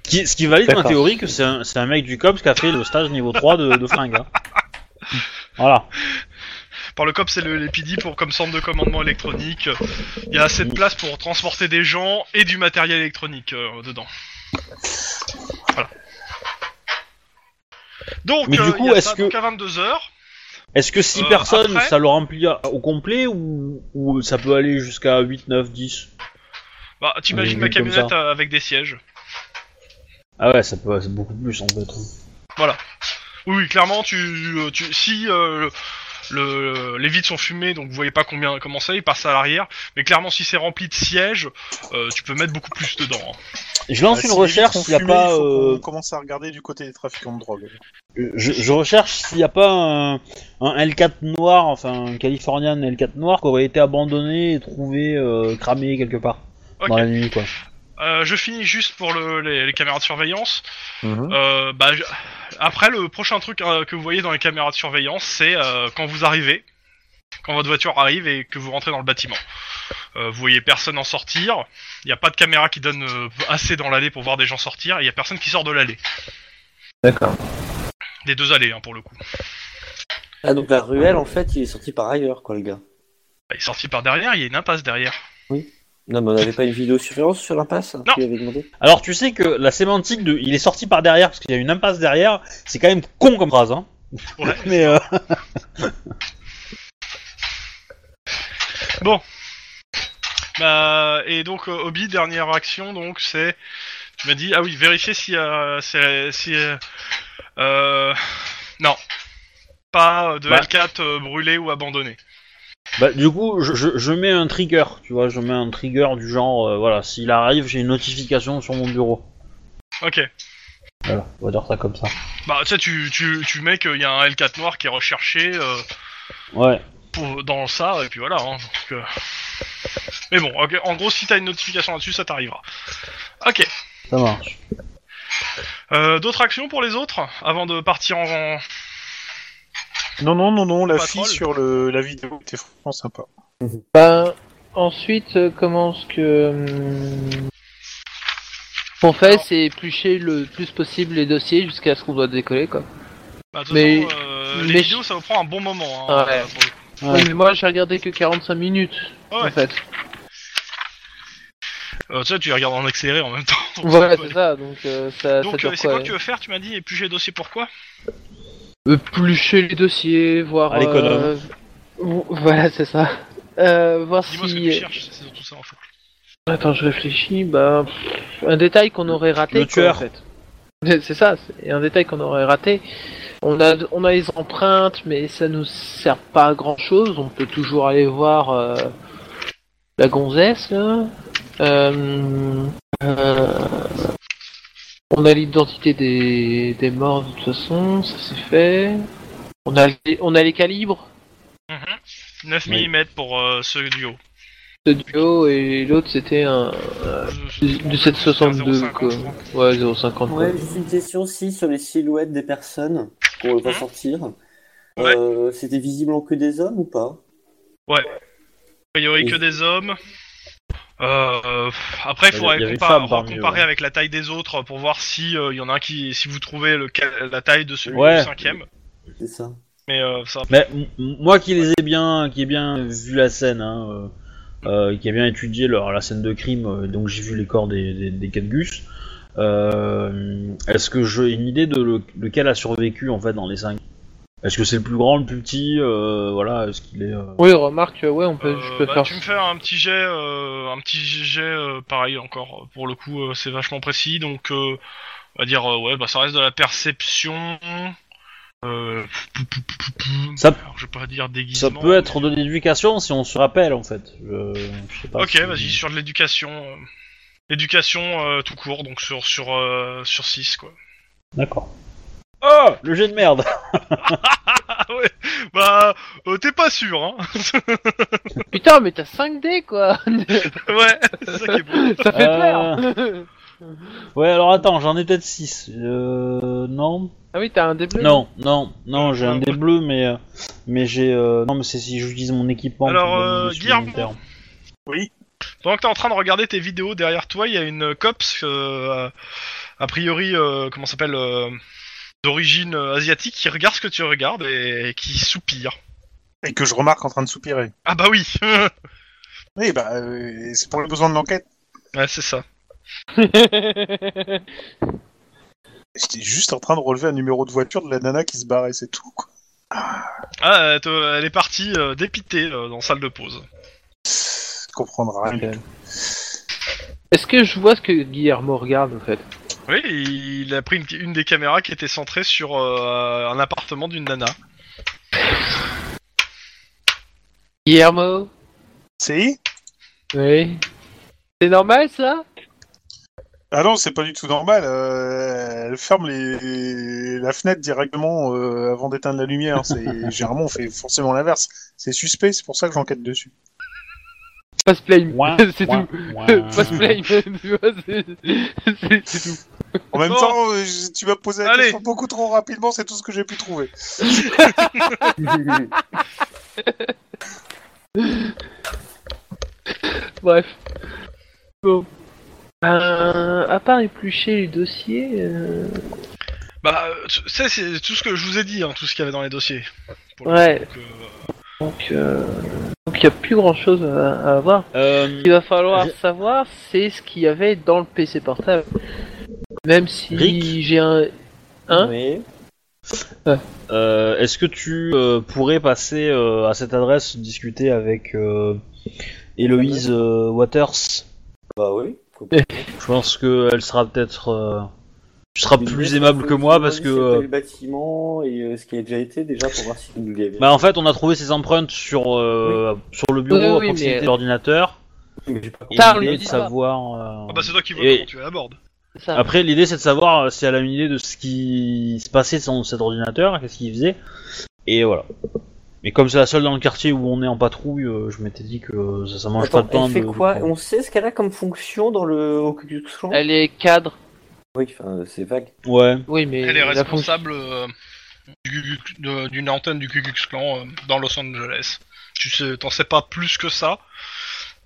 B: Ce qui, ce qui valide ma
C: D'accord.
B: théorie que c'est un, c'est un mec du COPS qui a fait le stage niveau 3 de, de fringues. hein. Voilà.
E: Par le COPS, c'est le- les PD pour, comme centre de commandement électronique. Il y a assez de place pour transporter des gens et du matériel électronique euh, dedans. Voilà. Donc,
B: Mais du
E: euh,
B: coup,
E: il y a
B: est-ce
E: ça,
B: que-
E: donc à 22h,
B: Est-ce que 6
E: Euh,
B: personnes,
E: après-
B: ça le remplit à- au complet ou, ou ça peut aller jusqu'à 8, 9, 10
E: bah, t'imagines
B: Oui,
E: ma
B: comme
E: camionnette
B: ça.
E: euh, avec des sièges.
B: Ah ouais, ça peut c'est beaucoup plus en fait.
E: Oui, oui, clairement, tu, euh, tu si euh, le, les vides sont fumées, donc vous voyez pas combien comment ça, il passe à l'arrière. Mais clairement, si c'est rempli de sièges, euh, tu peux mettre beaucoup plus dedans. hein.
B: Je
A: Bah,
B: lance une recherche s'il n'y a pas... euh,
A: On commence à regarder du côté des trafiquants de drogue.
B: je, je recherche s'il n'y a pas un, un L4 noir, enfin un Californian L4 noir qui aurait été abandonné et trouvé euh, cramé quelque part
E: Ok.
B: dans la nuit quoi.
E: Euh, je finis juste pour le, les, les caméras de surveillance. Euh, bah, je- Après, le prochain truc euh, que vous voyez dans les caméras de surveillance, c'est euh, quand vous arrivez, quand votre voiture arrive et que vous rentrez dans le bâtiment. Euh, vous voyez personne en sortir, il n'y a pas de caméra qui donne euh, assez dans l'allée pour voir des gens sortir, il n'y a personne qui sort de l'allée.
C: D'accord.
E: Des deux allées, hein, pour le coup.
C: Ah, donc la ruelle, en fait, il est sorti par ailleurs, quoi, le gars.
E: Bah, Il est sorti par derrière, il y a une impasse derrière.
C: Non, mais on n'avait pas une vidéosurveillance sur l'impasse hein,
E: Non.
C: qu'il avait demandé
B: Alors tu sais que la sémantique de il est sorti par derrière parce qu'il y a une impasse derrière, c'est quand même con comme phrase hein.
E: Ouais.
B: Mais euh,
E: Bah, et donc, euh, Obi, dernière action, donc c'est. Tu m'as dit, ah oui, vérifier si. euh, c'est- si euh, euh, non. Pas euh, de
B: Bah.
E: L4 euh, brûlé ou abandonné.
B: bah, du coup je, je, je mets un trigger, tu vois, je mets un trigger du genre euh, voilà, s'il arrive, j'ai une notification sur mon bureau.
E: Ok.
B: Voilà, on va dire ça comme ça.
E: Bah, tu sais, tu, tu, tu mets qu'il y a un L4 noir qui est recherché euh,
B: Ouais.
E: pour, dans ça, et puis voilà. hein, donc, euh. Mais bon, ok, en gros, si t'as une notification là-dessus, ça t'arrivera. Ok.
B: Ça marche.
E: Euh, D'autres actions pour les autres Avant de partir en.
A: Non, non, non, non, la
E: Pas
A: fille
E: troll.
A: sur le, la vidéo était franchement sympa.
F: Ben, ensuite, euh, comment ce que. hum, qu'on fait,
E: Alors.
F: c'est éplucher le plus possible les dossiers jusqu'à ce qu'on doit décoller, quoi.
E: Bah, de toute
F: Mais-
E: façon, euh, les
F: mais-
E: vidéos, ça vous prend un bon moment. hein,
F: Ouais.
E: pour le
B: Ouais.
F: Oui, mais moi, j'ai regardé que 45 minutes,
E: Ah Ouais.
F: en fait.
E: Euh, tu sais, tu les regardes en accéléré en même temps. donc
F: Voilà,
E: c'est pas-
F: c'est ça, donc euh, ça, ça
E: Donc,
F: dure
E: euh, c'est
F: quoi,
E: quoi que tu veux faire Tu m'as dit éplucher le dossier pourquoi
F: Éplucher les dossiers, voir.
B: À hein. l'économe.
F: euh, vo- Voilà, c'est ça. Euh, voir
E: Dis-moi
F: si.
E: ce que tu cherches, c'est surtout ça en fait.
F: Attends, je réfléchis. Bah, pff, un détail qu'on aurait raté.
B: Le
F: quoi,
B: tueur.
F: en fait. C'est c'est ça, c'est un détail qu'on aurait raté. On a, on a les empreintes, mais ça nous sert pas à grand chose. On peut toujours aller voir euh, la gonzesse. là. Euh, euh, on a l'identité des, des morts de toute façon, ça c'est fait. On a, les- on a les calibres,
E: 9
C: Oui.
E: mm pour euh, ce duo.
F: ce duo et l'autre c'était un, un- Euh, du du 762 quoi.
E: 0,50, je crois.
F: Ouais 0,50.
C: Ouais,
F: Ouais.
C: juste une question aussi sur les silhouettes des personnes qu'on va sortir.
E: Hmm. Ouais.
C: Euh, C'était visiblement que des hommes ou pas
E: A priori
C: Oui.
E: que des hommes. Euh, euh, après,
B: Il
E: il
B: y a-
E: faudrait
B: il y a des
E: compa-
B: femmes parmi eux, hein.
E: comparer
B: ouais.
E: avec la taille des autres pour voir si euh, il y en a un qui, si vous trouvez le, ca- la taille de celui
B: Ouais.
E: du cinquième.
C: C'est ça.
E: Mais euh, ça,
B: Mais m- m- moi qui les ai bien, qui ai bien vu la scène, hein, euh, euh, qui ai bien étudié leur, la scène de crime, euh, donc j'ai vu les corps des, des, des quatre gus, euh, est-ce que j'ai une idée de le- lequel a survécu en fait dans les cinq Est-ce que c'est le plus grand, le plus petit euh, Voilà, est-ce qu'il est. euh,
F: Oui remarque ouais on peut, je
E: euh,
F: peux
E: bah,
F: faire.
E: tu me fais un petit jet, euh, un petit jet euh, pareil encore. Pour le coup, euh, c'est vachement précis, donc euh, on va dire euh, ouais, bah ça reste de la perception. Euh...
B: Ça-
E: Alors, je vais pas dire
B: Ça
E: déguisement.
B: peut être de l'éducation si on se rappelle en fait. Je, je sais pas
E: euh, Ok,
B: si-
E: vas-y, sur de l'éducation. euh, L'éducation euh, tout court, donc sur sur euh, sur 6 quoi.
B: D'accord. Oh Le jet de merde
E: Ah ouais, bah euh, t'es pas sûr, hein.
F: Putain mais t'as 5D quoi.
E: ouais, c'est ça qui est beau.
F: ça fait peur.
B: Ouais, alors attends, j'en ai peut-être 6. Euh. Non
F: ah oui t'as un début.
B: Non, non, non, j'ai un des bleus, mais. euh, Mais j'ai. euh, Non, mais c'est si j'utilise mon équipement.
E: Alors,
B: pour donner
E: euh,
B: des
E: Guillermo.
B: supplémentaires.
E: Pendant que t'es en train de regarder tes vidéos derrière toi, il y a une cops, euh, a priori, euh, comment ça s'appelle, euh, d'origine euh, asiatique, qui regarde ce que tu regardes et, qui soupire.
A: Et que je remarque en train de soupirer.
E: Ah bah oui,
A: Oui, bah, euh, c'est pour les besoins de l'enquête.
E: ouais, c'est ça.
A: J'étais juste en train de relever un numéro de voiture de la nana qui se barrait, c'est tout, quoi.
E: Ah, euh, te- elle est partie euh, dépitée euh, dans la salle de pause.
A: Tu comprendras rien.
F: Est-ce que je vois ce que Guillermo regarde en fait
E: Oui, il a pris une, une des caméras qui était centrée sur euh, un appartement d'une nana.
F: Guillermo
A: C'est
F: Oui. C'est normal ça
A: Ah non, c'est pas du tout normal. euh, elle ferme les... la fenêtre directement euh, avant d'éteindre la lumière. C'est généralement on fait forcément l'inverse. C'est suspect, c'est pour ça que j'enquête dessus.
F: Pas se plaigne.
B: Ouin,
F: c'est
B: ouin,
F: tout.
B: ouin.
F: Pas se plaigne. tu vois, c'est- c'est- c'est tout.
A: En même
E: Bon.
A: temps, euh, je- tu m'as posé la
E: Allez.
A: question beaucoup trop rapidement. C'est tout ce que j'ai pu trouver.
F: Bref. Bon. Euh, à part éplucher les dossiers, euh,
E: Bah, euh, tu sais, c'est tout ce que je vous ai dit, hein, tout ce qu'il y avait dans les dossiers. Pour le
F: Ouais.
E: coup, donc, euh,
F: donc euh, donc il n'y a plus grand chose à, à voir.
B: Euh,
F: Ce qu'il va falloir
B: Je-
F: savoir, c'est ce qu'il y avait dans le PC portable. Même si
B: Rick
F: j'ai un. Hein
C: Oui.
B: euh, Est-ce que tu euh, pourrais passer euh, à cette adresse discuter avec euh, Héloïse euh, Waters
C: Bah oui. Faut-
B: Je pense que elle sera peut-être. euh, Tu seras
C: Mais
B: plus
C: déjà,
B: aimable
C: faut-
B: que
C: faut
B: moi
C: demander
B: parce que.
C: si elle
B: euh,
C: connaît Le bâtiment et euh, ce qui a déjà été déjà pour voir si nous l'y avait.
B: Bah en fait on a trouvé ses empreintes sur euh, sur le bureau
F: Oui,
B: à
F: oui,
B: proximité
F: mais-
B: de l'ordinateur.
C: Mais j'ai pas
B: Et
F: Ça, on
B: l'idée
F: lui
B: est de
F: dit pas.
B: savoir. euh,
E: Ah bah, c'est toi qui vois
B: et-
E: comment tu l'abordes.
F: Ça.
B: Après l'idée c'est de savoir euh, si elle a une idée de ce qui se passait sur cet ordinateur, qu'est-ce qu'il faisait. Et voilà. Mais comme c'est la seule dans le quartier où on est en patrouille, euh, je m'étais dit que ça, ça mange
C: Attends,
B: pas de pain.
C: elle fait
B: de-
C: quoi
B: de-
C: On sait ce qu'elle a comme fonction dans le au Ku Klux Klan
F: Elle est cadre.
C: Oui, enfin, c'est vague.
B: Ouais.
F: Oui, mais.
E: Elle est
F: la fonction-
E: responsable euh, du- de- d'une antenne du Ku Klux Klan euh, dans Los Angeles. Tu sais, t'en sais pas plus que ça.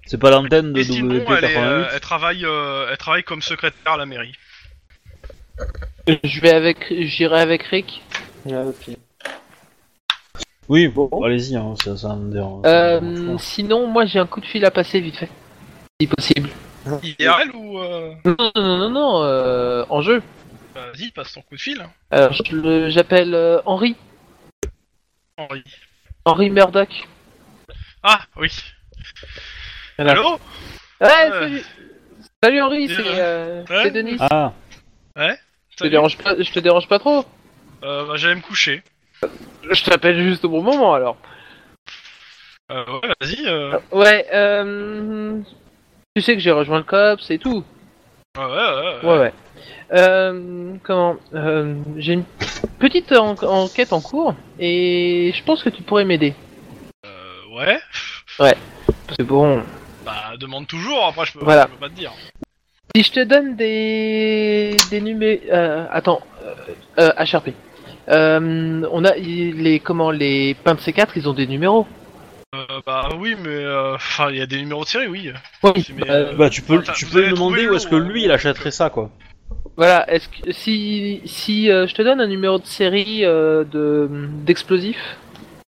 B: C'est pas l'antenne de
E: Et sinon, elle, est, euh,
B: WP88.
E: elle travaille, euh, elle travaille comme secrétaire à la mairie.
F: Je vais avec. J'irai avec Rick.
C: Ah, ok.
B: Oui,
C: Bon.
B: bon, allez-y, hein, ça, ça me dérange. ça me dérange
F: Euh,
B: pas.
F: sinon, moi j'ai un coup de fil à passer vite fait. Si possible.
E: IRL ou. euh, bah,
F: Non, non, non, non, euh, en jeu.
E: Vas-y, passe ton coup de fil, hein,
F: Alors, je le- j'appelle euh, Henri.
E: Henri.
F: Henri Murdoch.
E: Ah, oui.
F: Voilà.
E: Allô
F: Ouais,
E: Euh.
F: salut Salut Henri, c'est
E: Dis-le.
F: euh,
E: Ouais.
F: c'est Denis.
B: Ah.
F: te dérange pas, je te dérange pas trop.
E: Euh, bah, J'allais me coucher.
F: Je t'appelle juste au bon moment alors.
E: Euh, ouais, vas-y. euh,
F: Ouais, euh... Tu sais que j'ai rejoint le COPS et tout.
E: ouais, ouais, ouais.
F: Ouais, ouais. Euh, comment euh, J'ai une petite en- enquête en cours et je pense que tu pourrais m'aider.
E: Euh, ouais.
F: Parce que bon,
E: Bah, demande toujours, après, je peux,
F: Voilà.
E: je peux pas te dire.
F: si je te donne des des numé- euh, attends, euh, euh, HRP. Euh, on a y- les comment les peintres C4, ils ont des numéros.
E: Euh, bah, oui, mais. euh, Enfin, il y a des numéros de série, oui.
F: Oui,
E: Mais,
F: euh,
E: euh,
B: Bah, tu peux,
E: Attends,
B: tu
E: vous
B: peux
E: avez
B: lui demander
E: trouvé
B: où est-ce que
E: le nom,
B: lui il
E: hein,
B: achèterait ça, quoi.
F: Voilà, est-ce que si si euh, je te donne un numéro de série euh, de d'explosifs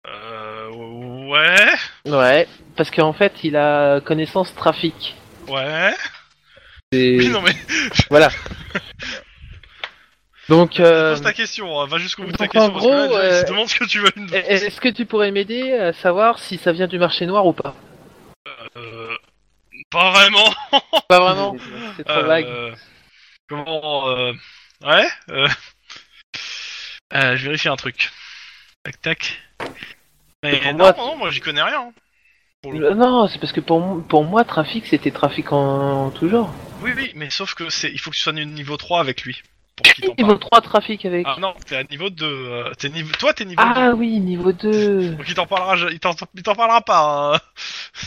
E: Euh, ouais.
F: Ouais, parce qu'en fait, il a connaissance trafic.
E: Ouais. Oui,
F: Et-
E: non, mais
F: Donc, euh,
E: pose ta question, hein, va jusqu'au bout de ta
F: donc, en
E: question. parce que
F: gros,
E: là, déjà,
F: euh,
E: il se demande ce que tu veux. Une...
F: est- est-ce que tu pourrais m'aider à savoir si ça vient du marché noir ou pas
E: Euh, pas vraiment.
F: Pas vraiment, c'est trop
E: Euh,
F: vague.
E: Comment. euh, Ouais. euh, euh, je vérifie un truc. Tac, tac. Mais
F: Pour
E: non,
F: moi-
E: non, moi j'y connais rien. hein.
F: Euh, Non, c'est parce que pour, m- pour moi, trafic, c'était trafic en, en tout genre.
E: Oui, oui, mais sauf que c'est, il faut que tu sois niveau 3 avec lui. Pour qu'il t'en
F: Niveau
E: parle.
F: 3 trafic avec.
E: Ah non, t'es à niveau 2. euh, t'es niveau... Toi, t'es niveau 2.
F: Ah oui, niveau 2.
E: Donc il t'en parlera, je- il t'en, il t'en parlera pas. hein.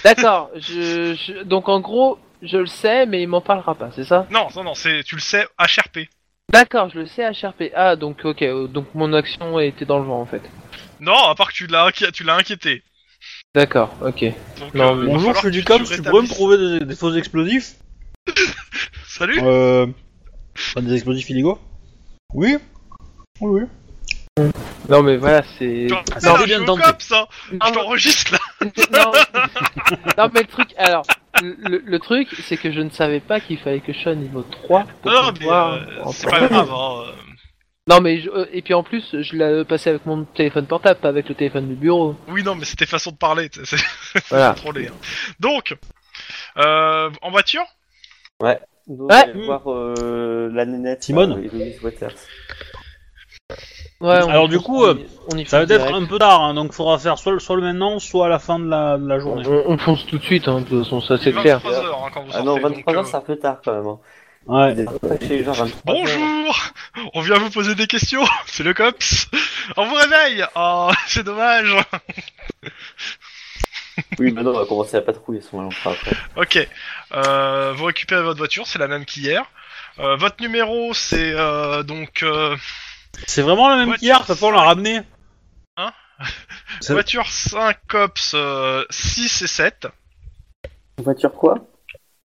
F: D'accord, je, je- donc en gros, je le sais, mais il m'en parlera pas, c'est ça
E: Non, non, non, c'est, tu le sais, HRP.
F: D'accord, je le sais, HRP. Ah, donc ok, euh, donc mon action était dans le vent en fait.
E: Non, à part que tu l'as, inqui- tu l'as inquiété.
F: D'accord, ok.
E: Donc, euh,
F: Non, mais-
E: il va
B: Bonjour, je
E: falloir
B: suis du
E: que
B: COPS,
E: tu
B: tu pourrais me
E: rétablisses-
B: trouver des, des faux explosifs
E: Salut
B: Euh. Enfin, des explosifs illégaux Oui Oui, oui.
F: Non mais voilà, c'est...
E: Non,
B: Non,
E: c'est
B: bien
E: bien
B: tenté.
E: Cops, hein.
F: Non,
E: Je t'enregistre là.
F: non, non, mais le truc, alors, le, le truc, c'est que je ne savais pas qu'il fallait que je sois niveau 3 pour
E: Non, non, mais
F: pouvoir...
E: euh,
F: en
E: c'est
F: parler.
E: pas grave. hein.
F: Non, mais je- euh, et puis en plus, je l'ai passé avec mon téléphone portable, pas avec le téléphone du bureau.
E: Oui, non, mais c'était façon de parler. tu sais, C'est c'est
F: Voilà.
E: contrôlé. hein. Donc, euh, en voiture
C: Donc,
F: Ouais.
C: allez voir euh, la nénette.
B: Simone.
C: euh, Elodie Sweater.
F: Ouais, on-
B: Alors, du coup, euh,
F: on y
B: Ça
F: fonce
B: va être
F: direct.
B: un peu tard, hein, donc faudra faire soit, le- soit le maintenant, soit à la fin de la, de la journée.
F: On, on fonce tout de suite, hein, de toute façon, ça c'est clair.
E: 23h hein, quand vous sortez.
C: Ah non,
E: donc,
C: 23h,
E: euh,
C: c'est un peu tard quand même. hein.
B: Ouais.
C: Des- chez les gens, 23 heures.
E: Bonjour On vient vous poser des questions, c'est le COPS On vous réveille Oh, c'est dommage
C: Oui, maintenant on va commencer à patrouiller son moment après.
E: Ok, euh, vous récupérez votre voiture, c'est la même qu'hier. Euh, votre numéro, c'est euh, donc... euh,
B: C'est vraiment la même
E: Voiture
B: qu'hier, ça on l'a ramené. Ça-
E: voiture 5 COPS euh, 6 et 7.
C: Voiture quoi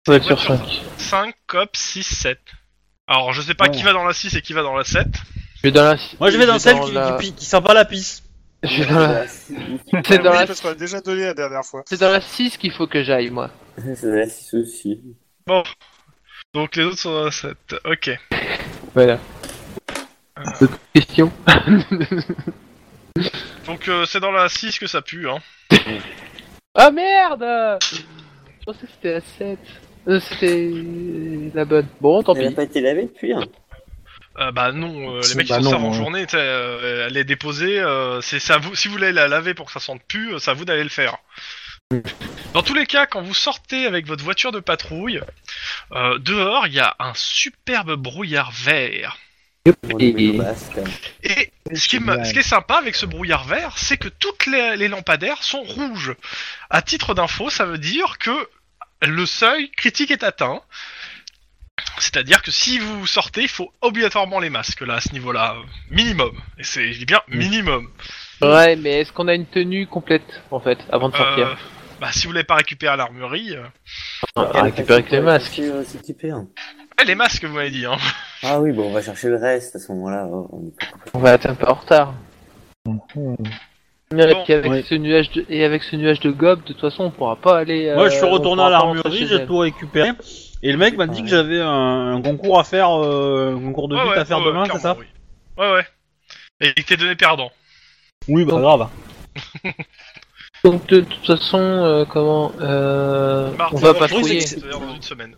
F: Ça va être sur
E: voiture.
F: 5.
E: 5 COPS 6, 7. Alors, je sais pas
B: Ouais.
E: qui va dans la 6 et qui va dans la 7.
F: Je vais dans la...
B: Moi je vais dans celle qui,
F: la-
B: qui, pi- qui sent pas la pisse.
C: Ah,
F: Je vais dans la... C'est
A: C'est
F: dans la...
A: Ah parce qu'on a déjà donné la dernière fois.
F: C'est dans la 6 qu'il faut que j'aille, moi.
C: C'est la 6 aussi.
E: Bon. Donc les autres sont dans la 7. Ok.
F: Voilà. D'autres questions
E: Donc euh, c'est dans la 6 que ça pue, hein.
F: Ah merde Je pensais que c'était la 7. Euh, c'était la bonne. Bon,
B: Oh,
F: tant
C: Elle a
F: pis.
C: pas été lavée depuis hein.
E: Euh, bah non, euh, les
A: C'est-
E: mecs ils
A: bah
E: sont
A: non,
E: sortent en
A: ouais.
E: journée, t'sais, euh, elle est déposée, euh, c'est c'est à vous, si vous voulez la laver pour que ça sente plus, euh, c'est à vous d'aller le faire. Dans tous les cas, quand vous sortez avec votre voiture de patrouille, euh, dehors il y a un superbe brouillard vert.
C: On
F: Et-
C: est mis au masque. hein.
E: Et ce qui, est ma- ce qui est sympa avec ce brouillard vert, c'est que toutes les, les lampadaires sont rouges. À titre d'info, ça veut dire que le seuil critique est atteint. C'est-à-dire que si vous sortez, il faut obligatoirement les masques là à ce niveau-là, euh, minimum. Et c'est je dis bien minimum.
F: Ouais, mais est-ce qu'on a une tenue complète, en fait, avant de sortir
E: Euh, bah, si vous voulez pas récupérer à l'armurerie, euh,
F: On va récupérer que les masques.
C: On va s'équiper, hein.
E: eh, les masques vous m'avez dit. Hein.
C: Ah oui, bon, on va chercher le reste à ce moment-là. hein. On est pas complètement-
F: On va être un peu en retard. Mais
E: Bon,
F: et, puis avec
B: ouais.
F: ce nuage de... et avec ce nuage de gob, de toute façon, on pourra pas aller. euh,
B: Moi je suis
F: on
B: retourné
F: pourra
B: à
F: pas rentrer
B: l'armurerie,
F: chez
B: j'ai
F: elle.
B: tout récupéré. Et le mec m'a dit que j'avais un, un concours à faire, euh, un concours de
E: Ah Ouais,
B: lutte
E: ouais,
B: à faire
E: ouais,
B: demain, c'est
E: clairement,
B: ça
E: oui. Ouais ouais. Et il t'est donné perdant.
B: Oui, bah pas grave.
F: Donc de toute façon, euh, comment euh,
E: Mardi,
F: On va
E: mercredi,
F: patrouiller.
E: euh, c'est-à-dire dans une semaine.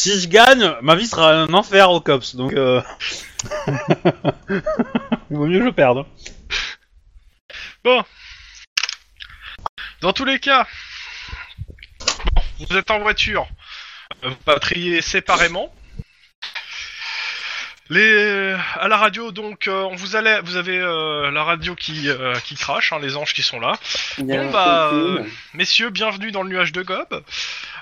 B: Si je gagne, ma vie sera un enfer au cops, donc euh... il vaut mieux que je perde.
E: Dans tous les cas, bon, vous êtes en voiture, euh, vous patriez séparément. Les, euh, à la radio, donc, euh, on vous allait, vous avez euh, la radio qui euh, qui crache, hein, les anges qui sont là.
C: Il y a
E: Bon,
C: un
E: bah,
C: film.
E: Messieurs, bienvenue dans le nuage de Gob.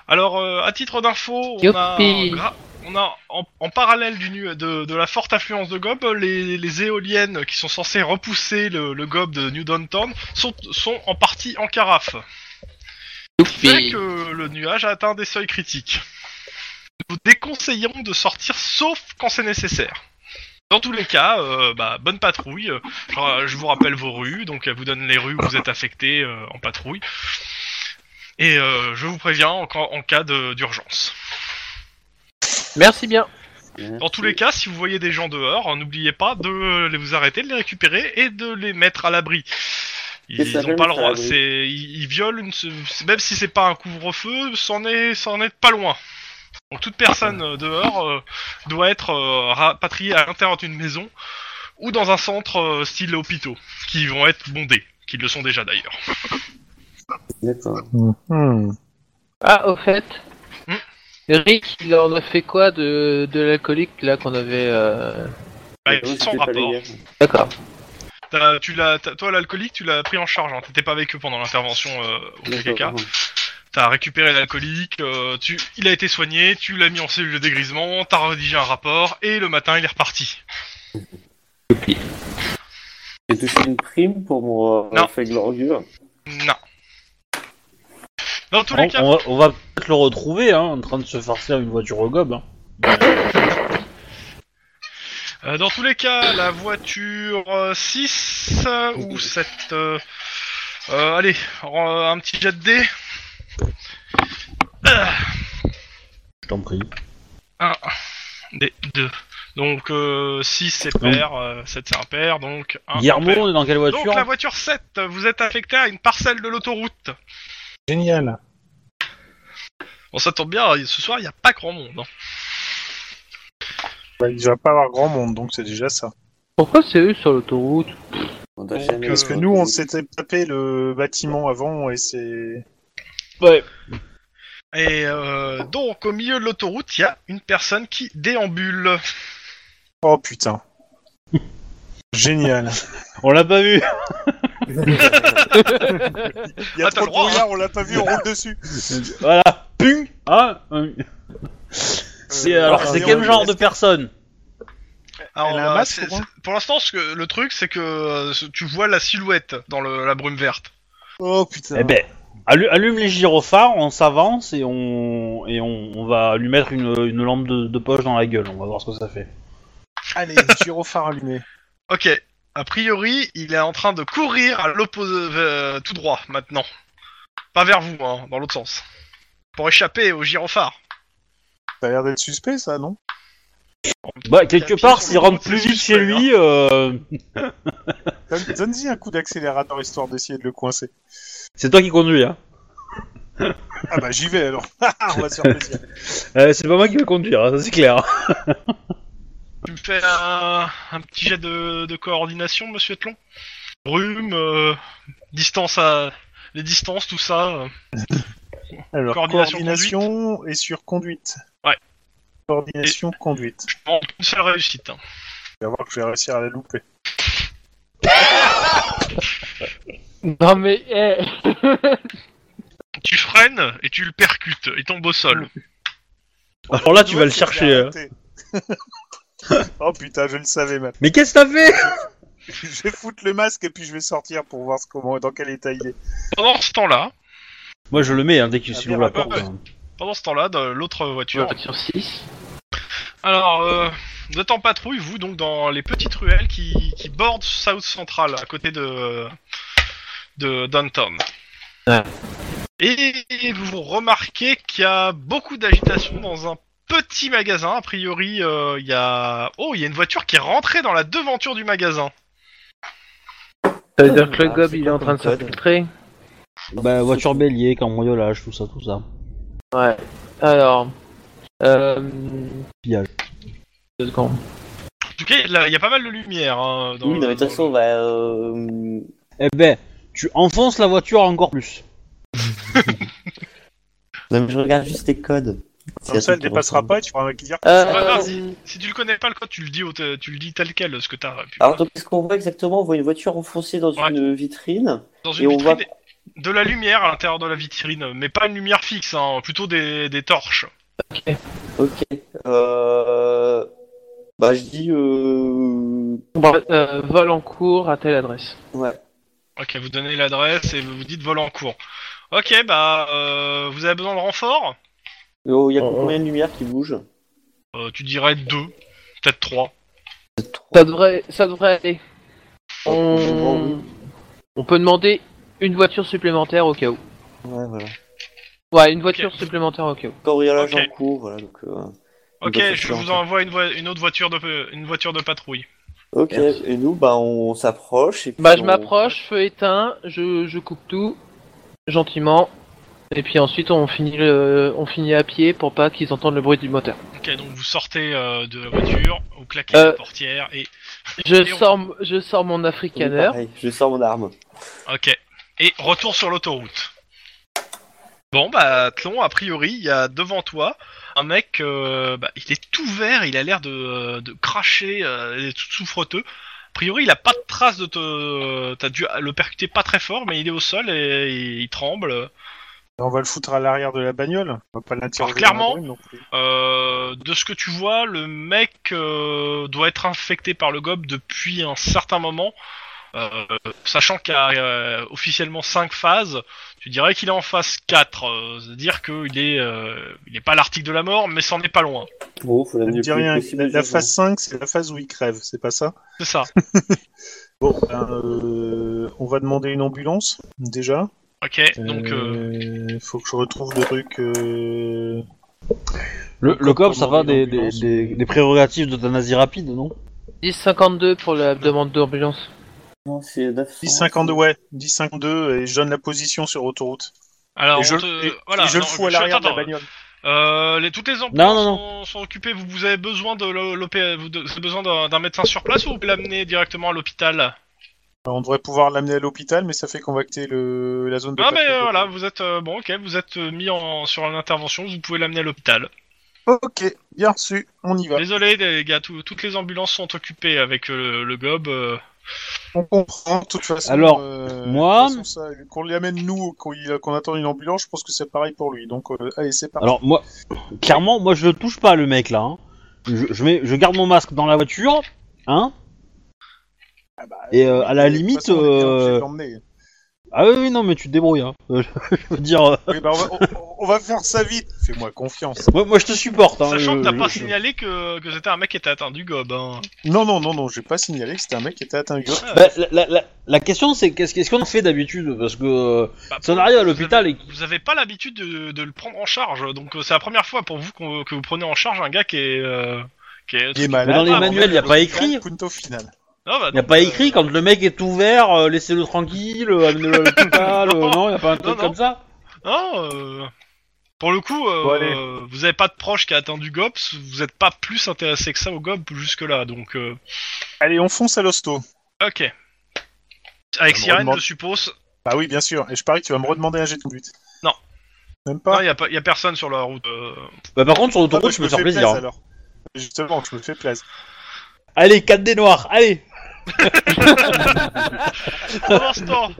E: Alors, euh, à titre d'info, on a,
F: Youpi.
E: gra- on a en, en parallèle du nu- de, de la forte affluence de Gob, les, les éoliennes qui sont censées repousser le, le Gob de New Downtown sont, sont en partie en carafe. Ce qui fait
F: Youpi.
E: que le nuage a atteint des seuils critiques. Nous vous déconseillons de sortir sauf quand c'est nécessaire. Dans tous les cas, euh, bah, bonne patrouille. Euh, Je, je vous rappelle vos rues, donc elle vous donne les rues où vous êtes affecté en patrouille. Et euh, je vous préviens en, ca- en cas de- d'urgence.
F: Merci bien.
C: Hein.
E: Dans tous les cas, si vous voyez des gens dehors, hein, n'oubliez pas de euh, les- vous arrêter, de les récupérer et de les mettre à l'abri.
C: Qu'est-ce
E: Ils
C: que ça
E: n'ont pas
C: veut
E: le
C: mettre à
E: droit.
C: l'abri
E: C'est ils, ils violent, une se- même si c'est pas un couvre-feu, c'en est, c'en est pas loin. Donc toute personne euh, dehors euh, doit être euh, rapatriée à l'intérieur d'une maison ou dans un centre euh, style hôpitaux, qui vont être bondés, qui le sont déjà d'ailleurs.
C: D'accord.
A: Hmm.
F: Ah, au fait,
E: Hmm.
F: Rick, il en a fait quoi de, de l'alcoolique là qu'on avait. euh,
E: Bah,
C: J'avoue,
E: sans
C: c'était pas
E: rapport.
C: légal.
F: D'accord.
E: T'as- tu l'as, t'as- toi l'alcoolique, tu l'as pris en charge. Hein. T'étais pas avec eux pendant l'intervention euh, au KKK.
C: D'accord.
E: T'as récupéré l'alcoolique, euh, tu, il a été soigné, tu l'as mis en cellule de dégrisement, t'as rédigé un rapport, et le matin il est reparti.
C: J'ai touché une prime pour mon
E: Non.
C: euh, fait glorieux.
E: Non. Dans tous
B: On,
E: les cas,
B: on va, on va peut-être le retrouver, hein, en train de se farcir une voiture au gob. hein.
E: euh, dans tous les cas, la voiture 6 ou 7... euh, euh, allez, euh, un petit jet de dés.
B: Je t'en prie.
E: 1, des 2. Donc 6 c'est pair, 7 c'est impair, donc 1
B: Guillermo, on est dans quelle voiture
E: Ah, Donc la voiture 7, vous êtes affecté à une parcelle de l'autoroute.
A: Génial.
E: Bon ça tombe bien, ce soir il n'y a pas grand monde. hein.
A: Bah, il va pas avoir grand monde, donc c'est déjà ça.
F: Pourquoi c'est eux sur l'autoroute
C: On doit
E: Donc, euh,
C: jamais-
A: Parce que nous, on
C: euh,
A: s'était tapé le bâtiment avant et c'est.
E: Et euh, donc, au milieu de l'autoroute, il y a une personne qui déambule.
A: Oh putain. Génial.
B: On l'a pas vu
A: Il y a
E: Ah, t'as
A: trop de
E: le droit,
B: hein.
A: brouillard, on l'a pas vu, on roule dessus.
B: Voilà, pung hein, hein. C'est
A: Euh,
B: alors
A: alors,
B: c'est
A: on
B: quel
A: est-
B: genre de personne
E: Alors,
A: Elle a un
E: euh,
A: masque,
E: c'est-
A: au moins
E: c'est- pour l'instant, ce que- le truc, c'est que euh, ce- tu vois la silhouette dans le- la brume verte.
A: Oh putain.
B: Eh ben, allu- allume les gyrophares, on s'avance et on et on, on va lui mettre une, une lampe de, de poche dans la gueule. On va voir ce que ça fait.
A: Allez, gyrophare allumé.
E: Ok. A priori, il est en train de courir à l'opposé, euh, tout droit, maintenant. Pas vers vous, hein, dans l'autre sens. Pour échapper au gyrophare.
A: Ça a l'air d'être suspect, ça, non
B: Bah quelque
E: Appuyer
B: part,
E: sur
B: s'il
E: le
B: rentre
E: bouton,
B: plus
E: c'est
B: vite chez
E: suspect,
B: lui, euh,
A: Donne- Donne-y un coup d'accélérateur histoire d'essayer de le coincer.
B: c'est toi qui conduis. Hein.
A: Ah bah j'y vais alors. on va se faire plaisir.
B: Euh, c'est pas moi qui vais conduire, hein, ça c'est clair.
E: Tu me fais un, un petit jet de, de coordination, monsieur Tlon Brume, euh, distance à. Les distances, tout ça. euh.
A: Alors,
E: Coordination,
A: coordination, et sur conduite.
E: Ouais.
A: Coordination, conduite.
E: Bon, une seule réussite. hein.
A: Je vais voir que je vais réussir à la louper.
F: Non mais, eh
E: Tu freines et tu le percutes, il tombe au sol.
B: Alors là, tu vas le chercher. hein.
A: oh putain, je le savais même.
B: Mais qu'est-ce que t'as fait
A: Je vais foutre le masque et puis je vais sortir pour voir ce- comment, dans quel état il est.
E: Pendant ce temps-là,
B: Moi je le mets hein, dès qu'il
A: Ah,
B: s'il ouvre la
A: merde,
B: porte.
E: ouais,
B: hein.
E: pendant ce temps-là, dans l'autre
F: Tu vas
E: voiture.
F: partir 6
E: Alors, euh, vous êtes en patrouille, vous, donc dans les petites ruelles qui, qui bordent South Central, à côté de, de Downtown.
F: Ouais.
E: Et vous remarquez qu'il y a beaucoup d'agitation dans un petit magasin. A priori, euh, il y a... Oh, il y a une voiture qui est rentrée dans la devanture du magasin.
F: Ça veut dire que le
C: Ah,
F: gob
C: c'est
F: il est
C: quoi
F: en train de
C: comme code
F: s'infiltrer
A: bah,
B: Bah voiture bélier, cambriolage, tout ça, tout ça.
F: Ouais. Alors, Euh...
B: Pillage.
F: Deux secondes.
E: En tout cas, il y a de la- il y a pas mal de lumière. hein, dans
C: Oui, non, mais de
E: le-
C: toute façon, on va. euh,
B: Eh ben, tu enfonces la voiture encore plus.
C: Non, mais je regarde juste les codes.
A: Comme ça, elle dépassera pas et tu feras un dire.
E: C'est pas grave,
F: Euh,
E: Bah, si, si tu le connais pas le code, tu le dis, au- tu le dis tel quel ce que t'as. Puis
C: Alors,
E: voilà.
C: donc, qu'est-ce qu'on voit exactement On voit une voiture enfoncée dans
E: Ouais.
C: une vitrine.
E: dans
C: et
E: une
C: on
E: vitrine,
C: voit-
E: de la lumière à l'intérieur de la vitrine, mais pas une lumière fixe, hein, plutôt des, des torches.
C: Ok. Euh... Bah, je dis. Euh...
F: bon, euh, vol en cours à telle adresse.
C: Ouais.
E: Ok, vous donnez l'adresse et vous vous dites vol en cours. Ok, bah, euh, vous avez besoin de renfort
C: Il y a
F: Oh, oh.
C: combien de lumières qui bougent
E: Euh, Tu dirais deux, peut-être trois.
F: Ça devrait, ça devrait aller.
C: Bon,
F: On... On peut demander une voiture supplémentaire au cas où.
C: Ouais, voilà.
F: Ouais, une voiture supplémentaire au cas où.
C: Cambriolage
E: Ok.
C: en cours, voilà. Donc, euh... Une
E: Ok,
C: voiture
E: je vous
C: supplémentaire.
E: envoie une, voi- une autre voiture de, une voiture de patrouille.
C: Ok,
F: Merci.
C: et nous, bah, on s'approche. et puis
F: Bah, je
C: on-
F: m'approche, feu éteint, je, je coupe tout, gentiment. Et puis ensuite, on finit, le, on finit à pied pour pas qu'ils entendent le bruit du moteur.
E: Ok, donc vous sortez euh, de la voiture, vous claquez
F: Euh.
E: la portière et.
F: Je
E: Et on-
F: sors, m- je sors mon
C: Oui,
F: africaner.
C: pareil, je sors mon arme.
E: Ok. Et retour sur l'autoroute. Bon, bah, Tlon, a priori, il y a devant toi un mec, euh, bah, il est tout vert, il a l'air de, euh, de cracher, euh, il est tout souffreteux. A priori, il a pas de trace de te. T'as dû le percuter pas très fort, mais il est au sol et il tremble.
A: On va le foutre à l'arrière de la bagnole. On va pas l'interroger.
E: Alors, clairement,
A: dans la brume non plus.
E: Euh, de ce que tu vois, le mec euh, doit être infecté par le gob depuis un certain moment. Euh, sachant qu'il y a euh, officiellement 5 phases, tu dirais qu'il est en phase 4. euh, C'est-à-dire qu'il est, euh, il est pas l'article de la mort, mais c'en est pas loin.
C: Bon, faut
A: Ça
C: l'amener
A: me
C: le
A: dit
C: plus
A: rien.
C: possible
A: La, la
C: d'urgence.
A: phase 5, c'est la phase où il crève, c'est pas ça
E: C'est ça.
A: Bon, ben, euh, on va demander une ambulance, déjà.
E: Ok, donc euh,
A: Euh, faut que je retrouve le truc. euh,
B: Le, le cop, ça va
A: Commandant
B: des, des,
A: d'ambulance.
B: des- des prérogatives d'euthanasie rapide, non
F: 10,52 pour la demande d'ambulance.
C: Non, c'est 900.
A: 10-52, ouais. 10-52, et je donne la position sur autoroute.
E: alors
A: et je,
E: Ah, on te- euh,
A: et-
E: voilà,
A: et je le
E: non,
A: fous à
E: je-
A: l'arrière de la
E: attends,
A: bagnole.
E: euh, les- toutes les
B: Non,
E: ambulances
B: non,
E: sont, sont occupées. Vous, vous avez besoin de l'O- l'OP, vous de- vous avez besoin d'un d'un médecin sur place ou vous l'amener directement à l'hôpital
A: Alors, on devrait pouvoir l'amener à l'hôpital, mais ça fait convaincre le, la zone de
E: Ah mais
A: patrouille.
E: euh, voilà, vous êtes euh, bon, ok, vous êtes euh, mis en, sur une intervention, vous pouvez l'amener à l'hôpital.
A: Ok, bien reçu, on y va.
E: Désolé les gars, tout- toutes les ambulances sont occupées avec euh, le gob. euh.
A: On comprend, de toute façon.
B: Alors,
A: euh,
B: moi-
A: de toute façon, ça- Qu'on l'amène nous, qu'on y- qu'on attend une ambulance, je pense que c'est pareil pour lui. Donc, euh, allez, c'est parti.
B: Alors moi, clairement, moi je le touche pas le mec là. hein. Je, je mets, je garde mon masque dans la voiture, hein. Et euh, à la
A: Ah, bah, De toute
B: limite,
A: façon, on est bien obligé de
B: euh,
A: l'emmener.
B: ah oui, oui, non mais tu te débrouilles. Hein. Euh, je veux dire, euh,
A: Oui, bah, on, va, on- on va faire ça vite. Fais-moi confiance.
B: moi, moi, je te supporte. Hein,
E: Sachant
B: je-
E: que t'as
B: je-
E: pas
B: je-
E: signalé que, que c'était un mec qui était atteint du gob. Hein.
A: Non, non, non, non, j'ai pas signalé que c'était un mec qui était atteint. Hugo.
B: Bah, la, la- la- la question c'est qu'est-ce qu'est-ce qu'on fait d'habitude parce que euh,
E: Bah,
B: si on arrive à
E: vous
B: l'hôpital
E: avez-
B: et
E: Vous avez pas l'habitude de, de le prendre en charge, donc euh, c'est la première fois pour vous qu'on- que vous prenez en charge un gars qui est... euh, qui est-
A: Il est
B: Mais
A: malade.
B: dans les
E: Ah,
B: manuels, y a pas écrit.
A: Punto final.
E: Non, bah,
B: y a
E: donc,
B: pas
E: euh,
B: écrit quand le mec est ouvert, euh, laissez-le tranquille, euh, amenez-le à l'hôpital, euh, non, y a pas un truc
E: non.
B: comme ça.
E: Non, euh, pour le coup, euh,
A: Bon, allez.
E: euh, vous avez pas de proche qui a atteint du gob, vous êtes pas plus intéressé que ça au gob jusque-là, donc... euh,
A: Allez, on fonce à l'hosto.
E: Ok. Avec
A: me
E: sirène,
A: redemande-
E: je suppose.
A: Bah oui, bien sûr. Et je parie que tu vas me redemander un jet de conduite.
E: Non.
A: Même
E: Non,
A: pas.
E: il y, a personne sur la route. euh.
B: Bah par contre sur
A: Ah, bah,
B: l'autoroute, je me
A: fais
B: faire plaisir.
A: plaise,
B: hein.
A: alors. Justement, je me fais plaisir.
B: Allez, 4 des noirs, allez.
E: Pendant ce temps,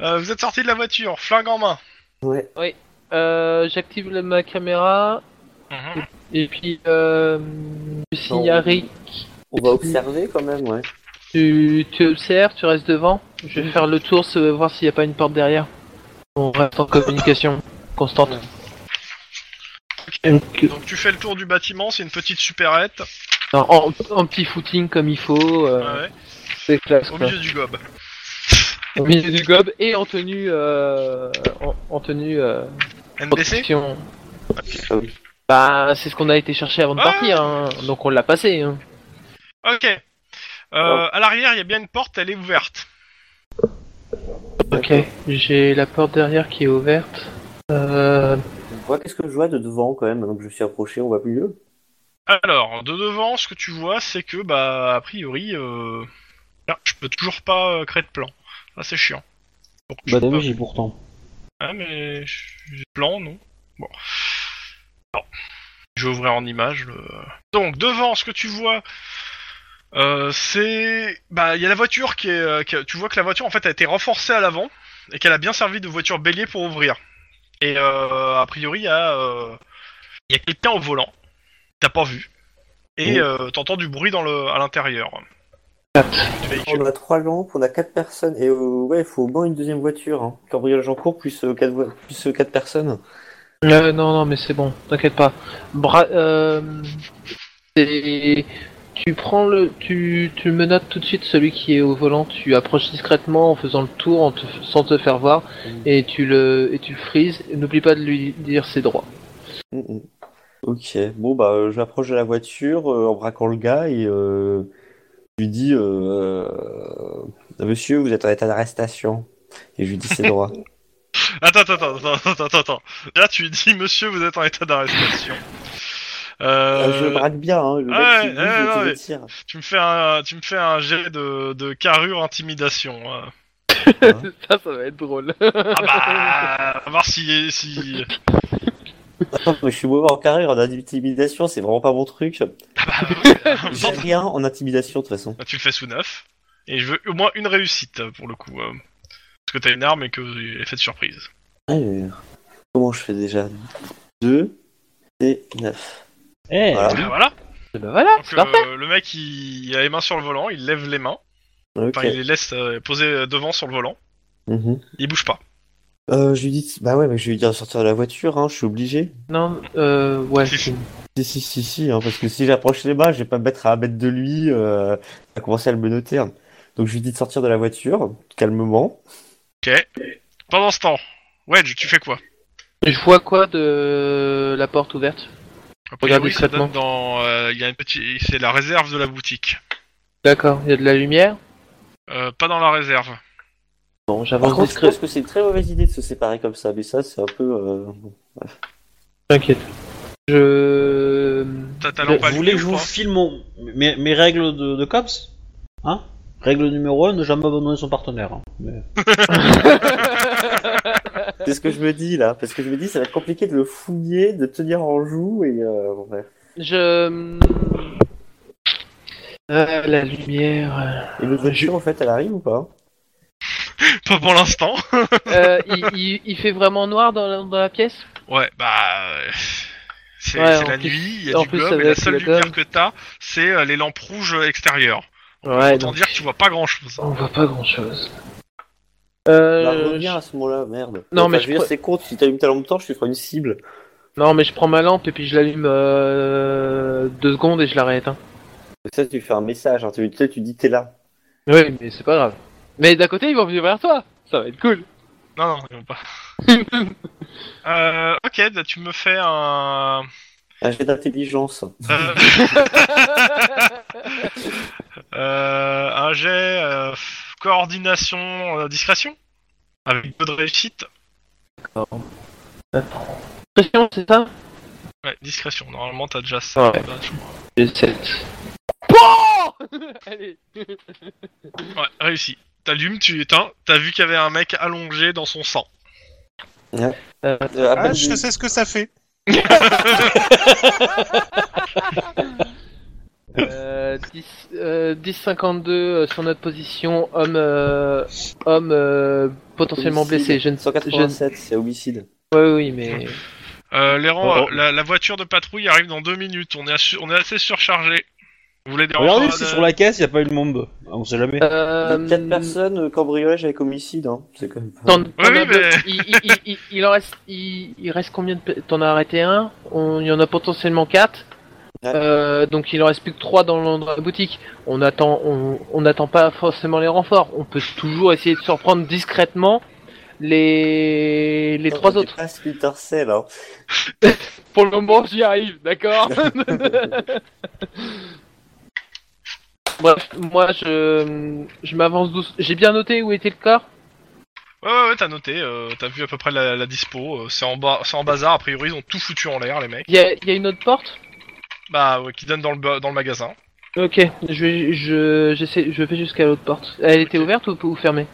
E: euh, vous êtes sorti de la voiture, flingue en main.
C: Ouais.
F: Euh, J'active la- ma caméra et puis euh, tu signes à Rick.
C: On va observer quand même, ouais.
F: Tu, tu observes, tu restes devant. Je vais faire le tour, se- voir s'il n'y a pas une porte derrière. On reste en communication constante. Donc,
E: Donc tu fais le tour du bâtiment, c'est une petite supérette.
F: en, en- en petit footing comme il faut, euh,
E: Ouais,
F: c'est classe.
E: Au
F: quoi.
E: milieu du gob.
F: Au milieu du gob et en tenue, euh, en, en tenue euh,
E: NBC
F: protection.
C: Ah oui.
F: Bah, c'est ce qu'on a été chercher avant de
E: Ah
F: partir, hein. donc on l'a passé. Hein.
E: Ok. Euh, à l'arrière, il y a bien une porte, elle est ouverte.
F: Ok, j'ai la porte derrière qui est ouverte. Euh,
C: Ouais, qu'est-ce que je vois de devant quand même, maintenant que je suis approché, on voit plus mieux.
E: Alors, de devant, ce que tu vois, c'est que, bah, a priori, euh... ah, je peux toujours pas euh, créer de plan. Ça, c'est chiant. Bon, je
B: Bah,
E: peux
B: t'as vu,
E: pas-
B: j'ai pourtant.
E: Ah, mais j'ai plan, non Bon. Alors, je vais ouvrir en image. le- Donc, devant, ce que tu vois, euh, c'est... Bah, il y a la voiture qui est... euh, qui a- Tu vois que la voiture, en fait, a été renforcée à l'avant, et qu'elle a bien servi de voiture bélier pour ouvrir. Et, euh, a priori, il y a... euh, Il y a quelqu'un au volant. T'as pas vu. Et euh, t'entends du bruit dans le... à l'intérieur. du véhicule.
C: On a trois lampes, on a quatre personnes, et euh, ouais, il faut au moins une deuxième voiture. Hein. Cambriolage en cours, plus, euh, quatre, vo- plus euh, quatre personnes.
F: Euh, non, non, mais c'est bon, t'inquiète pas. Bra euh, c'est- tu prends le, tu, tu menottes tout de suite celui qui est au volant. Tu approches discrètement en faisant le tour, en te- sans te faire voir,
C: Mm.
F: et tu le, et tu le frises. Et N'oublie pas de lui dire ses droits.
C: Mm, mm. Ok, bon, bah, euh, je m'approche de la voiture euh, en braquant le gars et euh, je lui dis euh, euh, Monsieur, vous êtes en état d'arrestation. Et je lui dis ses droits.
E: Attends, attends, attends, attends, attends, attends, attends. Là, tu dis, monsieur, vous êtes en état d'arrestation.
C: Euh, Je
E: Euh,
C: le braque bien, hein, le mec
E: ouais,
C: qui bouge,
E: ouais,
C: je
E: non,
C: le
E: mais-
C: tire.
E: tu me fais un, tu me fais un jet de, de carrure intimidation. euh.
C: Hein
F: ça, ça va être drôle.
E: Ah bah, à voir si, si.
C: Attends, mais je suis mauvais en carré, en intimidation, c'est vraiment pas mon truc.
E: Ah bah, ouais.
C: J'ai rien en intimidation de toute façon.
E: Bah, tu le fais sous neuf. Et je veux au moins une réussite euh, pour le coup, euh. parce que t'as une arme et que j'ai l'effet de surprise.
C: Alors, comment je fais déjà 2 et 9.
B: Eh,
C: Voilà.
E: Bah, voilà.
F: bah voilà,
E: Donc,
F: c'est parfait.
E: euh, le mec, il, il a les mains sur le volant, il lève les mains,
C: Ok.
E: enfin, il les laisse euh, poser devant sur le volant.
C: Mhm.
E: Il bouge pas.
C: Euh, je lui dis, bah ouais, mais je vais lui dire de sortir de la voiture, hein, je suis obligé.
F: Non, euh, ouais.
E: Si, si.
C: Si, si, si, si, hein, parce que si j'approche les bas, je vais pas me mettre à un mètre de lui, euh, à commencer à le menotter. hein. Donc je lui dis de sortir de la voiture, calmement.
E: Ok. Pendant ce temps, Wedge, tu fais quoi
F: Je vois quoi de la porte ouverte
E: A
F: Regarde
E: priori, ça
F: discrètement.
E: donne dans. euh, Il y a une petite. C'est la réserve de la boutique.
F: D'accord, il y a de la lumière.
E: Euh, pas dans la réserve.
F: Bon,
C: Par
F: j'avance
C: contre, je
F: discrètement.
C: pense que c'est une très mauvaise idée de se séparer comme ça, mais ça, c'est un peu. euh, bon.
F: T'inquiète. Je.
E: T'as ta lampe
B: vous voulez
E: allumée
B: que
E: ou
B: je vous
E: Bah pas
B: filme mon- mes, mes règles de, de cops Hein Règle numéro 1, ne jamais abandonner son partenaire. hein. Mais-
C: C'est ce que je me dis là, parce que je me dis, ça va être compliqué de le fouiller, de tenir en joue et. euh, bon, bref.
F: Je. hmm. Ah, la lumière.
C: Et l'autre voiture, en fait, elle arrive ou pas
E: Pas pour l'instant.
F: Euh, il, il- il fait vraiment noir dans la, dans la pièce
E: Ouais, bah. euh, C'est
F: Ouais,
E: c'est
F: en
E: la
F: plus-
E: nuit, il y
F: en
E: a du
F: plus,
E: globe,
F: ça va
E: et la
F: être
E: seule
F: le
E: lumière
F: globe.
E: que t'as, c'est euh, les lampes rouges extérieures.
F: Ouais,
E: Autant dire que tu vois pas grand chose.
F: on voit pas grand chose.
C: Bah,
F: Euh,
C: reviens à ce moment-là, merde.
F: Non, mais
C: Enfin,
F: je
C: veux dire,
F: crois-
C: c'est con, si t'allumes ta lampe torche, tu feras une cible.
F: je- Non, mais je prends ma lampe et puis je l'allume euh, deux secondes et je la rééteins.
C: Ça, tu fais un message, hein. tu, tu sais, tu dis t'es là.
F: Oui, mais c'est pas grave. Mais d'un côté, ils vont venir vers toi. Ça va être cool.
E: Non, non, même pas. Euh, ok, bah, tu me fais un.
C: Un jet d'intelligence.
E: euh, euh, un jet. euh, coordination, euh, discrétion. Avec peu de réussite.
F: Pression, c'est ça
E: Ouais, discrétion. Normalement, t'as déjà ça.
F: Ouais.
E: bah, je crois.
F: J'ai 7. Allez.
E: Ouais, réussi. T'allumes, tu éteins. T'as vu qu'il y avait un mec allongé dans son sang.
C: Euh, à peine
A: Ah, je
C: de-
A: sais ce que ça fait.
F: Euh, 10, euh, 10 52 euh, sur notre position, homme, euh, homme euh, potentiellement
C: Homicide.
F: blessé. Je ne sais je...
C: 187, c'est homicide.
F: Ouais, oui, mais.
E: Euh, les rangs,
B: Oh, oh.
E: euh, La, la voiture de patrouille arrive dans deux minutes. On est, assu- on est assez surchargé. Vous voulez des
B: Regardez
E: renforts,
B: si
E: euh,
B: sur la caisse, il a pas une bombe. Ah, On sait jamais.
F: Euh,
C: Quatre personnes, euh, cambriolage avec homicide, hein. C'est quand même pas-
F: t'en- t'en
E: oui,
F: as deux.
E: mais-
F: il, il- il- il- il en reste, il, il reste combien de. pe- T'en as arrêté un On- Il y en a potentiellement 4.
C: Ouais.
F: donc il en reste plus que 3 dans, le- dans la boutique. On attend, on on n'attend pas forcément les renforts. On peut toujours essayer de surprendre discrètement les, les
C: Non,
F: trois
C: t'es
F: autres.
C: pas Splinter Cell, hein.
F: Pour le moment, j'y arrive, d'accord Bref, moi, je, je m'avance doucement. J'ai bien noté où était le corps
E: Ouais, ouais, ouais, t'as noté, euh, t'as vu à peu près la, la dispo. euh, C'est en, bas, c'est en bazar, a priori, ils ont tout foutu en l'air, les mecs.
F: Il y a, y a une autre porte
E: Bah, ouais, qui donne dans le, ba- dans le magasin.
F: Ok, je, vais- je, j'essaie- je vais jusqu'à l'autre porte. Elle était ouverte ou, ou fermée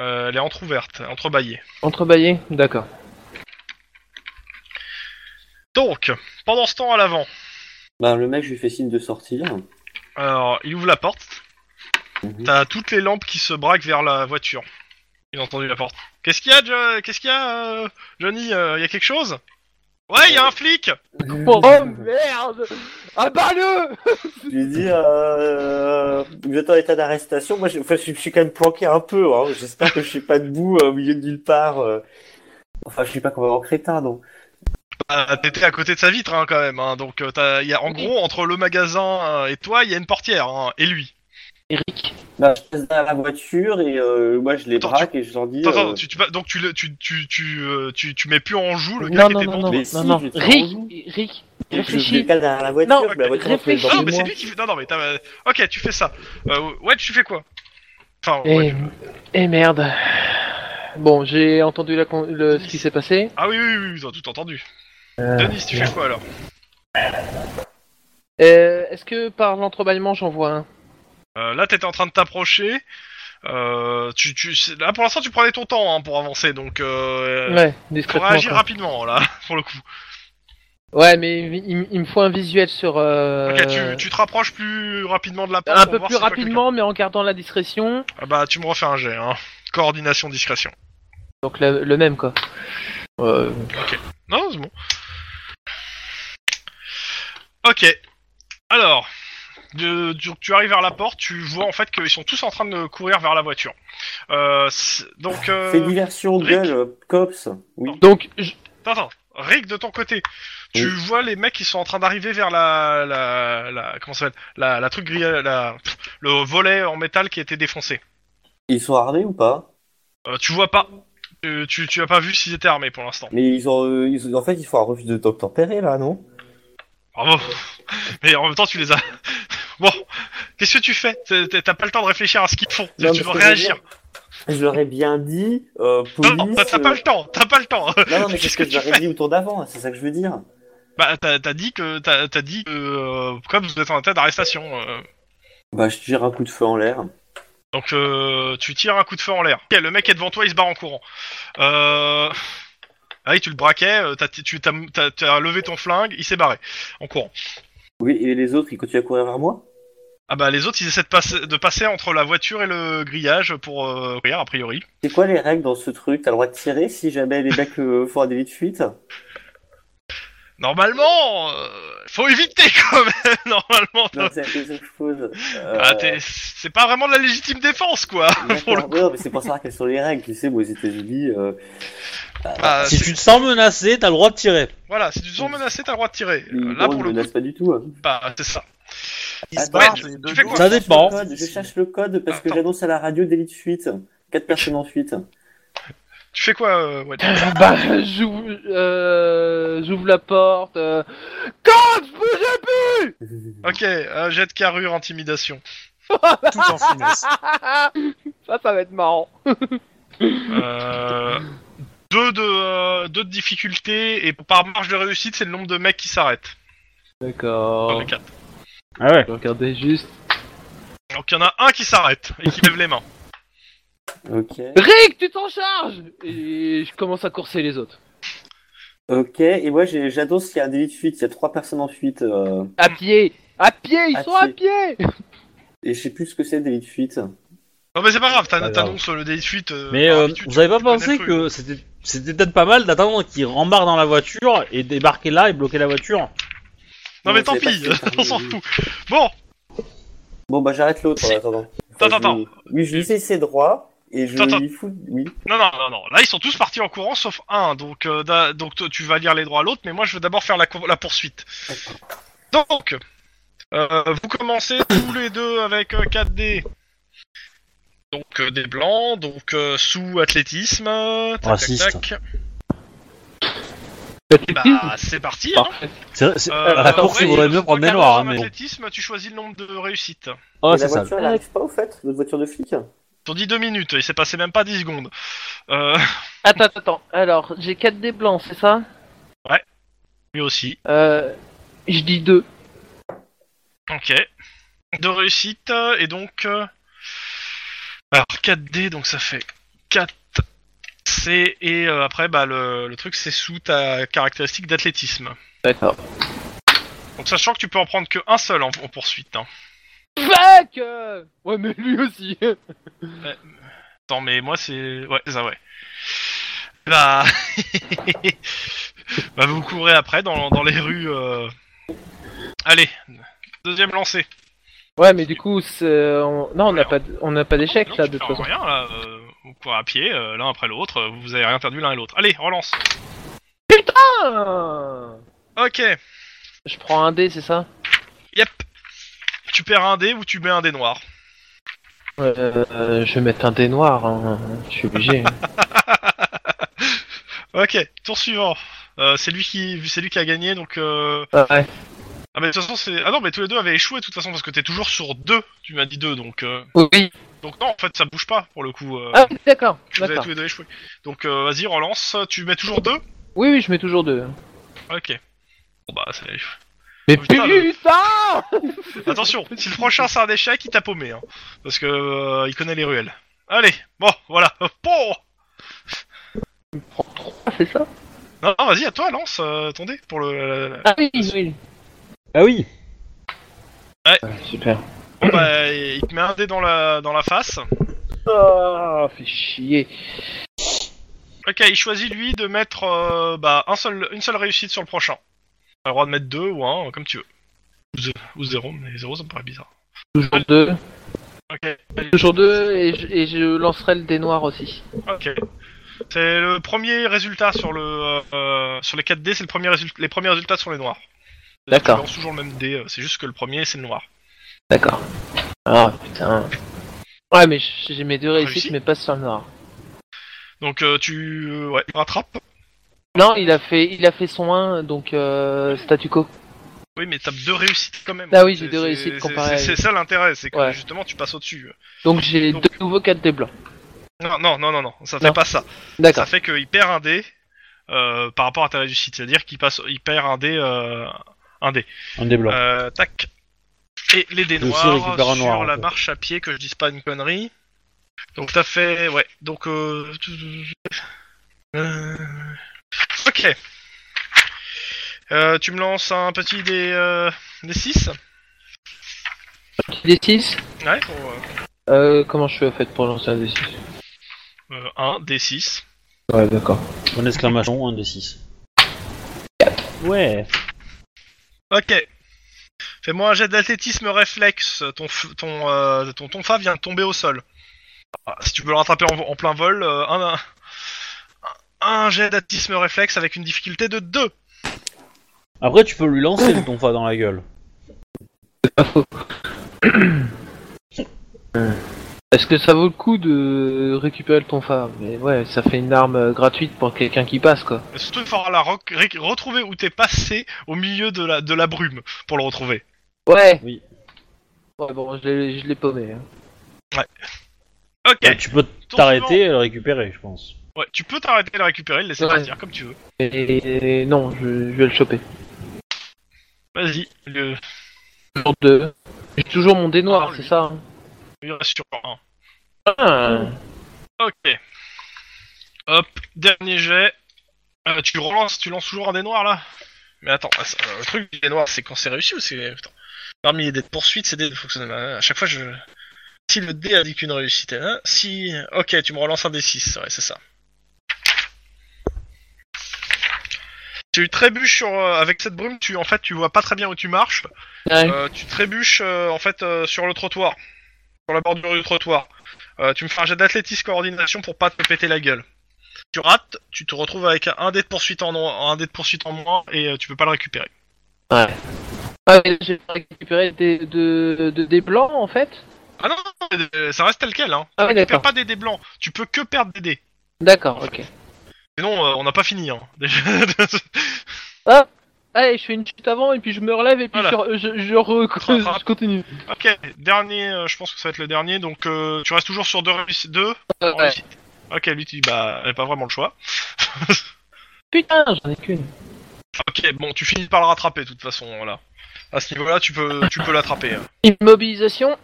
E: Euh, elle est entrouverte, entrebâillée.
F: Entrebâillée D'accord.
E: Donc, pendant ce temps à l'avant,
C: Bah, le mec, je lui fais signe de sortir.
E: alors, il ouvre la porte.
C: Mhm.
E: T'as toutes les lampes qui se braquent vers la voiture. Il a entendu la porte. Qu'est-ce qu'il y a, Jo- qu'est-ce qu'il y a, euh, Johnny euh, Il y a quelque chose Ouais, il y
C: Euh.
E: a un flic
F: Oh merde Ah bah le
C: Je lui dis, euh, vous êtes en état d'arrestation. Moi, je, enfin, je, suis- je suis quand même planqué un peu. Hein. J'espère que je suis pas debout euh, au milieu de nulle part. euh. Enfin, je suis pas complètement crétin, non.
E: Ah, T'étais à côté de sa vitre, hein, quand même. Hein, donc, euh, t'as- il y a, en gros, entre le magasin euh, et toi, il y a une portière, hein, et lui.
F: Eric
C: Bah, je passe derrière la voiture et euh, moi, je les
E: Attends,
C: braque et je leur dis.
E: Attends, attends,
C: euh,
E: tu, tu, vas- donc tu, le- tu, tu, tu, euh, tu, tu mets plus en joue le gars
F: Non,
E: qui
F: non,
E: était
F: non,
E: devant
F: non,
E: toi.
C: Mais
F: non,
C: si,
F: non.
C: j'étais en
F: Rick,
C: joue.
F: Rick,
C: et que je
F: réfléchis.
C: les cale derrière la voiture.
F: Non,
C: que la voiture rentre dans
E: Non,
F: réfléchis.
C: moi.
E: mais c'est lui qui fait. Non, non, mais t'as. euh, Ok, tu fais ça. Euh, ouais, tu fais quoi Enfin,
F: Eh,
E: ouais, tu-
F: eh merde. Bon, j'ai entendu la con- le- ce qui s'est passé.
E: Ah oui, oui, oui, oui, t'as tout entendu. Denis, tu fais quoi alors
F: Euh, Est-ce que par l'entrebâillement j'en vois un
E: Euh, Là, t'étais en train de t'approcher. Euh, tu, tu... c'est- Là, pour l'instant, tu prenais ton temps hein, pour avancer, donc. Euh...
F: Ouais,
E: Faut
F: discrètement.
E: réagir
F: quoi.
E: rapidement là, pour le coup.
F: Ouais, mais il, il- il me faut un visuel sur. euh,
E: Ok, tu, tu te rapproches plus rapidement de la porte.
F: Un
E: pour
F: peu
E: voir
F: plus
E: si c'est pas
F: rapidement, mais en gardant la discrétion.
E: quelqu'un. Ah bah, tu me refais un jet, hein. Coordination, discrétion.
F: Donc le, le même quoi. Euh,
E: Non, c'est bon. Ok. Alors, de- du- tu arrives vers la porte, tu vois en fait qu'ils sont tous en train de courir vers la voiture. Euh, c'est- donc, euh,
C: Fais diversion,
E: Rick.
C: gueule, euh, cops. Oui.
F: donc je-
E: attends, attends. Rick de ton côté, tu vois les mecs qui sont en train d'arriver vers la, la, la- comment ça s'appelle, la, la truc grillée, la, pff, le volet en métal qui a été défoncé.
C: Ils sont armés ou pas
E: Euh, tu vois pas, tu, tu, tu as pas vu s'ils étaient armés pour l'instant.
C: Mais ils ont, euh, ils ont- en fait, ils font un refus de tempérer là, non
E: Bravo. Mais en même temps, tu les as. Bon, qu'est-ce que tu fais T'as t'as pas le temps de réfléchir à ce qu'ils font.
C: Non,
E: tu
C: mais
E: dois
C: ce que je veux
E: réagir.
C: Je leur ai bien dit, euh,
E: Non,
C: police.
E: non, t'as t'as pas
C: euh,
E: le temps. T'as pas le temps.
C: Non, non, mais c'est
E: Qu'est-ce
C: ce
E: que
C: que je
E: tu
C: leur
E: fais
C: ai dit au tour d'avant, hein, c'est ça que je veux dire.
E: Bah, t'as t'as dit que t'as t'as dit que euh, comme vous êtes en état d'arrestation, euh,
C: Bah, je tire un coup de feu en l'air.
E: donc euh, tu tires un coup de feu en l'air. Ok, le mec est devant toi, il se barre en courant. Euh... Ah oui, tu le braquais, euh, t'as tu- t'as- t'as- t'as levé ton flingue, il s'est barré en courant.
C: Oui, et les autres, ils continuent à courir vers moi
E: Ah bah les autres, ils essaient de passer, de passer entre la voiture et le grillage pour euh, courir, a priori.
C: C'est quoi les règles dans ce truc T'as le droit de tirer si jamais les mecs euh, font un délit de fuite
E: Normalement, euh, faut éviter quand même. Normalement,
C: Non, euh, c'est la deuxième chose. Euh,
E: Ah, t'es- c'est pas vraiment de la légitime défense, quoi.
C: d'accord, non, mais c'est pour savoir quelles sont les règles. Tu sais, moi, aux États-Unis, euh,
E: Bah,
B: Si
E: c'est-
B: tu te sens menacé, t'as le droit de tirer.
E: Voilà, si tu te sens menacé, t'as le droit de tirer.
C: ils
E: Euh,
C: ne
E: Là, pour le coup,
C: menacent pas du tout. hein.
E: bah, c'est ça.
A: Il se
C: Attends,
A: barre,
E: tu-
A: c'est
E: tu
A: deux
E: fais
A: jours.
E: quoi
B: Ça dépend.
C: Je cherche le code, Je cherche le code parce que j'annonce à la radio délit de fuite. Quatre personnes en fuite.
E: Tu fais quoi, euh, Wade
F: bah, j'ouvre euh, j'ouvre la porte. Euh... Cops, bougez
E: Ok, euh, jet de carrure, intimidation.
A: Tout en finesse.
F: pas Ça, ça va être marrant.
E: Euh, deux, de, euh, deux de difficultés, et par marge de réussite, c'est le nombre de mecs qui s'arrêtent. Dans
F: D'accord.
B: Oh.
E: les quatre.
B: Ah ouais.
F: Je regardais juste.
E: Donc, il y en a un qui s'arrête et qui lève les mains.
C: Ok.
F: Rick, tu t'en charges Et je commence à courser les autres.
C: Ok. Et moi, j'ai- j'annonce qu'il y a un délit de fuite. Il y a trois personnes en fuite. euh,
E: Mm.
F: À pied À pied, ils
C: À
F: sont à
C: pied.
F: pied
C: et je sais plus ce que c'est le délit de fuite.
E: Non, mais c'est pas grave, t'an-
B: Pas grave.
E: t'annonces le dé de fuite. euh,
B: Mais
E: par
B: euh,
E: habitude,
B: vous
E: tu-
B: avez pas
E: tu connais le
B: pensé
E: truc. hein.
B: que c'était c'était peut-être pas mal d'attendre qu'ils rembarquent dans la voiture et débarquer là et bloquer la voiture
E: Non, mais
C: Non,
E: tant
C: je l'ai
E: pis,
C: pas fait,
E: on s'en
C: oui.
E: fout. Bon,
C: Bon, bah, j'arrête l'autre en attendant. Faut
E: Attends,
C: que je lui- Oui, je lui fais ses droits et je
E: Attends.
C: lui fous. Oui.
E: Non, non, non, non. Là, ils sont tous partis en courant, sauf un. Donc, euh, da- donc toi, tu vas lire les droits à l'autre, mais moi, je veux d'abord faire la, cour- la poursuite. Donc, euh, vous commencez tous les deux avec euh, 4D. Donc, euh, des blancs, donc euh, sous athlétisme. euh, Tac,
B: Raciste.
E: Tac, tac.
F: Athlétisme
E: Bah, c'est parti. Hein.
F: Parfait.
B: C'est c'est-
E: Euh,
B: à la course,
E: ouais,
B: Ah, il vaudrait
E: euh,
B: mieux prendre des
E: regarde,
B: noirs, hein,
E: sous
B: mais bon.
E: athlétisme, tu choisis le nombre de réussites.
B: Oh,
C: Mais la
B: c'est ça.
C: voiture, elle arrive pas au fait, notre voiture de flic.
E: T'en dis deux minutes, il s'est passé même pas 10 secondes. Euh,
F: Attends, attends, attends. Alors, j'ai 4 dés blancs, c'est ça
E: lui aussi.
F: euh, Je dis 2.
E: Ok. Deux réussites, et donc... euh, Alors, 4D, donc ça fait 4 C, et euh, après, bah, le, le truc, c'est sous ta caractéristique d'athlétisme.
F: D'accord.
E: Donc, sachant que tu peux en prendre que un seul en, en poursuite. hein.
F: Fuck euh, Ouais, mais lui aussi
E: Attends, mais moi, c'est... Ouais, c'est ça, ouais. Bah... bah, vous courez après dans, dans les rues... euh. Allez, deuxième lancé.
F: Ouais, mais du coup, c'est- euh, on... non, on n'a pas, d- on n'a pas d'échec là, de toute façon.
E: rien, là. euh, vous courez à pied, euh, l'un après l'autre, euh, vous avez rien perdu l'un et l'autre. Allez, relance.
F: Ah
E: Ok,
F: Je prends un dé, c'est ça
E: yep. Tu perds un dé ou tu mets un dé noir.
F: euh, Je vais mettre un dé noir, hein. je suis obligé.
E: Ok, tour suivant. Euh, c'est lui qui, c'est lui qui a gagné, donc. Euh...
F: Ah, ouais.
E: Ah mais de toute façon c'est. Ah non mais tous les deux avaient échoué de toute façon parce que t'es toujours sur deux. Tu m'as dit deux donc. euh,
F: Oui.
E: Donc non en fait ça bouge pas pour le coup. euh,
F: Ah, d'accord,
E: vous avez
F: d'accord.
E: tous les deux échoué. Donc euh, vas-y relance. Tu mets toujours deux.
F: Oui, oui, je mets toujours deux.
E: Ok. Bon bah c'est.
F: Mais
E: Putain,
F: putain,
E: le- Attention, si le prochain c'est un échec, il t'a paumé, hein. Parce que euh, il connaît les ruelles. Allez, bon, voilà. Bon
F: Ah, c'est ça
E: Non, non, vas-y, à toi, lance euh, ton dé pour le.
F: Ah oui, oui.
B: Ah oui
F: Super.
E: Bon, bah, il te met un dé dans la, dans la face.
F: Ah, fait chier.
E: Ok, il choisit lui de mettre euh, bah, un seul, une seule réussite sur le prochain. T'as le droit de mettre deux ou un, comme tu veux. Ou zé- Ou zéro, mais zéro ça me paraît bizarre.
F: Toujours deux.
E: Ok, allez,
F: Toujours deux, et je, et je lancerai le dé noir aussi.
E: ok. C'est le premier résultat sur le euh, euh, sur les 4 dés, c'est le premier résultat, les premiers résultats sont les noirs.
F: D'accord.
E: Tu lances toujours le même dé, euh, c'est juste que le premier c'est le noir.
F: D'accord. Ah, putain. Ouais, mais j- j'ai mes deux
E: Réussi
F: réussites, mais pas sur le noir.
E: Donc euh, tu euh, ouais, tu rattrapes.
F: Non, il a fait, il a fait son 1, donc euh, statu quo.
E: Oui, mais t'as deux réussites quand même.
F: Ah oui, j'ai
E: C'est-
F: deux
E: c'est-
F: réussites
E: c'est-
F: comparé à
E: C'est
F: lui.
E: c'est ça l'intérêt, c'est que
F: Ouais.
E: justement tu passes au-dessus.
F: Donc j'ai les
E: Donc-
F: deux nouveaux 4 dés blancs.
E: Non, non, non, non, non, ça fait
F: Non.
E: pas ça. Ça
F: D'accord.
E: fait qu'il perd un dé euh, par rapport à ta réussite, c'est-à-dire qu'il passe, il perd un dé, euh, un dé.
B: Un des blancs.
E: Euh, tac. Et les dés
B: Lui aussi
E: noirs
B: récupère un noir,
E: sur
B: en
E: la
B: fait.
E: marche à pied, que je dise pas une connerie. Donc t'as fait, ouais. Donc. Euh... euh, Ok. Euh, tu me lances un petit des euh, des 6
F: Petit dé 6
E: Ouais. Pour, euh,
F: euh, Comment je suis en fait pour lancer un dé 6
E: euh, un des 6
F: Ouais, d'accord.
E: Euh.
B: Un exclamation, un des six. Ouais.
E: Ok. Fais-moi un jet d'athlétisme réflexe. Ton f- ton euh, ton tonfa vient de tomber au sol. Ah, Si tu peux le rattraper en, en plein vol, euh, un, un un jet d'athlétisme réflexe avec une difficulté de 2.
B: Après, tu peux lui lancer le tonfa dans la gueule.
E: Euh.
F: Est-ce que ça vaut le coup de récupérer le tonfa Mais ouais, ça fait une arme euh, gratuite pour quelqu'un qui passe, quoi.
E: Et Surtout, il faudra la rec- rec- retrouver où t'es passé au milieu de la de la brume pour le retrouver.
F: Ouais
B: Oui.
F: Ouais, bon, je l'ai je l'ai paumé. hein.
E: Ok.
B: Euh, tu peux
E: Tour
B: t'arrêter et le récupérer, je pense.
E: suivant. Ouais, tu peux t'arrêter de le récupérer, le laisser
F: Ouais.
E: partir comme tu veux.
F: Et, et- non, je, je vais le choper.
E: Vas-y. Le...
F: Toujours deux. J'ai toujours mon dé noir,
E: Ah,
F: c'est
E: lui.
F: ça hein
E: Il reste sur un.
F: Ah.
E: Ok. Hop, dernier jet. Euh, tu relances, tu lances toujours un dé noir là Mais attends, ah, ça- euh, le truc du dé noir, c'est quand c'est réussi ou c'est. Attends. Parmi les dés de poursuite, c'est des. Faut que ça... euh, À chaque fois, je. Si le dé indique une réussite, hein Si. Ok, tu me relances un dé 6, ouais, c'est ça. Tu trébuches sur. euh, avec cette brume, tu en fait, tu vois pas très bien où tu marches.
F: Ouais.
E: Euh, tu trébuches euh, en fait euh, sur le trottoir, sur la bordure du trottoir. Euh, tu me fais un jet d'athlétisme coordination pour pas te péter la gueule. Tu rates, tu te retrouves avec un dé de poursuite en, no- un dé de poursuite en moins et euh, tu peux pas le récupérer.
F: Ah, mais j'ai récupéré des, de, de- des blancs en fait
E: Ah non, non, non, euh, ça reste tel quel. Hein.
F: Ah, ouais,
E: tu perds
F: d'accord.
E: pas des dés blancs, tu peux que perdre des dés.
F: D'accord, ok.
E: Sinon, euh, on n'a pas fini. Hein. Déjà.
F: Allez, je fais une chute avant et puis je me relève et puis
E: Voilà. Ah,
F: je, re- je, je recreuse,
E: Rattrape.
F: je continue.
E: ok, dernier, euh, je pense que ça va être le dernier, donc euh, tu restes toujours sur deux réussites. Deux,
F: Ouais.
E: réussites. Ok, lui tu dis bah, elle a pas vraiment le choix.
F: Putain, j'en ai qu'une.
E: Ok, bon, tu finis par le rattraper de toute façon, voilà. À ce niveau-là, tu peux, tu peux l'attraper. hein.
F: Immobilisation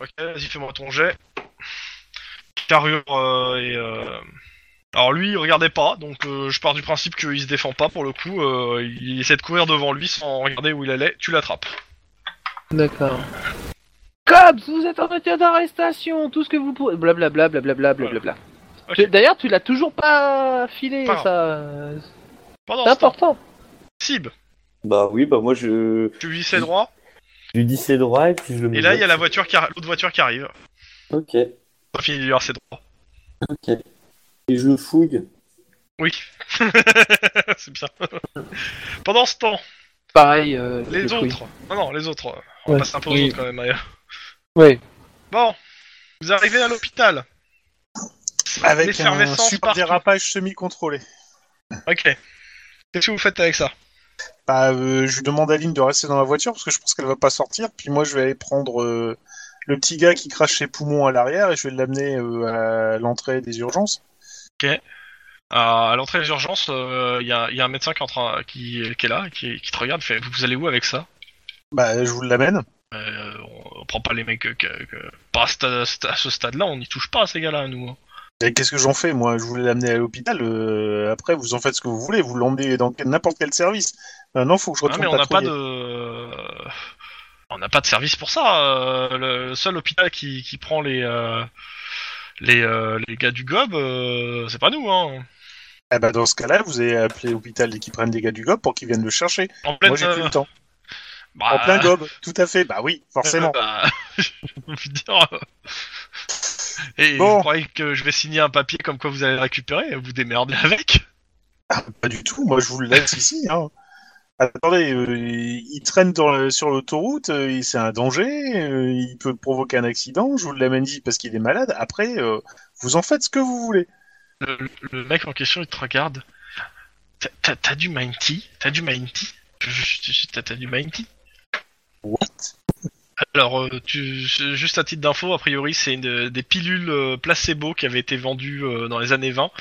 E: Ok, vas-y, fais-moi ton jet. Carrure euh, et. euh, Alors lui, il regardait pas, donc euh, je pars du principe qu'il se défend pas pour le coup. euh, il essaie de courir devant lui sans regarder où il allait, tu l'attrapes.
F: D'accord. Cops, vous êtes en matière d'arrestation, tout ce que vous pouvez. Blablabla, blablabla, blablabla.
E: Ok.
F: Tu- D'ailleurs, tu l'as toujours pas filé,
E: Pas grave.
F: ça. euh,
E: Pendant
F: C'est
E: ce temps,
F: important.
E: Sib,
C: Bah oui, bah moi je
E: tu glissais droit,
C: je lui dis c'est droit et puis je le
E: et là il y a la voiture qui arri- l'autre voiture qui arrive.
C: Ok, et
E: T'as fini de lui c'est droit.
C: je le fouille.
E: Oui. c'est bien. Pendant ce temps,
F: Pareil. euh, le
E: les
F: fruit.
E: autres. Non, non, les autres. On
F: Ouais.
E: passe un peu aux
F: Oui.
E: autres quand même. ailleurs.
F: Ouais.
E: Bon, vous arrivez à l'hôpital.
A: Avec un
E: L'effervescence
A: super
E: partout.
A: dérapage semi-contrôlé.
E: Ok. Qu'est-ce que vous faites avec ça
A: Bah, euh, je lui demande à Lynn de rester dans la voiture parce que je pense qu'elle va pas sortir. Puis moi, je vais aller prendre euh, le petit gars qui crache ses poumons à l'arrière et je vais l'amener euh, à l'entrée des urgences.
E: À, à l'entrée des urgences, il y, a, y a un médecin qui est, en train, qui, qui est là, qui, qui te regarde, fait Vous allez où avec ça
A: Bah, je vous l'amène.
E: Euh, on, on prend pas les mecs que, que- que- pas à, ce stade- à ce stade-là, on n'y touche pas à ces gars-là, nous. hein.
A: Et qu'est-ce que j'en fais Moi, je voulais l'amener à l'hôpital. euh, après, vous en faites ce que vous voulez. Vous l'emmenez dans quel- n'importe quel service. Maintenant, faut que je
E: Ah,
A: retourne
E: mais on n'a pas
A: patrouiller.
E: de. euh, On n'a pas de service pour ça. euh, Le le seul hôpital qui, qui prend les. euh, Les, euh, les gars du GOB, euh, c'est pas nous, hein.
A: Ah bah, dans ce cas-là, vous allez appeler l'hôpital dès qu'ils prennent des gars du gob pour qu'ils viennent le chercher.
E: En pleine,
A: Moi, j'ai plus
E: euh,
A: le temps.
E: bah,
A: En plein gob, tout à fait. Bah oui, forcément.
E: Bah, je veux dire, euh, Et
A: Bon.
E: vous croyez que je vais signer un papier comme quoi vous allez le récupérer Vous démerdez avec
A: Pas du tout, moi je vous le laisse ici. Hein. Attendez, euh, il il traîne dans le- sur l'autoroute, euh, il- c'est un danger, euh, il peut provoquer un accident, je vous l'amène dit parce qu'il est malade, après, euh, vous en faites ce que vous voulez.
E: le, le- le mec en question, il te regarde. T'as- T'as t'as du Mindy T'as du Mindy Je- je- je- T'as t'as du Mindy
A: What
E: Alors, euh, tu, je- juste à titre d'info, a priori, c'est une- des pilules euh, placebo qui avaient été vendues euh, dans les années 20,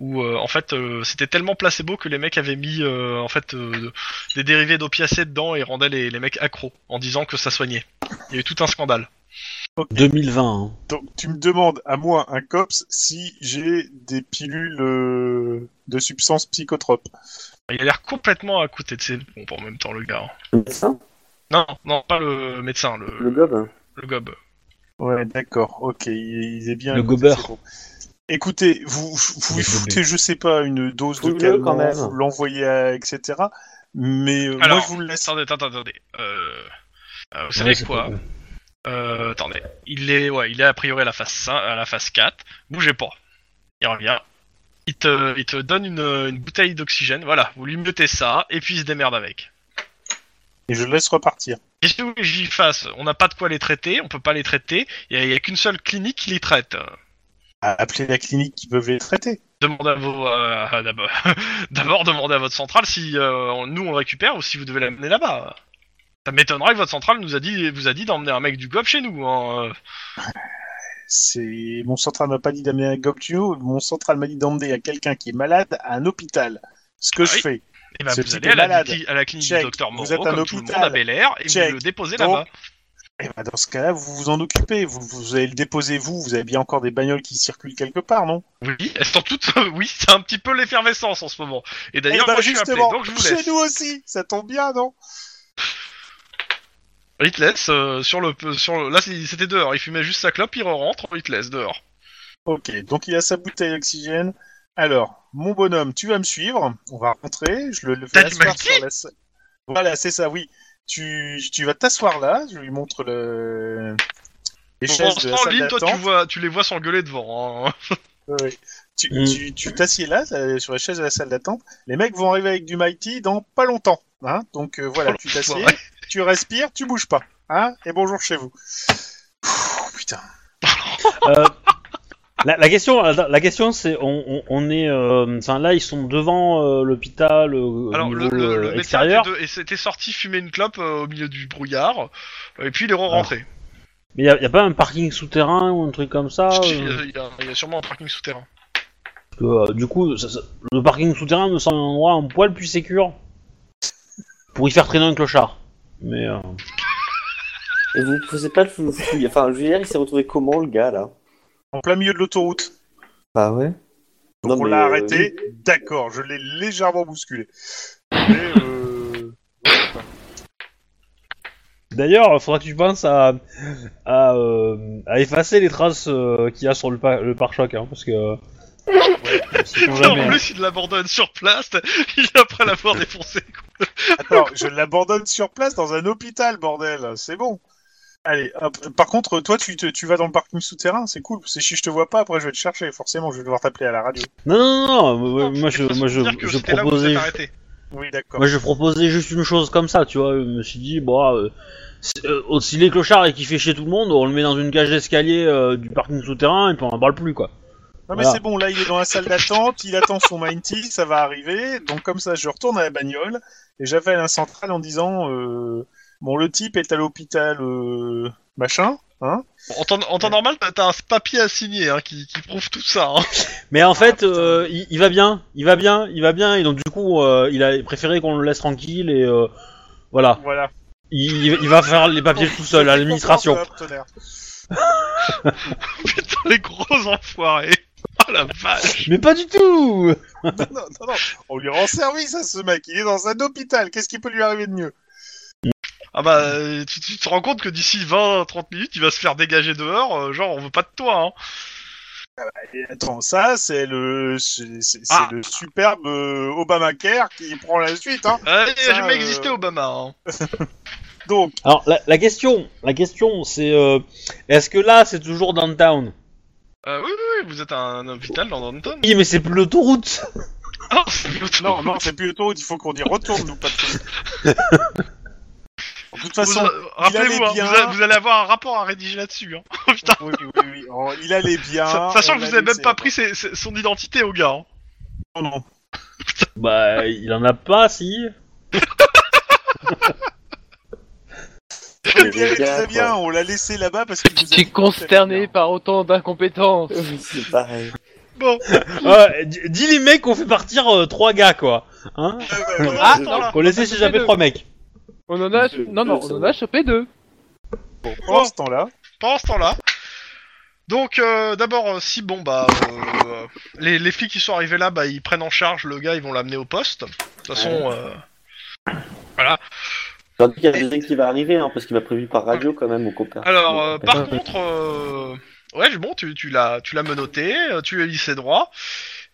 E: où euh, en fait, euh, c'était tellement placebo que les mecs avaient mis euh, en fait euh, des dérivés d'opiacés dedans et rendaient les, les mecs accros en disant que ça soignait. Il y a eu tout un scandale.
B: 2020. hein.
A: Donc tu me demandes à moi, un COPS, si j'ai des pilules euh, de substances psychotropes.
E: Il a l'air complètement à côté de ses pompes en même temps, le gars. hein.
C: Le médecin
E: Non, non, pas le médecin, le,
C: Le gobe hein.
E: le gob.
A: Ouais, d'accord, ok, il, il est bien.
B: Le
A: écoutez,
B: gobeur.
A: c'est bon. Écoutez, vous, vous lui
B: Le gobé.
A: foutez, je sais pas, une dose de
C: Fous-le,
A: calmant,
C: quand même.
A: vous l'envoyez à, etc. Mais euh,
E: Alors,
A: moi, je vous le laisse.
E: Attendez, attendez, attendez. Euh, euh, vous savez
B: Ouais, Ah c'est
E: quoi
B: pas-
E: Euh, attendez. Il est, ouais, il est a priori à la phase 5, à la phase 4. Bougez pas. Il revient. Il te, il te donne une, une bouteille d'oxygène. Voilà, vous lui mettez ça, et puis il se démerde avec.
A: Et je le laisse repartir.
E: Qu'est-ce que vous voulez que j'y fasse On n'a pas de quoi les traiter, on peut pas les traiter. Il y a, il y a qu'une seule clinique qui les traite. Euh,
A: À appeler la clinique qui peut les traiter.
E: Demandez à vos, euh, à d'abord- d'abord demandez à votre centrale si euh, on- nous on le récupère ou si vous devez l'amener là-bas. Ça m'étonnerait que votre centrale nous a dit, vous a dit d'emmener un mec du GOB chez nous. hein. Euh,
A: C'est mon central m'a pas dit d'amener un Goptuo, mon central m'a dit d'emmener à quelqu'un qui est malade à un hôpital. Ce que
E: Ah
A: je
E: oui.
A: fais.
E: Eh ben,
A: Ce
E: vous
A: type
E: allez à
A: est
E: la,
A: malade.
E: clinique- à la clinique
A: Check.
E: du docteur
A: Vous
E: Moreau,
A: êtes un
E: comme tout le monde
A: hôpital.
E: à Bel Air, et
A: Check.
E: vous le déposez
A: Donc,
E: là-bas.
A: Et ben, dans ce cas-là, vous vous en occupez, vous, vous allez le déposer vous, vous avez bien encore des bagnoles qui circulent quelque part, non
E: Oui, elles sont toutes. oui, c'est un petit peu l'effervescence en ce moment. Et d'ailleurs,
A: Eh ben,
E: moi, je suis appelé,
A: justement,
E: donc je vous
A: chez
E: laisse.
A: nous aussi, ça tombe bien, non
E: Il te laisse euh, sur le sur le- là c'est- c'était dehors. Il fumait juste sa clope, il rentre, il te laisse dehors.
A: Ok, donc il a sa bouteille d'oxygène. Alors, mon bonhomme, tu vas me suivre. On va rentrer. Je le, le fais
E: T'as du
A: asseoir
E: malki
A: sur la. sa- Voilà, c'est ça. Oui, tu, tu vas t'asseoir là. Je lui montre le. Les
E: Pendant
A: chaises
E: ce
A: de la
E: temps,
A: salle
E: Lynn, toi, tu
A: d'attente.
E: vois, tu les vois s'engueuler devant. hein.
A: Ouais, ouais. Tu
B: Mm.
A: tu- tu t'assieds là euh, sur la chaise de la salle d'attente. Les mecs vont arriver avec du mighty dans pas longtemps. Hein donc euh, voilà,
E: Oh,
A: tu t'assieds,
E: l'enfoiré.
A: tu respires, tu bouges pas. Hein Et bonjour chez vous. Ouh, putain.
B: Euh, la, la question, la, la question, c'est on, on, on est, euh, enfin, là ils sont devant euh, l'hôpital euh,
E: Alors
B: au
E: le,
B: niveau
E: le,
B: euh,
E: le médecin était,
B: extérieur,
E: de- et c'était sorti fumer une clope euh, au milieu du brouillard, et puis il est rentré.
B: mais il y, a pas un parking souterrain ou un truc comme ça.
E: Il
B: euh,
E: y, a sûrement un parking souterrain.
B: Parce que, euh, du coup, ça- ça- le parking souterrain me semble un endroit un poil plus sécur pour y faire traîner un clochard. Mais euh,
C: Et vous ne posez pas de fou- fouille. Enfin, je veux dire, il s'est retrouvé comment le gars là
A: En plein milieu de l'autoroute.
C: Ah ouais
A: Donc
C: Non,
A: on
C: mais,
A: l'a
C: euh,
A: arrêté. D'accord, je l'ai légèrement bousculé. Mais, euh,
B: D'ailleurs, faudra que tu penses à, à, euh, à effacer les traces euh, qu'il y a sur le, pa- le pare-choc, hein, parce que.
E: En
B: jamais, hein.
E: plus, il l'abandonne sur place, il est après l'avoir défoncé.
A: Attends, je l'abandonne sur place dans un hôpital, bordel. C'est bon. Allez, hop. par contre, toi, tu, te- tu vas dans le parking souterrain, c'est cool. C'est si je te vois pas, après je vais te chercher. Forcément, je vais devoir t'appeler à la radio.
B: Non, non, non, non, moi, moi, je, moi, je,
E: Dire que
B: je
E: c'était là où vous
B: proposais.
E: êtes arrêté.
A: Oui, d'accord.
B: Moi, je proposais juste une chose comme ça, tu vois. Je me suis dit, bon, euh, si- euh, si les clochards et qu'il fait chier tout le monde, on le met dans une cage d'escalier euh, du parking souterrain et puis on en parle plus, quoi.
A: Non mais
B: Voilà.
A: c'est bon, là il est dans la salle d'attente, il attend son Mighty, ça va arriver. Donc comme ça, je retourne à la bagnole et j'appelle un central en disant euh, bon le type est à l'hôpital euh, machin, hein
E: Bon, En temps, en temps normal, t'as- t'as un papier à signer hein, qui, qui prouve tout ça. hein.
B: Mais en fait, euh, il, il va bien, il va bien, il va bien, et donc du coup, euh, il a préféré qu'on le laisse tranquille et euh, voilà.
A: Voilà.
B: Il, il va faire les papiers tout seul à l'administration.
E: Putain, les gros enfoirés. Oh la vache.
B: Mais pas du tout
A: non, non, non, non, on lui rend service à ce mec, il est dans un hôpital, qu'est-ce qui peut lui arriver de mieux
E: Ah bah, euh, tu, tu te rends compte que d'ici 20-30 minutes, il va se faire dégager dehors. euh, genre, on veut pas de toi. Hein.
A: Et Attends, ça c'est le c'est c'est- c'est
E: Ah.
A: le superbe euh, Obamacare qui prend la suite hein.
E: Euh,
A: Ça,
E: jamais
A: euh,
E: existé Obama. Hein.
A: Donc
B: Alors la, la question, la question, c'est euh, est-ce que là c'est toujours downtown
E: Euh, oui, oui, oui, vous êtes un hôpital dans Downton.
B: Oui, mais c'est plus l'autoroute.
E: Non, c'est plutôt-
A: non, oh, non, c'est plus autoroute, il faut qu'on y retourne nous pas de De toute façon,
E: Vous- rappelez-vous,
A: allait
E: hein,
A: bien.
E: vous, a- vous allez avoir un rapport à rédiger là-dessus. Hein.
A: Oui, oui, oui, oui. Oh, il allait bien.
E: Sa- Sachant
A: on
E: que vous
A: l'a
E: avez même
A: laissé.
E: pas pris ses- ses- son identité au gars. hein.
A: Non, non.
B: bah il en a pas si.
A: Il
C: Il est bien,
A: allait très
C: quoi.
A: bien, on l'a laissé là-bas parce que
F: Je suis consterné par autant d'incompétence.
C: Oui, C'est pareil.
E: Bon,
B: Ouais, d- dis les mecs qu'on fait partir euh, trois gars quoi. Hein
E: ah, attends, là.
B: Qu'on laissait si jamais
F: deux.
B: trois mecs.
F: On en a,
C: Je-
F: non non,
C: je-
F: on en a chopé deux.
A: Pendant ce temps-là,
E: pendant ce temps-là. Donc, euh, d'abord, euh, si bon, bah, euh, les, les flics qui sont arrivés là, bah, ils prennent en charge le gars, ils vont l'amener au poste. De toute façon, euh,
C: J'en dis qu'il y a un deuxième qui va arriver, hein, parce qu'il m'a prévu par radio quand même au copain.
E: alors, euh,
C: Donc,
E: par contre, euh, ouais, bon, tu, tu l'as, tu l'as menotté, euh, tu es lycée droit,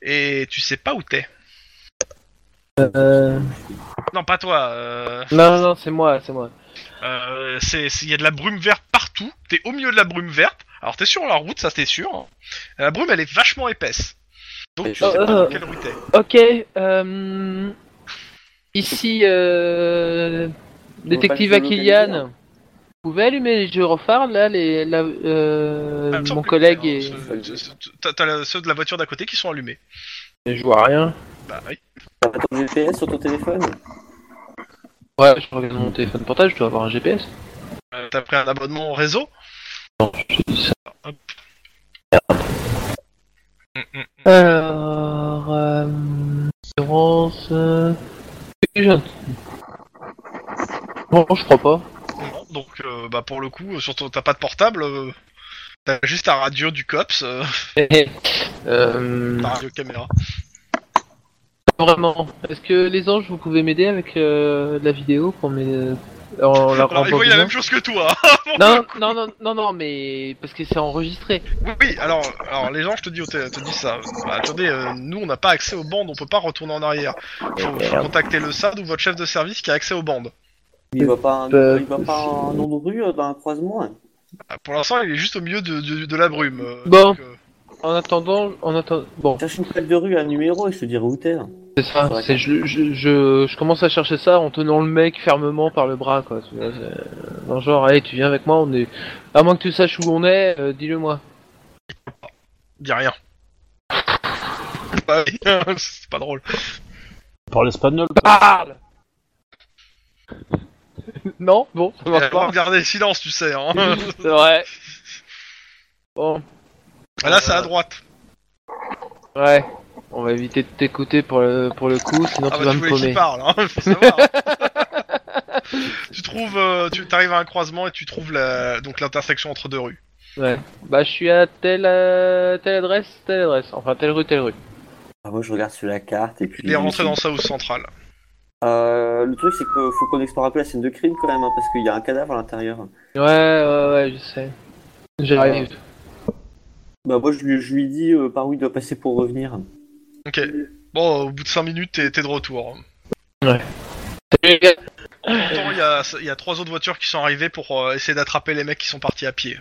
E: et tu sais pas où t'es.
F: Euh...
E: Non, pas toi. euh,
F: Non non non, c'est moi, c'est moi.
E: Euh, c'est, c'est- il y a de la brume verte partout. T'es au milieu de la brume verte. Alors t'es sur la route, ça c'est sûr. hein. La brume, elle est vachement épaisse. Donc tu
F: Oh,
E: sais pas
F: euh.
E: dans quelle rue t'es.
F: Ok. Euh... Ici, euh... détective
C: pas que je localise,
F: Akilian. Vous pouvez allumer les gyrophares là, les, la- euh,
E: Ah, il me
F: mon
E: semble que-
F: collègue
E: hein,
F: et.
E: ceux- ceux- ceux- T'as, t'as la- ceux de la voiture d'à côté qui sont allumés.
F: Je vois rien.
E: Bah oui.
C: T'as ton GPS sur ton téléphone
F: Ouais, je regarde mon téléphone portable, je dois avoir un GPS.
E: Euh, T'as pris un abonnement au réseau.
F: Alors, euh, assurance, euh, intelligente. Non, je crois pas.
E: Non, donc euh, bah pour le coup, euh, surtout t'as pas de portable. euh, T'as juste ta radio du cops, euh,
F: euh,
E: ta radio caméra.
F: vraiment. Est-ce que les anges, vous pouvez m'aider avec euh, la vidéo pour mes euh, en
E: Alors, il voit la
F: la rembobinant
E: même chose que toi.
F: non, non, non, non, non, mais parce que c'est enregistré.
E: Oui, oui, alors, alors les gens, je te dis, te, te dis ça. Bah, attendez, euh, nous, on n'a pas accès aux bandes, on peut pas retourner en arrière.
F: Eh,
E: Faut, faut contacter le SAD ou votre chef de service qui a accès aux bandes.
C: Il voit pas un,
F: Euh,
C: il voit pas un nom de rue euh, dans un croisement hein.
E: Ah, Pour l'instant, il est juste au milieu de, de, de la brume. euh,
F: Bon.
E: donc, euh,
F: En attendant, en attendant, bon,
C: Cherche une plaque de rue, un numéro, et je te dirai où t'es. hein.
F: c'est ça.
C: Ouais.
F: C'est je, je, je, je commence à chercher ça en tenant le mec fermement par le bras, quoi. Tu vois, c'est- Dans le genre, allez, tu viens avec moi, on est. À moins que tu saches où on est, euh, dis-le moi.
E: dis rien. Bah oui, C'est pas drôle.
B: Par l'espagnol.
F: Parle Non Bon, ça marche
E: Alors,
F: pas.
E: regardez le silence, tu sais. Hein.
F: C'est vrai. Bon,
E: Ah, Là, c'est à droite.
F: ouais. On va éviter de t'écouter pour le, pour le coup, sinon
E: Ah bah
F: tu vas
E: tu
F: me
E: voulais qu'il
F: paumer.
E: parle, hein, faut savoir. tu trouves, euh, tu arrives à un croisement et tu trouves la, donc l'intersection entre deux rues.
F: Ouais. Bah, je suis à telle, euh, telle adresse, telle adresse. Enfin, telle rue, telle rue.
C: Ah, moi, je regarde sur la carte et puis.
E: Il est rentré dans South Central.
C: Euh, le truc, c'est qu'il faut qu'on explore un peu la scène de crime quand même, hein, parce qu'il y a un cadavre à l'intérieur.
F: Ouais, ouais, ouais, je sais. J'arrive.
C: Bah, moi, je lui, je lui dis euh, par où il doit passer pour revenir.
E: Ok. Bon, au bout de 5 minutes, t'es t'es de retour.
F: Salut, les gars.
E: Pourtant, il y a, il y a trois autres voitures qui sont arrivées pour euh, essayer d'attraper les mecs qui sont partis à pied.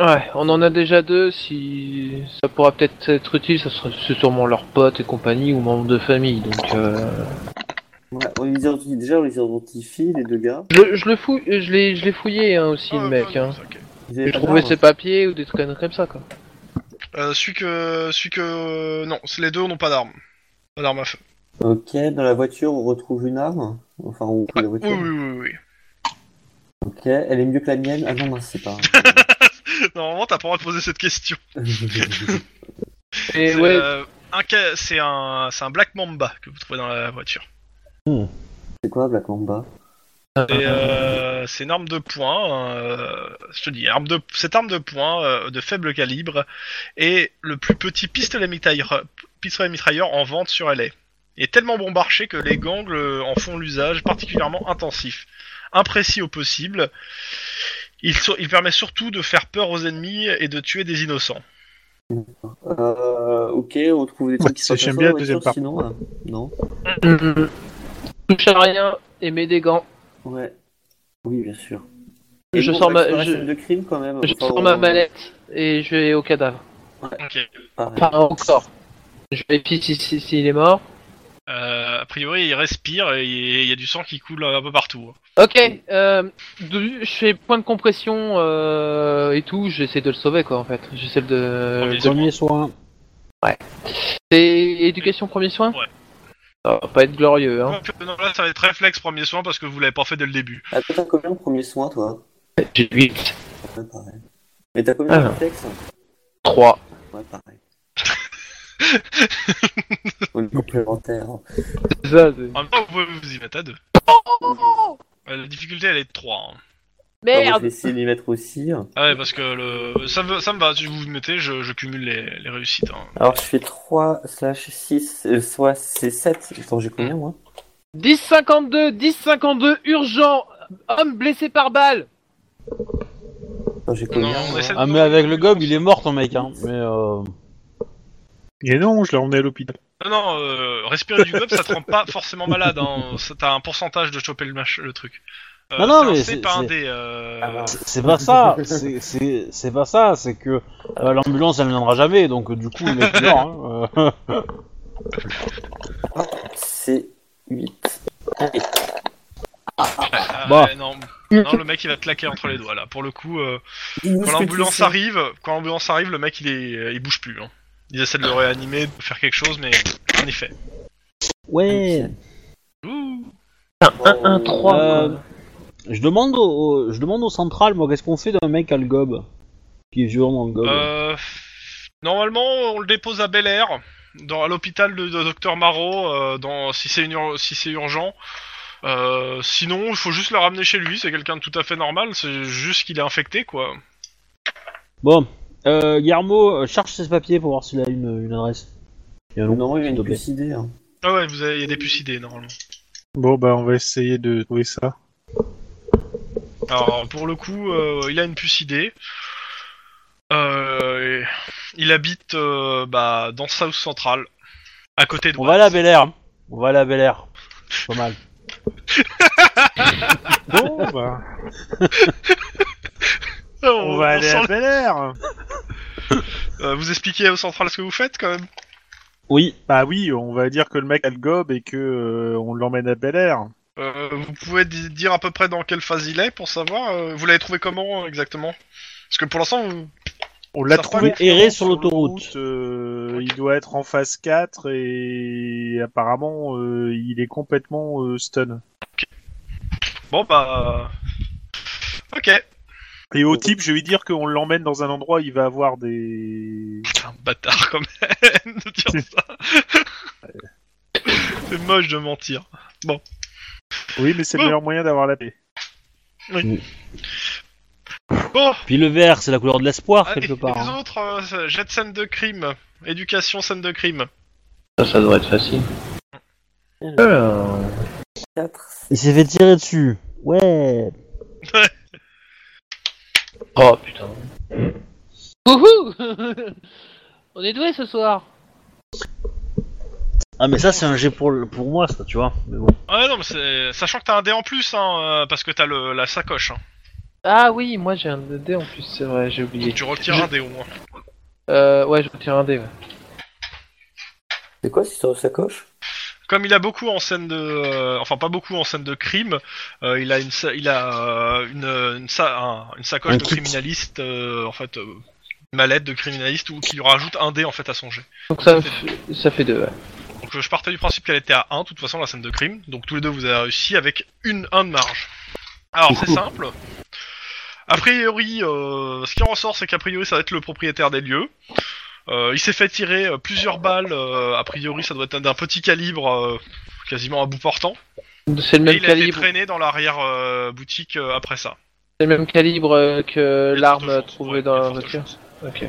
F: Ouais, on en a déjà deux, si ça pourra peut-être être utile, ça sera c'est sûrement leurs potes et compagnie ou membres de famille, donc euh...
C: Ouais, on les identifie, déjà, on les identifie, les deux gars.
F: je, je le fou... je l'ai je l'ai fouillé hein, aussi le
E: Ah,
F: mec
E: non,
F: hein.
E: ok.
C: Vous avez
F: J'ai
C: pas
F: trouvé
C: d'armes
F: ses papiers ou des trucs comme ça quoi.
E: Euh, celui que, celui que, non, c'est les deux n'ont pas d'armes. Pas d'armes à feu.
C: Ok, dans la voiture, on retrouve une arme. Enfin, on retrouve
E: Ouais,
C: la
E: oui,
C: voiture.
E: oui, oui,
C: Ok, elle est mieux que la mienne. Ah non, mince, c'est pas.
E: oui. Normalement, t'as pas le droit de poser cette question.
F: Et
E: C'est,
F: ouais,
E: euh, un ca- c'est un, c'est un Black Mamba que vous trouvez dans la voiture.
C: c'est quoi, Black Mamba
E: Et, euh, c'est une arme de poing. euh, je te dis, arme de, cette arme de poing euh, de faible calibre et le plus petit pistolet mitrailleur, pistolet mitrailleur en vente sur LA. Il est tellement bon marché que les gangs euh, en font l'usage particulièrement intensif, imprécis au possible. Il, so- il permet surtout de faire peur aux ennemis et de tuer des innocents.
C: Euh, ok, on trouve des trucs qui sont
A: Ouais, j'aime
C: intéressants dans
A: bien
C: la
A: la deuxième
C: voiture, sinon. hein. Non
F: hum, hum. touche à rien et mets des gants.
C: Ouais. Oui, bien sûr.
F: Je
C: bon, bah,
F: sors
C: on
F: ma-
C: va explorer
F: je-
C: la scène de crime quand même.
F: Je
C: Enfin,
F: sors
C: on-
F: ma mallette et je vais au cadavre.
E: Ok.
C: pareil.
F: Pas encore. Je vérifie si, si, s'il est mort.
E: Euh, a priori, il respire et il y a du sang qui coule un peu partout.
F: Ok, euh, de- je fais point de compression euh, et tout, j'essaie de le sauver quoi en fait. J'essaie de,
E: Premier
B: Premier soin.
F: C'est éducation premier soin
E: Ouais.
F: Ça va pas être glorieux, hein.
E: Non, là, ça va être réflexe premier soin parce que vous l'avez pas fait dès le début.
C: Ah, toi, t'as combien de premiers soins, toi
F: J'ai 8,
C: Ouais, pareil. Mais t'as combien de
F: Ah.
C: réflexes
F: 3.
C: Ouais, pareil. on est complémentaires.
E: En même temps, vous pouvez vous y mettre à deux. Euh, La difficulté, elle est de 3.
C: Alors, je vais
F: Merde
C: essayer de les mettre aussi.
E: Ah ouais, parce que le... ça, me... ça me va, si vous vous mettez, je, je cumule les, les réussites. hein.
C: Alors, je fais 3 slash 6, euh, soit c'est 7. Attends, j'ai combien, moi
F: 10-52, 10-52, urgent Homme blessé par balle
C: Attends, j'ai
E: Non,
C: combien
E: on
C: moi
E: essaie de-
B: Ah mais avec le gob, il est mort ton mec hein. Mais euh...
A: Et non, je l'ai emmené à l'hôpital.
E: Non, non, euh, respirer du gobe, ça te rend pas forcément malade. Hein. Ça- T'as un pourcentage de choper le, mach... le truc. Euh,
B: Non, non,
E: c'est un
B: mais
E: C,
B: c'est-
E: pas un
B: c'est-
E: D. euh,
C: Ah,
B: c'est c'est pas ça. C'est- C'est c'est pas ça. C'est que euh, l'ambulance elle ne viendra jamais. Donc euh, du coup le mec est mort. hein. Euh,
C: C'est 8. Allez.
E: ah,
B: bah.
E: ouais, non. non, le mec, il va te claquer entre les doigts, là. Pour le coup, euh,
C: Dis-nous ce
E: quand
C: que tu
E: l'ambulance
C: sais.
E: arrive, quand l'ambulance arrive, le mec, il, est... il bouge plus. Hein. Ils essaient de le réanimer, de faire quelque chose, mais en effet.
B: Ouais.
E: Ouh.
F: 1-1-3
B: Euh, Je demande au, au- je demande au central moi qu'est-ce qu'on fait d'un mec à le gob qui est violent dans le gob.
E: Euh, normalement, on le dépose à Bel Air, dans, à l'hôpital de, Docteur Marot, euh, dans, si c'est une ur- si c'est urgent. Euh, sinon, il faut juste le ramener chez lui, c'est quelqu'un de tout à fait normal, c'est juste qu'il est infecté, quoi.
B: Bon. Euh, Guillermo, euh, charge ses papiers pour voir s'il a une, une adresse. Et un nom,
C: Non, il y a
B: s'il te
C: une
B: plaît.
C: plus idée. Hein.
E: Ah ouais, vous avez, il y a des pucidés, normalement.
A: Bon, bah, on va essayer de trouver ça.
E: Alors, pour le coup, euh, il a une pucidée. Euh, et- il habite euh, bah, dans South Central, à côté de
B: On va à la Bel Air. On va à la Bel Air. C'est Pas mal.
A: Bon, bah,
E: Oh,
A: on va
E: on
A: aller
E: s'en-
A: à Bel Air.
E: Euh, vous expliquez au Central ce que vous faites, quand même
B: Oui.
A: Bah oui, on va dire que le mec a le gobe et que euh, on l'emmène à Bel Air.
E: Euh, vous pouvez di- dire à peu près dans quelle phase il est pour savoir euh, Vous l'avez trouvé comment euh, exactement Parce que pour l'instant, vous...
A: On l'a
E: Ça
A: trouvé.
B: peut errer sur l'autoroute.
A: Euh, il doit être en phase 4 et apparemment euh, il est complètement euh, stun.
E: bon bah. Ok.
A: Et au type, je vais dire qu'on l'emmène dans un endroit où il va avoir des...
E: Putain, bâtard quand même de dire ça. C'est moche de mentir.
A: Oui, mais c'est le
E: Oh.
A: meilleur moyen d'avoir la paix.
E: Bon,
B: Puis le vert, c'est la couleur de l'espoir,
E: allez,
B: quelque
E: les
B: part. hein.
E: autres, euh, ça- jet de scène de crime. Éducation, scène de crime.
F: Ça, ça devrait être facile. Euh, Alors...
C: 4,
B: Il s'est fait tirer dessus. Ouais.
F: Oh putain. Wouhou On est doué ce soir
B: Ah, mais ça, c'est un jet pour, le- pour moi, ça, tu vois. Mais bon.
E: Ouais, non, mais c'est... Sachant que t'as un dé en plus, hein, euh, parce que t'as le... la sacoche. Hein.
F: Ah oui, moi j'ai un dé en plus, c'est vrai, j'ai oublié.
E: Tu retires
F: Je-
E: un dé au moins.
F: Euh, ouais, je retire un dé. ouais.
C: c'est quoi cette histoire de sacoche
E: Comme il a beaucoup en scène de... euh, enfin, pas beaucoup en scène de crime, euh, il a une, sa- il a, euh, une, une, sa- un- une sacoche
B: Un
E: de
B: kit.
E: criminaliste, euh, en fait... euh, une mallette de criminaliste ou qui lui rajoute un dé en fait à son jet.
F: Donc ça, me f- ça fait deux. ouais.
E: Donc euh, je partais du principe qu'elle était à 1, de toute façon la scène de crime. Donc tous les deux vous avez réussi avec une 1 de marge. Alors c'est simple. A priori, euh, ce qui en ressort, c'est qu'a priori ça va être le propriétaire des lieux. Euh, il s'est fait tirer euh, plusieurs balles. euh, a priori, ça doit être d'un petit calibre, euh, quasiment à bout portant.
F: C'est
E: Et
F: le
E: il
F: même
E: a été
F: calibre.
E: traîné dans l'arrière euh, boutique euh, après ça.
F: C'est le même calibre euh, que
E: Il y a de fortes
F: l'arme
E: chances,
F: trouvée
E: ouais,
F: dans
E: il y a
F: la
E: de fortes
F: voiture.
E: chances.
F: Ok.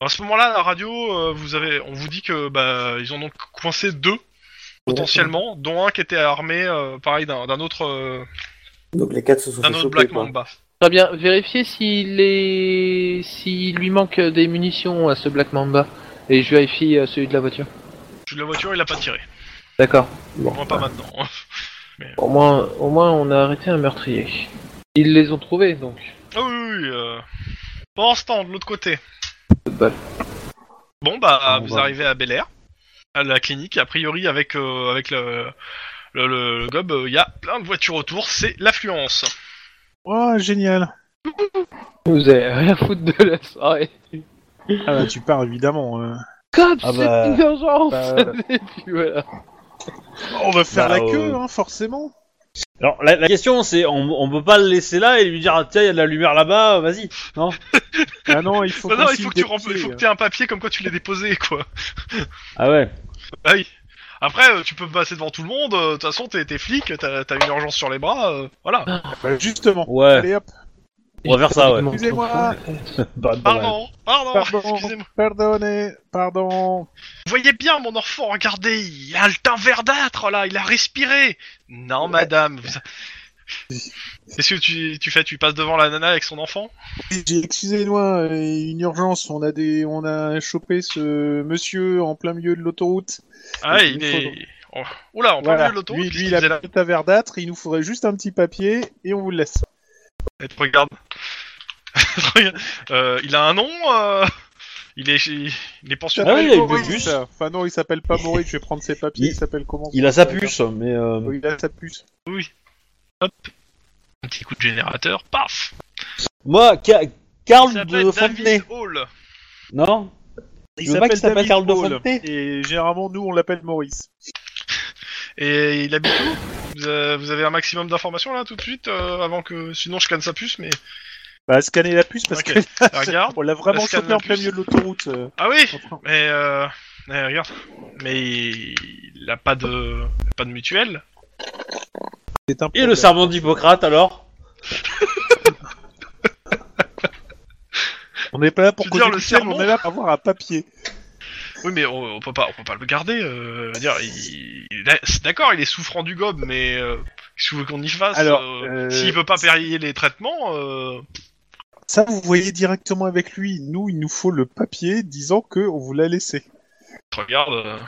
E: À ce moment-là, à la radio, euh, vous avez, on vous dit que bah, ils en ont coincé deux potentiellement, dont un qui était armé, euh, pareil, d'un d'un autre, euh,
C: Donc les 4 se sont
E: d'un
C: fait
E: autre
C: choper,
E: Black
C: quoi.
E: Mamba.
F: Très bien, vérifiez s'il est... s'il lui manque des munitions à ce Black Mamba. Et je vérifie euh, celui de la voiture.
E: Celui de la voiture, il l'a pas tiré.
F: D'accord.
E: Au moins pas maintenant.
F: Au moins, au moins, on a arrêté un meurtrier. Ils les ont trouvés, donc.
E: Ah oui, oui, oui, euh. Pendant ce temps, de l'autre côté.
F: Bah.
E: Bon, bah,
F: Ah,
B: Bon,
E: vous
B: bah.
E: arrivez à Bel Air, à la clinique, a priori, avec, euh, avec le, le, le- le gob, euh, il y a plein de voitures autour, c'est l'affluence.
A: Oh, génial
F: Vous avez rien à foutre de la soirée.
A: Ah bah, tu pars, évidemment. euh.
F: Comme
B: Ah
F: c'est
B: bah,
F: une urgence
B: bah,
F: Et puis voilà.
A: On va faire
B: Bah,
A: la queue,
B: euh,
A: hein, forcément
B: Alors, la, la question, c'est on, on peut pas le laisser là et lui dire, ah, tiens, il y a de la lumière là-bas, vas-y. Non
A: Ah non, il faut,
E: Non, non,
A: qu'on
E: il faut
A: signe
E: que tu
A: des
E: rempl- il
A: pieds,
E: faut que
A: euh.
E: t'aies un papier comme quoi tu l'as déposé, quoi.
B: Ah ouais.
E: Bah oui. Après, euh, tu peux passer devant tout le monde, euh, de toute façon, t'es t'es flic, t'as t'as une urgence sur les bras, euh, voilà.
A: Bah, justement.
B: Ouais.
A: Allez, hop,
B: On va
E: Ah,
B: faire ça, ouais.
A: Excusez-moi.
B: Pas de problème.
E: Pardon, pardon,
A: pardon,
E: excusez-moi.
A: pardonnez, pardon.
E: Vous voyez bien mon enfant, regardez, il a le teint verdâtre là, il a respiré. Non madame. vous- Qu'est-ce que tu, tu fais Tu passes devant la nana avec son enfant
A: J'ai- Excusez-moi, euh, une urgence, on a des, on a chopé ce monsieur en plein milieu de l'autoroute.
E: Ah ouais, il
A: Il
E: est... Oh. Oula, on
A: Voilà.
E: parle de l'autoroute
A: Lui, lui,
E: puisqu'il
A: il a
E: faisait la-
A: le teint verdâtre, il nous faudrait juste un petit papier et on vous le laisse.
E: Elle te regarde. Euh, il a un nom euh, Il est, il est pensionné
B: Ah oui, il a eu
A: Maurice,
B: le bus.
A: ça. Enfin non, il s'appelle pas Maurice, je vais prendre ses papiers, il s'appelle comment
B: Il a sa puce, mais euh,
A: Oui, Il a sa puce.
E: Un petit coup de générateur, paf
B: moi, Ca-
E: Il
B: Karl
E: s'appelle
B: de Fontenay,
E: David Hall.
B: non
A: Il
B: Le mec qui s'appelle
A: David
B: Karl de
A: Hall,
B: Fontenay
A: Et généralement, nous, on l'appelle Maurice.
E: Et il habite où vous, euh, vous avez un maximum d'informations là tout de suite euh, avant que... Sinon je canne sa puce mais...
A: Bah, scanner la puce parce
E: Ok.
A: que là,
E: Regarde.
A: on l'a vraiment
E: Scanner
A: chopé en
E: la
A: plein
E: puce.
A: milieu de l'autoroute. euh,
E: Ah oui
A: en train-
E: Mais euh, eh, regarde, mais il a pas de pas de mutuelle.
A: C'est un
B: Et
A: problème.
B: le serment d'Hippocrate, alors
A: On n'est pas là pour
E: Tu veux dire
A: causer
E: le
A: du ciel,
E: sermon
A: on est là pour avoir un papier.
E: Oui, mais on, on peut pas on peut pas le garder. euh, je veux dire, il, il a- c'est d'accord, il est souffrant du gobe, mais euh, qu'est-ce que vous voulez qu'on y fasse
A: Alors,
E: euh,
A: euh,
E: s'il veut pas payer les traitements, euh,
A: Ça, vous voyez directement avec lui. Nous, il nous faut le papier disant que on vous l'a laissé.
E: regarde. euh,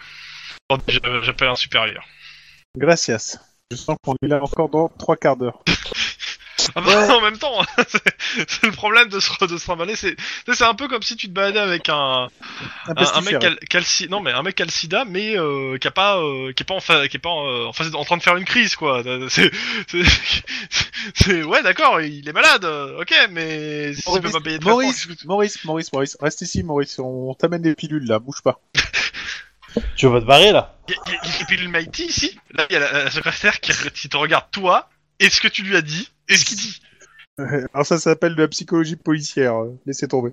E: attendez, j'a- J'appelle un supérieur.
A: Gracias. Je sens qu'on est là encore dans trois quarts d'heure.
E: Ah bah, en même temps, c'est c'est le problème de se, re- de se trimballer. C'est c'est un peu comme si tu te baladais avec un,
A: Un,
E: un, un
A: pestiféré.
E: mec qui a, le- qui a le si- non mais un mec qui a le sida mais euh, qui a pas euh, qui est pas en fa- qui est pas en, euh, en phase- en train de faire une crise quoi c'est c'est- c'est- ouais d'accord il est malade euh, ok mais si tu peux pas payer de traitement,
A: Maurice,
E: qu'est-ce que tu-
A: Maurice, Maurice, Maurice, reste ici, Maurice. On t'amène des pilules là, bouge pas.
B: Tu veux pas te barrer, là
E: Il y a- il y a- il y a- et puis le Mighty ici là il y a la, la secrétaire qui, re- qui te regarde toi et ce que tu lui as dit et ce qu'il dit
A: Alors ça s'appelle de la psychologie policière, euh, laissez tomber.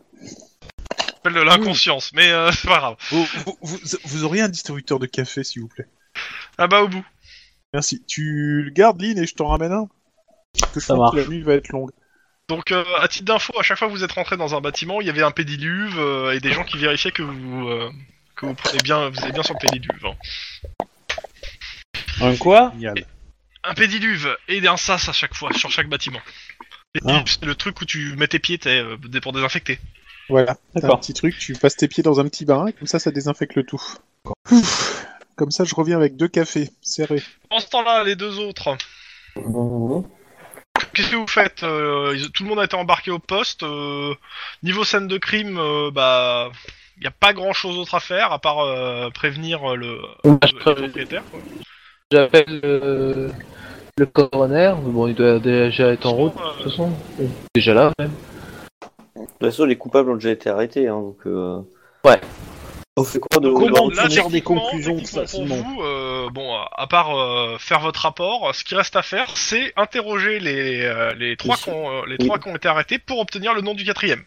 E: Ça s'appelle de l'inconscience, mais euh, c'est pas grave.
A: Vous, vous- vous- vous auriez un distributeur de café, s'il vous plaît.
E: Ah bah au bout.
A: Merci. Tu le gardes, Lynn, et je t'en ramène un. Parce que je
B: Ça
A: pense que
B: marche.
A: la nuit va être longue.
E: Donc, euh, à titre d'info, à chaque fois que vous êtes rentré dans un bâtiment, il y avait un pédiluve euh, et des gens qui vérifiaient que vous euh, que vous prenez bien, vous êtes bien sur le pédiluve. hein.
B: Un quoi
A: Génial.
E: Un pédiluve et un sas à chaque fois sur chaque bâtiment. Pédiluve, C'est le truc où tu mets tes pieds t'es, euh, pour désinfecter.
A: Voilà. T'as Un
B: D'accord.
A: petit truc, tu passes tes pieds dans un petit bain, et comme ça, ça désinfecte le tout. Ouf. Comme ça, je reviens avec deux cafés, serrés.
E: En ce temps-là, les deux autres,
C: Bon,
E: qu'est-ce que vous faites Euh, ils- Tout le monde a été embarqué au poste. euh, niveau scène de crime, euh, bah, il n'y a pas grand-chose d'autre à faire à part euh, prévenir euh, le,
F: Bah, je
E: le
F: pré-
E: propriétaire. quoi.
F: J'appelle euh, le coroner, mais bon, il doit déjà être en route, de toute
E: Euh,
F: façon. Déjà là, même.
C: De toute façon, les coupables ont déjà été arrêtés, hein, donc. euh,
F: Ouais.
C: On fait quoi de.
B: Comment
C: de-
B: tu tires des
E: techniquement-
B: conclusions de ça,
E: techniquement
B: Simon
E: pour vous, euh, Bon, à- à part euh, faire votre rapport, ce qui reste à faire, c'est interroger les, euh, les trois
C: Oui.
E: qui ont, euh, les
C: Oui.
E: trois qui ont été arrêtés pour obtenir le nom du quatrième.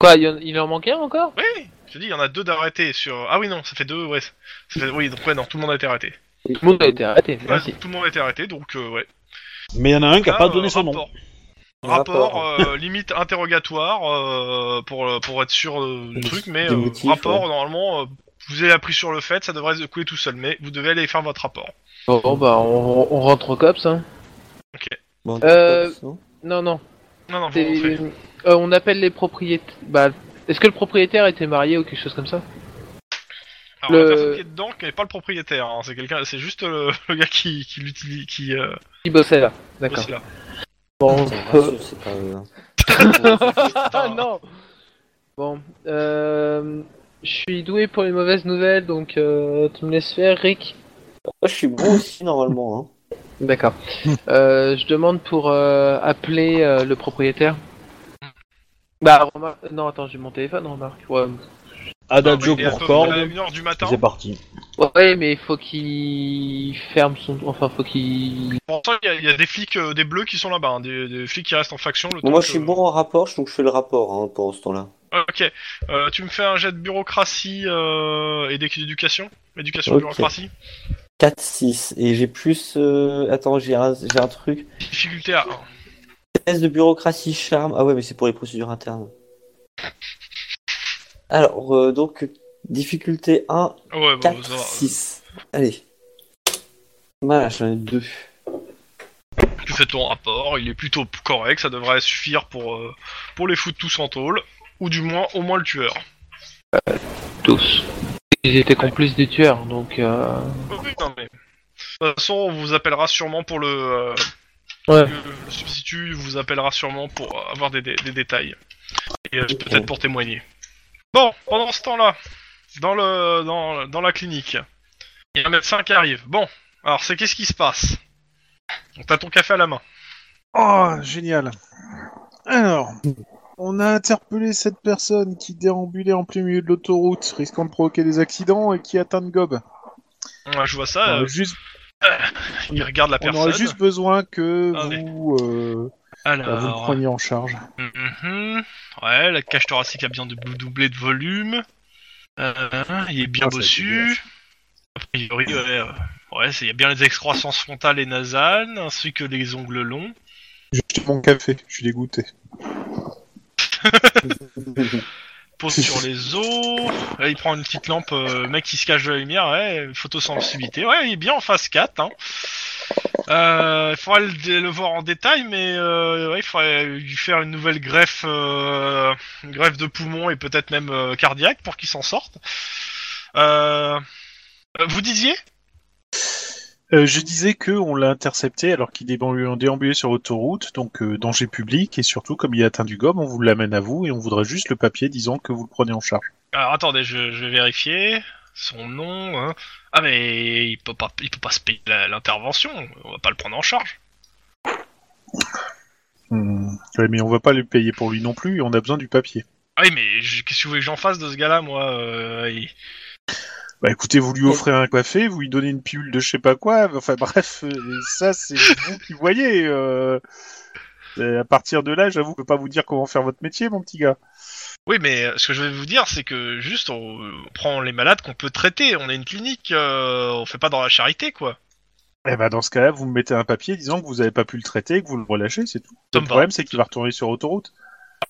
F: Quoi, il, y en, il en manquait un encore
E: Oui, je te dis, il y en a deux d'arrêtés sur. Ah oui, non, ça fait deux, ouais. Ça fait- Oui, donc ouais, non, tout le monde a été arrêté.
F: Tout le monde a été arrêté,
E: Ouais,
F: merci.
E: tout le monde a été arrêté, donc euh, ouais.
B: Mais il y en a un qui a
E: Là,
B: pas
E: euh,
B: donné son nom.
E: rapport. Rapport,
C: Rapport.
E: euh, limite interrogatoire euh, pour, euh, pour être sûr euh, du
C: Des-
E: truc, mais
C: des
E: euh,
C: motifs,
E: rapport,
C: ouais.
E: normalement, euh, vous avez appris sur le fait, ça devrait se couler tout seul, mais vous devez aller faire votre rapport.
F: Bon, bon, bah, on, on rentre au COPS, hein.
C: Bon,
F: Euh,
C: non
F: Non, non,
E: Non, non, vous
F: c'est-
E: rentrez.
F: euh, on appelle les propriétaires... Bah, est-ce que le propriétaire était marié ou quelque chose comme ça
E: Alors,
F: le-
E: la personne qui est dedans n'est pas le propriétaire, hein, c'est quelqu'un, c'est juste le, le gars qui, qui l'utilise, qui euh,
F: Il bossait là, d'accord.
E: bosse là.
F: Bon,
C: Ça me
F: euh,
C: rassure, c'est pas. euh,
F: Ah non Bon, euh, je suis doué pour les mauvaises nouvelles, donc euh, tu me laisses faire, Rick
C: Moi, je suis bon aussi, normalement. Hein.
F: D'accord. Euh, je demande pour euh, appeler euh, le propriétaire. Bah, remarque... Non, attends, j'ai mon téléphone, remarque. Ouais,
B: Adagio
E: Il est à
B: pour
E: peu
B: corde.
E: près à une heure du matin.
B: C'est parti.
F: ouais mais il faut qu'il ferme son... Enfin, faut qu'il...
E: Pour ça, il y a- il y, a des flics, euh, des bleus qui sont là-bas, hein, des, des flics qui restent en faction. Le
C: Bon,
E: temps
C: moi,
E: que-
C: je suis bon en rapport, donc je fais le rapport hein, pendant ce temps-là.
E: Ok, euh, tu me fais un jet de bureaucratie euh, et d'éducation Éducation,
C: Ok.
E: bureaucratie
C: 4, 6. Et j'ai plus. euh, Attends, j'ai un, j'ai un truc.
E: Difficulté à 1.
C: Test de bureaucratie charme. Ah ouais, mais c'est pour les procédures internes. Alors, euh, donc, difficulté 1,
E: Ah Ouais, bon,
C: 4,
E: ça va.
C: 6. Allez. Voilà, j'en ai 2.
E: Tu fais ton rapport, il est plutôt correct, ça devrait suffire pour, euh, pour les foutre tous en tôle, ou du moins, au moins le tueur.
F: Tous. Ils étaient complices du tueur, donc... Euh...
E: Oui, non, mais... De toute façon, on vous appellera sûrement pour le, euh,
F: Ouais.
E: le- le substitut, vous appellera sûrement pour avoir des, des- des détails. Et euh, peut-être pour témoigner. Bon, pendant ce temps-là, dans, le, dans, dans la clinique, il y a un médecin qui arrive. Bon, alors c'est qu'est-ce qui se passe Donc, T'as ton café à la main.
A: Oh, génial. Alors, on a interpellé cette personne qui déambulait en plein milieu de l'autoroute, risquant de provoquer des accidents et qui atteint de gobe.
E: Ouais, je vois
A: On
E: ça,
A: aurait
E: euh,
A: juste-
E: il regarde la
A: Bah, on
E: personne.
A: aurait juste besoin que
E: Ah, mais-
A: vous, euh, bah, vous le
E: Alors,
A: preniez en charge.
E: mhm. ouais, la cage thoracique a bien de doubler de volume. Euh, il est bien
A: Ah, ça,
E: bossu. A priori, ouais, euh, ouais, c'est- il y a bien les excroissances frontales et nasales, ainsi que les ongles longs.
A: J'ai acheté mon café, je suis dégoûté.
E: Pose sur les os. Là, il prend une petite lampe, euh, le mec qui se cache de la lumière, ouais, photosensibilité. Ouais, il est bien en phase 4. Hein. Euh, il faudrait le, dé- le voir en détail, mais euh, ouais, il faudrait lui faire une nouvelle greffe, euh, une greffe de poumon et peut-être même euh, cardiaque pour qu'il s'en sorte. Euh, euh, vous disiez
A: Euh, je disais que on l'a intercepté alors qu'il déambu- déambulait sur l'autoroute, donc euh, danger public, et surtout comme il a atteint du gobe, on vous l'amène à vous et on voudrait juste le papier disant que vous le prenez en charge.
E: Alors attendez, je, je vais vérifier son nom. hein. Ah mais il peut pas, il peut pas se payer la- l'intervention. On va pas le prendre en charge.
A: Hmm. Ouais, mais on va pas le payer pour lui non plus, et on a besoin du papier.
E: Ah oui, mais je- qu'est-ce que vous voulez que j'en fasse de ce gars-là, moi euh, il-
A: Bah écoutez, vous lui offrez un café, vous lui donnez une pilule de je sais pas quoi, enfin bref, euh, ça c'est vous qui voyez. euh. Euh, à partir de là, j'avoue, je peux pas vous dire comment faire votre métier, mon petit gars.
E: Oui, mais euh, ce que je vais vous dire, c'est que juste on on prend les malades qu'on peut traiter. On est une clinique, euh, on fait pas dans la charité, quoi.
A: Eh ben, dans ce cas-là, vous me mettez un papier disant que vous avez pas pu le traiter, et que vous le relâchez, c'est tout. Le
E: Ça me va.
A: problème, c'est qu'il va retourner sur autoroute.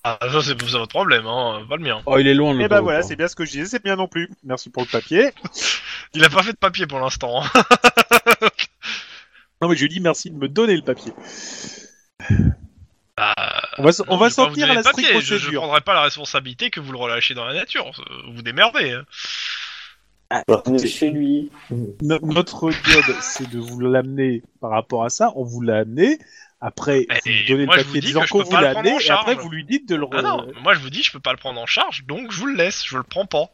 E: Ah, ça c'est c'est votre problème, hein, pas le mien.
B: Oh, il est loin, le
A: Eh ben
B: pauvre.
A: voilà, c'est bien ce que je disais, c'est bien non plus. Merci pour le papier.
E: Il a pas fait de papier pour l'instant. hein.
A: Non mais je lui dis merci de me donner le papier. on va, s- on va
E: Bah, Je vais pas
A: s'en
E: vous
A: tenir à
E: donner
A: la
E: de papier,
A: stricte
E: je, je
A: procédure.
E: prendrai pas la responsabilité que vous le relâchez dans la nature. Vous vous démerdez. hein.
C: Ah, on est chez lui.
A: No- notre job, c'est de vous l'amener par rapport à ça. On vous l'a amené. Après, vous
E: Et
A: lui donnez
E: moi,
A: le
E: je vous
A: papier
E: dis
A: disant
E: que je
A: qu'on
E: peux
A: vous
E: pas le
A: l'a
E: prendre en
A: amené. Et
E: charge.
A: après, vous lui dites de le.
E: Ah non, moi je vous dis, je peux pas le prendre en charge, donc je vous le laisse, je le prends pas.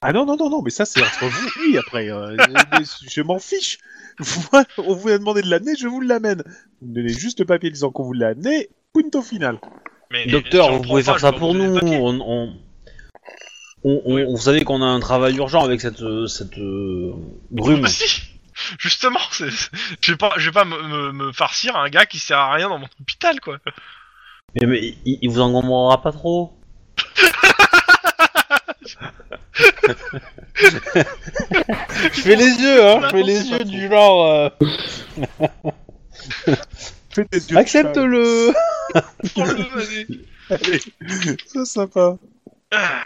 A: Ah non, non, non, non, mais ça, c'est entre vous et lui, après. euh, je- je je m'en fiche. Moi, on vous a demandé de l'amener, je vous l'amène. Vous me donnez juste le papier disant qu'on vous l'a amené. Punto final.
E: Mais
B: Docteur,
E: si on
B: vous
E: le
B: pouvez
E: prend
B: faire
E: pas,
B: ça
E: je peux
B: pour
E: vous donner
B: nous.
E: le papier.
B: On, on, on, on- on savait qu'on a un travail urgent avec cette, euh, cette euh, brume.
E: Bah si Justement, c'est- c'est- je vais pas, je vais pas me, me- me farcir à un gars qui sert à rien dans mon hôpital, quoi.
B: Mais, mais il, il vous encombrera pas trop. je fais les yeux, hein. Je fais les yeux du genre. euh,
A: Faites des yeux de chat.
B: Accepte-le.
E: Prends-le, vas-y.
A: Allez. Ça, sympa. Ah.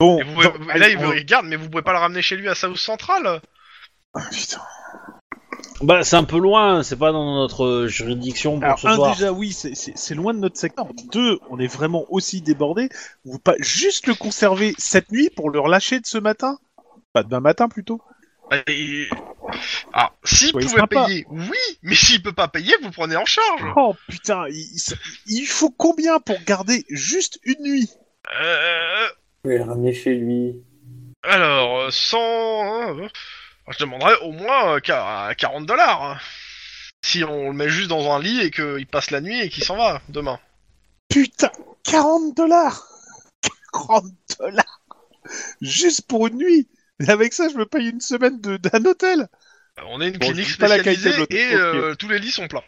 A: Bon,
E: Et vous pouvez-
A: dans- Ah,
E: vous- là,
A: allez,
E: il vous
A: on-
E: regarde, mais vous pouvez pas le ramener chez lui à South Central
A: Ah, putain.
B: Bah, c'est un peu loin. C'est pas dans notre juridiction pour
A: Alors,
B: ce
A: un,
B: soir.
A: déjà, oui, c'est- c'est c'est loin de notre secteur. Deux, on est vraiment aussi débordé. Vous pas juste le conserver cette nuit pour le relâcher de ce matin Pas demain matin, plutôt.
E: Bah, Et- Alors, s'il
A: Ouais, il
E: pouvait
A: sera pas.
E: payer, oui, mais s'il peut pas payer, vous prenez en charge.
A: Oh, putain, il, il- il faut combien pour garder juste une nuit
E: Euh,
C: Je vais le ramener chez lui.
E: alors, euh, 100... euh, Je demanderais au moins euh, qua- 40 dollars. hein. Si on le met juste dans un lit et qu'il passe la nuit et qu'il s'en va demain.
A: Putain, 40 dollars 40 dollars Juste pour une nuit Et avec ça, je me paye une semaine de- d'un hôtel
E: Euh, On est une
A: Bon, je
E: clinique
A: dis pas la qualité de
E: spécialisée et
A: l'autre,
E: euh, tous les lits sont pleins.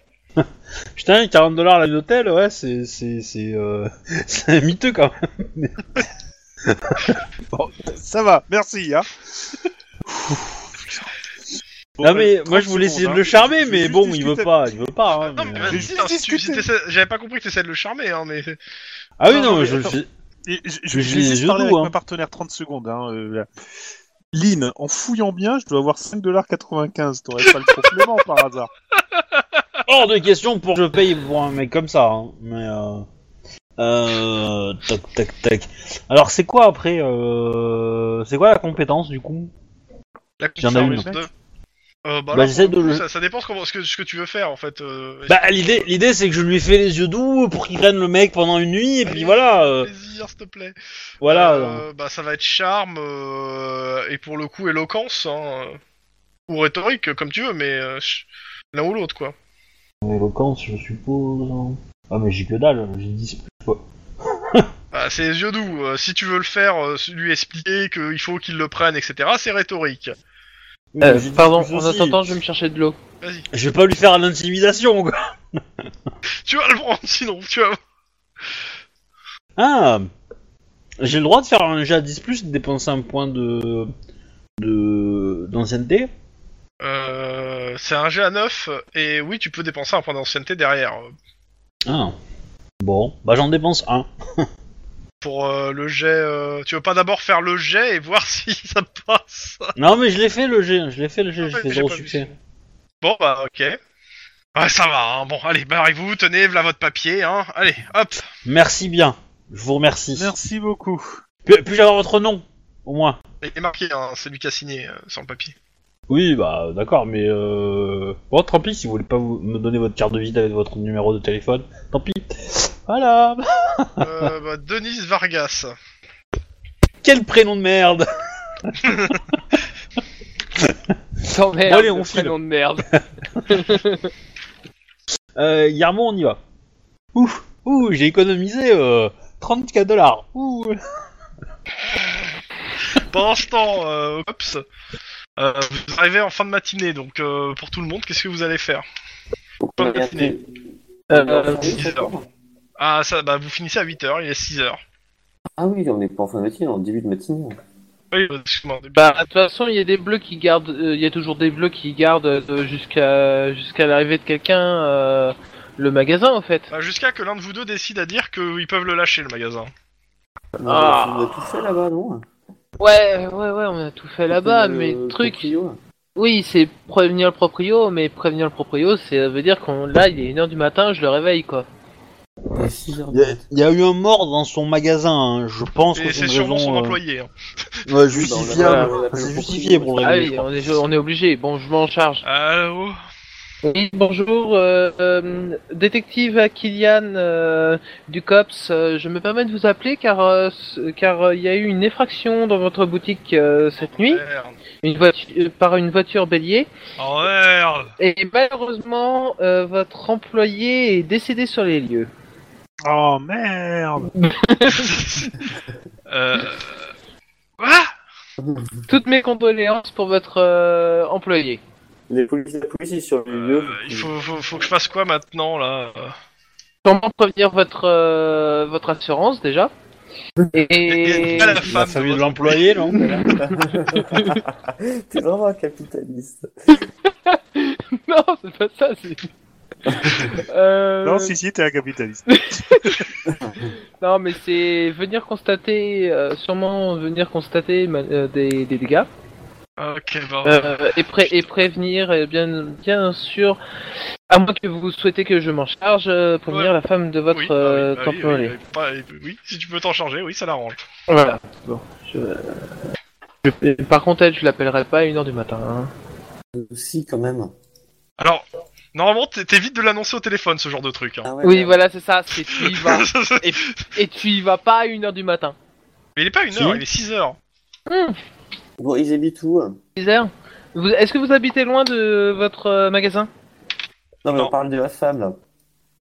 B: Putain, 40 dollars la nuit d'hôtel, ouais, c'est c'est c'est euh, c'est miteux quand même.
A: Ça va, merci, hein Bon,
B: non
A: bah,
B: mais
A: 30
B: moi je voulais essayer de
A: secondes,
B: le
A: hein.
B: charmer,
A: Je vais
B: mais
A: juste
B: bon, il
A: discuter
B: veut pas, il veut pas. hein,
E: non, mais
B: mais-
E: vas-y,
A: juste
E: hein, si tu-
A: discuter.
E: si t'essaies- j'avais pas compris que t'essaies de le charmer, hein, mais.
B: Ah oui, non,
A: Non, non,
B: mais
A: mais
B: je le
A: attends.
B: fais.
A: Et je, je
B: Mais
A: vais
B: je dis
A: juste
B: les
A: parler
B: doudous,
A: avec
B: hein.
A: ma partenaire 30 secondes. Hein, euh, là. Lynn, en fouillant bien, je dois avoir 5,95$. T'aurais pas le complément par hasard.
B: Hors de question pour que je paye pour un mec comme ça. hein, Mais euh... euh, tac tac tac. Alors c'est quoi après euh... C'est quoi la compétence du coup
E: La
B: Il y en a une.
E: conférence de- Euh, bah,
B: Bah,
E: là,
B: j'essaie
E: pour le
B: de
E: coup,
B: le-
E: ça, ça dépend ce, qu'on- ce que, ce que tu veux faire en fait. euh,
B: Bah l'idée l'idée c'est que je lui fais les yeux doux pour qu'il prenne le mec pendant une nuit et puis voilà euh,
E: Plaisir, s'il te plaît.
B: voilà. euh.
E: Euh, bah, ça va être charme euh, et pour le coup éloquence hein, euh, ou rhétorique comme tu veux, mais euh, ch- l'un ou l'autre quoi.
B: Éloquence je suppose. Ah mais j'ai que dalle, j'ai 10 plus quoi.
E: Bah, c'est les yeux doux. euh, si tu veux le faire, euh, lui expliquer qu'il faut qu'il le prenne, etc. C'est rhétorique.
B: Oui,
F: Euh,
B: mais j'ai 10
F: pardon,
B: plus
F: en
B: aussi.
F: attendant, je vais me chercher de l'eau.
E: Vas-y,
B: Je vais pas lui faire à l'intimidation quoi.
E: tu vas le prendre sinon tu vas.
B: Ah J'ai le droit de faire un jet à 10 plus, de dépenser un point de. de. d'ancienneté
E: Euh, c'est un jeu à 9 et oui tu peux dépenser un point d'ancienneté derrière. euh,
B: Ah Bon, bah j'en dépense un.
E: pour euh, le jet. euh, Tu veux pas d'abord faire le jet et voir si ça passe
B: Non mais je l'ai fait le jet, je l'ai fait le jet,
E: Ah,
B: j'ai fait
E: j'ai
B: zéro
E: pas vu.
B: succès.
E: Bon bah ok. Ouais ça va, hein. bon allez barrez-vous, tenez, voilà votre papier, hein. allez hop
B: Merci bien, je vous remercie.
A: Merci beaucoup.
B: Puis- Puis-je avoir votre nom Au moins.
E: Il est marqué, hein, c'est lui qui a signé euh, sur le papier.
B: Oui, bah d'accord, mais euh... Bon, tant pis, si vous voulez pas vous- me donner votre carte de visite avec votre numéro de téléphone, tant pis. Voilà
E: Euh, bah, Denise Vargas.
B: Quel prénom de merde
F: Sans merde,
B: allez, on
F: le
B: file.
F: prénom de merde.
B: Euh, Yarmon, on y va. Ouh, ouh, j'ai économisé euh, 34 dollars. Ouh.
E: Pendant ce temps, euh, au COPS, euh, vous arrivez en fin de matinée, donc euh, pour tout le monde, qu'est-ce que vous allez faire
C: On
E: Fin
C: va
E: de matinée.
C: garder-
F: Euh,
E: Ah, ça, bah, vous finissez à 8h, il est 6h.
C: Ah oui, on n'est pas en fin de matinée, on est en début de matinée.
E: Oui, euh, excuse-moi.
F: bah, de toute façon, il y a des bleus qui gardent, euh, il y a toujours des bleus qui gardent euh, jusqu'à jusqu'à l'arrivée de quelqu'un euh, le magasin en fait.
E: Bah, Jusqu'à que l'un de vous deux décide à dire qu'ils peuvent le lâcher, le magasin.
F: Ah.
C: On a tout fait là-bas, non
F: Ouais, ouais, ouais, on a tout fait là-bas,
C: Le
F: mais le truc,
C: proprio, là.
F: oui, c'est prévenir le proprio, mais prévenir le proprio, c'est- ça veut dire qu'on là, il est 1h du matin, je le réveille quoi.
C: Il est 6 heures
B: Il y, a- il y a eu un mort dans son magasin, hein. je pense que
E: Et
B: c'est
E: c'est
B: une
E: sûrement
B: raison,
E: son
B: euh,
E: employé. hein.
B: ouais,
C: Bah,
B: justifiable.
C: on l'appelle- on
B: C'est
C: l'appelle
B: justifié pour le
F: Ah
B: réveiller,
F: oui,
B: je
F: on est, on est obligé. Bon, je m'en charge.
E: Allô
F: Oui, bonjour, euh, euh, détective Kilian euh, du COPS. euh, je me permets de vous appeler car euh, ce- car euh, il y a eu une effraction dans votre boutique euh, cette nuit,
E: Merde.
F: une voiture euh, par une voiture bélier.
E: Oh merde
F: Et malheureusement, euh, votre employé est décédé sur les lieux.
A: Oh merde
E: euh... Quoi
F: Toutes mes condoléances pour votre euh, employé.
C: Les policiers, la police est sur le lieu.
E: Euh, Il faut, faut, faut que je fasse quoi maintenant là
F: Comment prévenir votre euh, votre assurance déjà
E: Et-
F: Et
E: et à la
B: pense.
E: femme
B: La famille de
E: votre-
B: l'employé, non
C: T'es vraiment un capitaliste.
F: non, c'est pas ça. C'est... Euh,
A: Non, si, si, t'es un capitaliste.
F: Non, mais c'est venir constater, euh, sûrement venir constater ma- euh, des, des dégâts
E: Ah, Ok, bah, bon.
F: euh, et, pré- et prévenir, et bien, bien sûr, à moins que vous souhaitez que je m'en charge, euh, prévenir
E: Ouais.
F: la femme de votre
E: oui,
F: euh,
E: bah oui, bah oui,
F: templier.
E: oui, oui, pas- oui, si tu peux t'en charger, oui, ça l'arrange.
F: Voilà. Bon, je... je- Par contre, elle, je l'appellerai pas à 1h du matin. hein.
C: Si, quand même.
E: Alors, normalement, t'é- t'évites de l'annoncer au téléphone, ce genre de truc. Hein.
C: Ah ouais,
F: Oui,
C: bah,
F: voilà, c'est ça. C'est tu y vas. Et tu y vas pas à 1h du matin.
E: Mais il est pas une
B: Si.
E: heure, il est 6 heures.
C: Bon, ils habitent où hein
F: Bizarre. Vous- Est-ce que vous habitez loin de votre euh, magasin
C: Non, mais
E: Non.
C: on parle de la femme, là.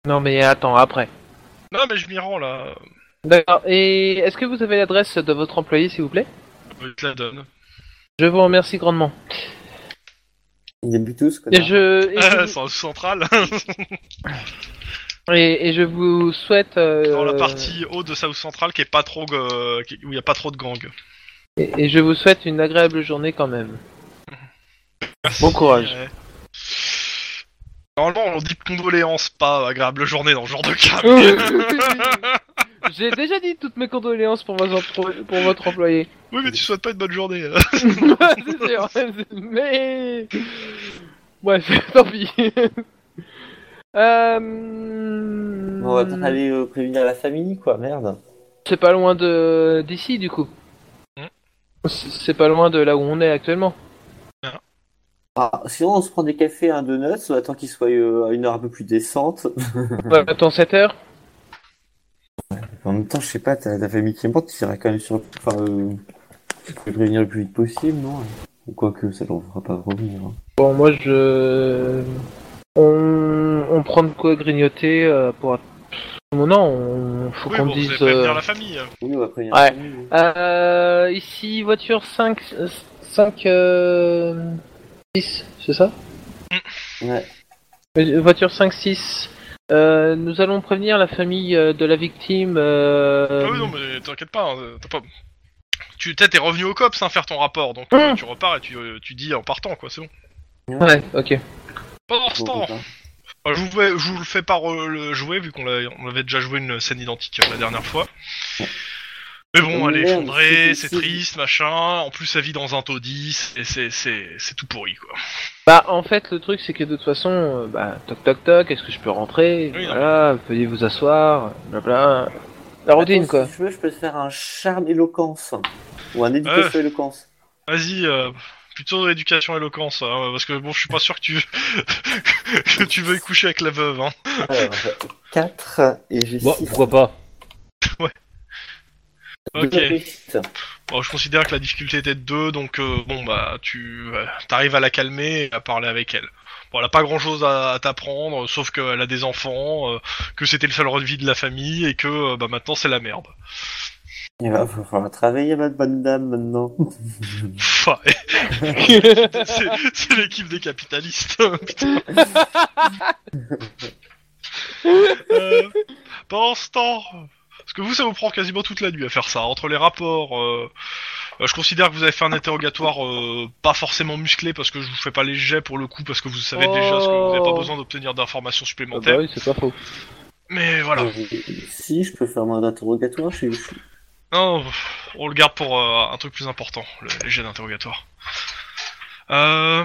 F: Non, mais attends, après.
E: Non, mais je m'y rends là.
F: D'accord. Et est-ce que vous avez l'adresse de votre employé, s'il vous plaît
E: Bah, Je te la donne.
F: Je vous remercie grandement.
C: Ils habitent tous,
F: Et
C: connard.
F: je, et
E: Ah,
F: je,
E: c'est en central,
F: vous- et, et je vous souhaite. euh,
E: dans la partie haute de South Central qui est pas trop, euh, qui- où il y a pas trop de gangs.
F: Et, et je vous souhaite une agréable journée quand même.
E: Merci.
F: Bon courage.
E: Ouais. Normalement, on dit condoléances, pas agréable journée dans ce genre de cas.
F: Euh. J'ai déjà dit toutes mes condoléances pour, vos emplo- pour votre employé.
E: oui, mais tu souhaites pas une bonne journée. euh.
F: C'est sûr. Mais. Bref, tant pis. Euh,
C: On va peut-être aller euh, prévenir la famille, quoi, merde.
F: C'est pas loin de d'ici du coup.
E: Hmm.
F: C'est c'est pas loin de là où on est actuellement.
C: Ah, sinon, on se prend des cafés à un donuts, on attend qu'ils soient euh, à une heure un peu plus décente.
F: Ouais, attends 7 heures.
C: En même temps, je sais pas, t'as la famille qui est morte, tu irais quand même sur. Enfin, euh. Tu peux prévenir le plus vite possible, non Ou quoi que ça leur fera pas revenir. hein.
F: Bon, moi je. On, on prend de quoi grignoter euh, pour. Bon, non, on... faut
E: oui,
F: qu'on
E: bon, vous allez
F: dise.
E: prévenir
F: euh,
E: la famille.
C: Oui, on va prévenir
F: Ouais.
C: la famille. hein.
F: euh, ici, voiture 5. 5. Euh... 6, c'est ça
C: Ouais.
F: Euh, Voiture 5-6. Euh, nous allons prévenir la famille euh, de la victime. Euh...
E: Ah oui, non, mais t'inquiète pas, hein, t'as pas. Tu t'es t'es revenu au COPS sans faire ton rapport, donc
F: Mm.
E: euh, tu repars et tu, euh, tu dis en partant, quoi, c'est bon.
F: Ouais, ok.
E: Pendant ce
C: Bon,
E: temps,
C: enfin.
E: euh, je, vous, je vous le fais pas re- le jouer, vu qu'on l'a- on avait déjà joué une scène identique euh, la dernière fois. Mais bon,
C: Oh,
E: elle est
C: merde,
E: effondrée,
C: c'est-
E: c'est
C: c'est-
E: triste, machin, en plus elle vit dans un taux 10, et c'est- c'est c'est tout pourri, quoi.
F: Bah, en fait, le truc, c'est que de toute façon, euh, bah, toc toc toc, est-ce que je peux rentrer
E: Oui, non.
F: Voilà, veuillez vous asseoir, blabla. La routine,
C: Attends,
F: quoi.
C: Si tu veux, je peux te faire un charme éloquence. Ou un éducation éloquence.
E: Vas-y, euh, plutôt éducation éloquence, hein, parce que bon, je suis pas sûr que tu que tu veuilles coucher avec la veuve. Hein.
C: Alors, 4 et j'ai
B: Bon,
C: 6.
B: pourquoi pas
E: Ok. Bon, je considère que la difficulté était de 2, donc euh, bon bah tu euh, t'arrives à la calmer et à parler avec elle. Bon, elle a pas grand chose à, à t'apprendre, sauf qu'elle a des enfants, euh, que c'était le seul de vie de la famille et que euh, bah maintenant c'est la merde.
C: Il va falloir travailler, ma bonne dame, maintenant.
E: Enfin,
F: Ah, bah
E: c'est c'est l'équipe des capitalistes. putain. Euh, pendant ce temps, parce que vous, ça vous prend quasiment toute la nuit à faire ça. Entre les rapports, euh, euh, je considère que vous avez fait un interrogatoire euh, pas forcément musclé parce que je vous fais pas les jets pour le coup parce que vous savez déjà ce que vous n'avez pas
F: Oh.
E: besoin d'obtenir d'informations
F: Ah
E: supplémentaires.
F: bah oui, c'est pas faux.
E: Mais voilà.
C: Si, je peux faire un interrogatoire. Je suis... je suis-
E: Non, on le garde pour euh, un truc plus important, le, les jets d'interrogatoire. Euh...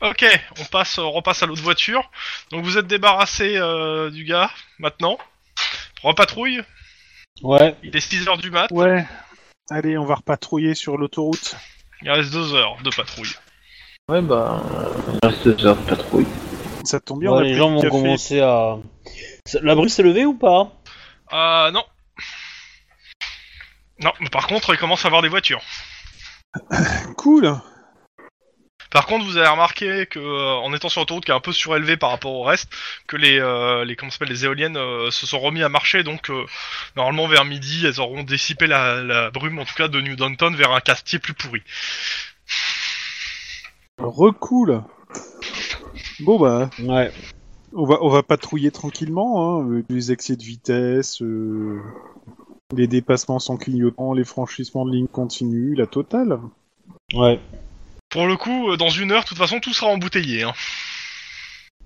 E: Ok, on passe, on repasse à l'autre voiture. Donc vous êtes débarrassé euh, du gars maintenant. Repatrouille,
B: Ouais.
E: il est 6h du mat,
A: Ouais. Allez, on va repatrouiller sur l'autoroute.
E: il reste 2 heures de patrouille.
F: Ouais, bah, il reste deux heures de patrouille.
A: Ça tombe bien,
B: Ouais,
A: on a
B: les
A: pris
B: gens
A: le
B: vont
A: café.
B: commencer à. C'est- La brise s'est levée ou pas
E: Ah non. Non, mais par contre, il commence à avoir des voitures.
A: Cool.
E: Par contre, vous avez remarqué que euh, en étant sur l'autoroute qui est un peu surélevée par rapport au reste, que les euh, les comment ça s'appelle les éoliennes euh, se sont remis à marcher, donc euh, normalement vers midi, elles auront dissipé la, la brume, en tout cas de New Downton, vers un quartier plus pourri.
A: Recool. Bon bah,
B: Ouais.
A: on va on va patrouiller tranquillement. hein, euh, Les excès de vitesse, euh, les dépassements sans clignotant, les franchissements de ligne continue, la totale.
B: Ouais.
E: Pour le coup, euh, dans une heure, de toute façon, tout sera embouteillé. Hein.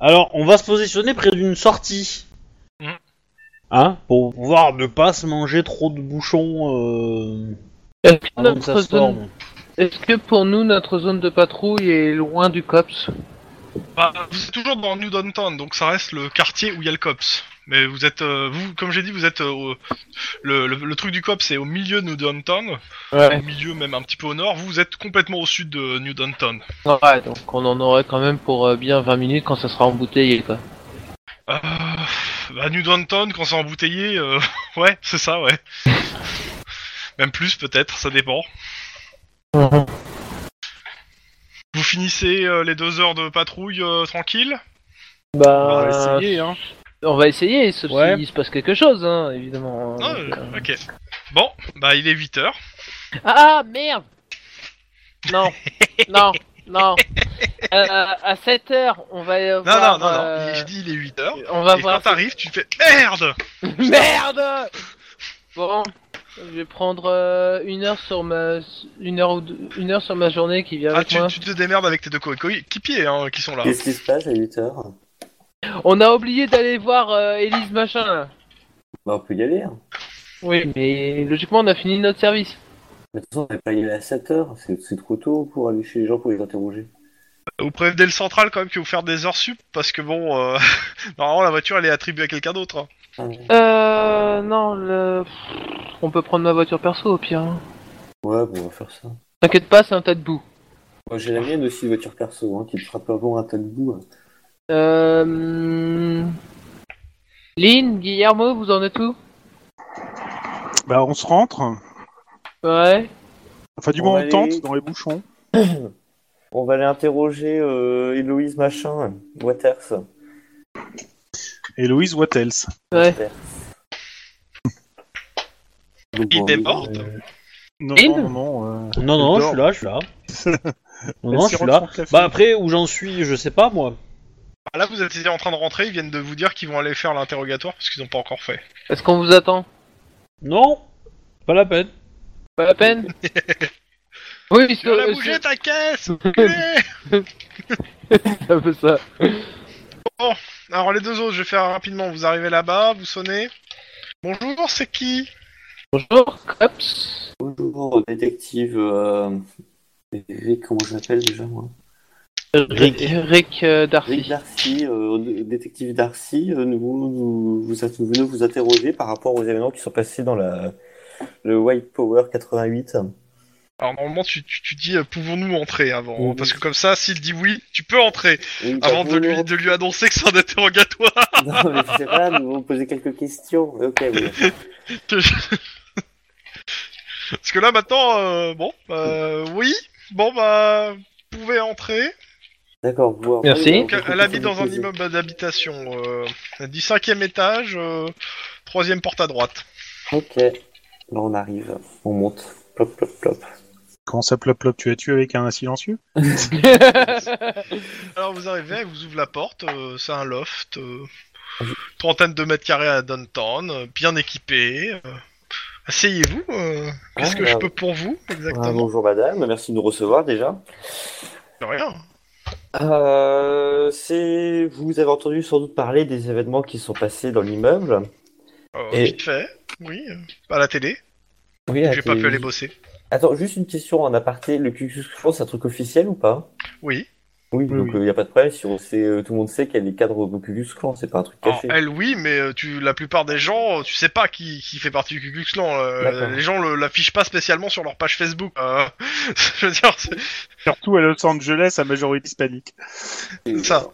B: Alors, on va se positionner près d'une sortie.
E: Mm.
B: Hein Pour pouvoir ne pas se manger trop de bouchons euh,
F: Est-ce que,
B: avant que ça
F: notre
B: se
F: zone...
B: forme.
F: Est-ce que pour nous, notre zone de patrouille est loin du COPS
E: Bah, vous êtes toujours dans New Downtown, donc ça reste le quartier où il y a le cops. Mais vous êtes, euh, vous, comme j'ai dit, vous êtes euh, au- le, le- le truc du cops, c'est au milieu de New Downtown, au
F: Ouais.
E: milieu même un petit peu au nord. Vous, vous êtes complètement au sud de New Downtown.
F: Ouais, donc on en aurait quand même pour euh, bien 20 minutes quand ça sera embouteillé, quoi.
E: Euh, bah, New Downtown, quand c'est embouteillé, euh, ouais, c'est ça, ouais. Même plus, peut-être, ça dépend. Mhm. Vous finissez euh, les deux heures de patrouille euh, tranquille
A: On
F: Bah,
A: va
C: Euh,
A: essayer, hein.
F: on va essayer, sauf
B: Ouais.
F: s'il se passe quelque chose, hein, évidemment.
E: Ah,
F: Donc, euh,
E: Ok. Bon, bah, il est 8 heures.
F: Ah merde Non, non, non. Euh, à 7 heures, on va euh,
E: Non,
F: voir.
E: non, non,
F: euh,
E: non. Je dis il est 8 heures.
F: On va
E: Et
F: voir.
E: quand t'arrives, tu fais merde
F: Merde Bon, je vais prendre euh, une heure sur ma une heure ou deux- une heure sur ma journée qui vient
E: Ah,
F: avec
E: tu,
F: moi.
E: tu te démerdes avec tes deux co- coéquipiers hein, qui sont là.
C: Qu'est-ce qui se passe à 8h
F: On a oublié d'aller voir euh, Elise machin. là.
C: Bah, on peut y aller. hein.
F: Oui, mais logiquement on a fini notre service.
C: Mais de toute façon, on va pas y aller à 7h. C'est c'est trop tôt pour aller chez les gens pour les interroger.
E: Vous prévenez le central quand même que vous faire des heures sup parce que bon, euh, normalement la voiture elle est attribuée à quelqu'un d'autre. hein.
C: Ah,
F: Euh non, le... on peut prendre ma voiture perso au pire. hein.
C: Ouais, bon, on va faire ça.
F: T'inquiète pas, c'est un tas de boue.
C: Moi, j'ai la
E: Ah.
C: mienne aussi, voiture perso, hein, qui te frappe avant un tas de boue. hein.
F: Euh... Lynn, Guillermo, vous en êtes où
A: Bah on se rentre.
F: Ouais.
A: Enfin du
C: On
A: moins
C: va
A: on
C: aller-
A: tente dans les bouchons.
C: On va aller interroger euh, Héloïse Machin, Waters.
A: Héloïse what else
F: Ouais.
E: Il est mort
A: Non,
F: Lynn
A: non, non. euh,
B: Non, non, je suis là, je suis là. non,
A: elle
B: non,
A: s'y
B: je suis
A: rentre
B: là.
A: son café.
B: Bah, après, où j'en suis, je sais pas moi.
E: Là, vous êtes en train de rentrer, ils viennent de vous dire qu'ils vont aller faire l'interrogatoire parce qu'ils n'ont pas encore fait.
F: Est-ce qu'on vous attend
B: Non Pas la peine.
F: Pas la peine Oui, parce
E: Tu vas
F: que-
E: la bouger ta caisse
F: c'est
E: culé
F: un peu ça.
E: Alors, les deux autres, je vais faire rapidement. Vous arrivez là-bas, vous sonnez. Bonjour, c'est qui
F: Bonjour, Cops.
C: Bonjour, détective. Euh... Rick, comment je l'appelle déjà, moi
F: Rick, Rick euh,
C: Rick
F: Darcy.
C: Darcy, euh, détective Darcy, euh, nous, nous- vous, nous venons vous interroger par rapport aux événements qui sont passés dans la, le White Power 88.
E: Alors, normalement, tu, tu, tu dis euh, pouvons-nous entrer avant hein,
C: Oui.
E: Parce que comme ça, s'il dit oui, tu peux entrer
C: Oui, bah,
E: avant de
C: vous nous-
E: Ah, lui, de lui annoncer que c'est un interrogatoire.
C: Non, mais je sais pas, nous allons poser quelques questions. Ok, oui.
E: Parce que là, maintenant, euh, bon, euh, oui, bon, bah, vous pouvez entrer.
C: D'accord, vous.
F: Merci.
C: oui,
E: Donc,
C: bah,
E: elle habite dans un
C: poser.
E: immeuble d'habitation. Euh, elle dit cinquième étage, euh, troisième porte à droite.
C: Ok, là on arrive, on monte. Plop, plop, plop.
A: Quand ça plop-plop, tu es tué avec un silencieux
E: Alors vous arrivez, elle vous ouvre la porte, euh, c'est un loft, euh, trentaine de mètres carrés à Downtown, euh, bien équipé. euh, Asseyez-vous, euh, qu'est-ce
C: Ah,
E: que je
C: bah,
E: peux pour vous
C: Ah,
E: exactement
C: bonjour madame, merci de nous recevoir déjà.
E: De Rien.
C: Euh, c'est... Vous avez entendu sans doute parler des événements qui sont passés dans l'immeuble.
E: Euh,
C: Et- Ah,
E: Vite fait, oui, euh, à la télé,
C: Oui,
E: j'ai pas pu aller bosser.
C: Attends, juste une question en aparté, le Cucus France, c'est un truc officiel ou pas?
E: Oui.
C: Oui, donc il n'y a pas de problème si on sait, euh, tout le monde sait qu'il y a des cadres au Cucus Clan, Ah, c'est pas un truc
E: Alors,
C: caché.
E: elle, oui, mais euh, tu, la plupart des gens, euh, tu sais pas qui, qui fait partie du Ku Klux Klan. euh,
C: D'accord.
E: les gens le- l'affichent pas spécialement sur leur page Facebook. euh, je veux dire, c'est-
A: Surtout à Los Angeles, à majorité hispanique.
E: ça.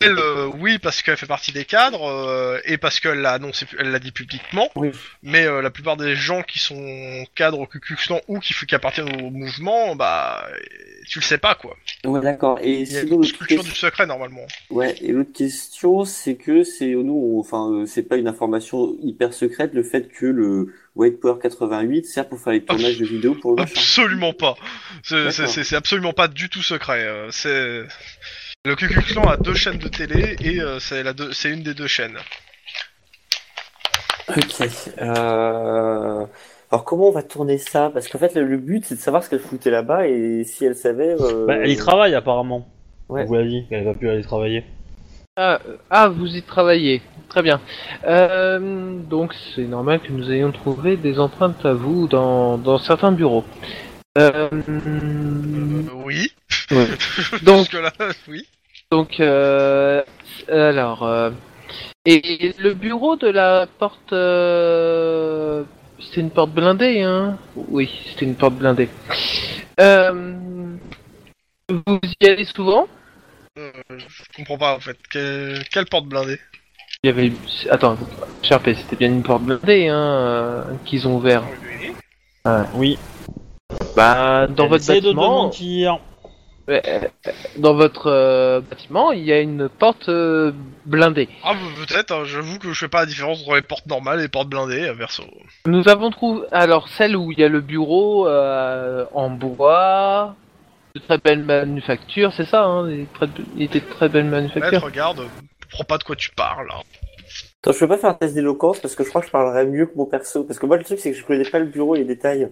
E: Elle, euh, oui, parce qu'elle fait partie des cadres euh, et parce qu'elle l'a annoncé, elle l'a dit publiquement.
C: Oui.
E: Mais euh, la plupart des gens qui sont cadres au Ku Klux Klan ou qui, f- qui appartiennent au mouvement, bah, tu le sais pas quoi.
C: Ouais, d'accord. Et
E: Il y a
C: sinon,
E: une
C: l'autre
E: culture du
C: question-
E: secret normalement.
C: Ouais, et l'autre question, c'est que c'est nous, on- enfin, euh, c'est pas une information hyper secrète, le fait que le White Power 88 sert pour faire les tournages de vidéos pour le machin.
E: Absolument pas. C'est- C'est
C: D'accord.
E: c'est- c'est absolument pas du tout secret. euh, C'est le Ku Klux Klan a deux chaînes de télé et euh, c'est la deux- c'est une des deux chaînes.
C: Ok. Euh... Alors comment on va tourner ça? Parce qu'en fait, le, le but, c'est de savoir ce qu'elle foutait là-bas et si elle savait. euh,
B: Bah, elle y travaille apparemment.
C: Ouais.
B: On vous l'a dit, elle a pu aller travailler.
F: Ah, euh, ah, vous y travaillez. Très bien. Euh, donc c'est normal que nous ayons trouvé des empreintes à vous dans, dans certains bureaux. Euh,
E: Euh, oui.
F: Ouais.
E: Donc
F: donc,
E: que là, oui.
F: donc euh, alors, euh, et le bureau de la porte, euh, c'était une porte blindée, hein Oui, c'était une porte blindée. Euh, vous y allez souvent
E: Euh, je comprends pas en fait. Que- Quelle porte blindée
F: Il y avait, attends, Sharpay, c'était bien une porte blindée, hein, euh, qu'ils ont ouvert.
B: Oui.
F: Bah, dans
B: Elle
F: votre
B: essaie de te
F: bâtiment,
B: mentir.
F: euh, euh, dans votre euh, bâtiment, il y a une porte euh, blindée.
E: Ah bah, peut-être. hein, J'avoue que je fais pas la différence entre les portes normales et les portes blindées. euh, Verso.
F: Nous avons trouvé, alors celle où il y a le bureau euh, en bois, de très belles manufactures, c'est ça, hein, des très- il était de très belles
E: Maître,
F: manufactures.
E: regarde. euh, Comprends pas de quoi tu parles. hein.
C: Attends, je peux pas faire un test d'éloquence parce que je crois que je parlerais mieux que mon perso. Parce que moi, le truc, c'est que je connais pas le bureau et les détails.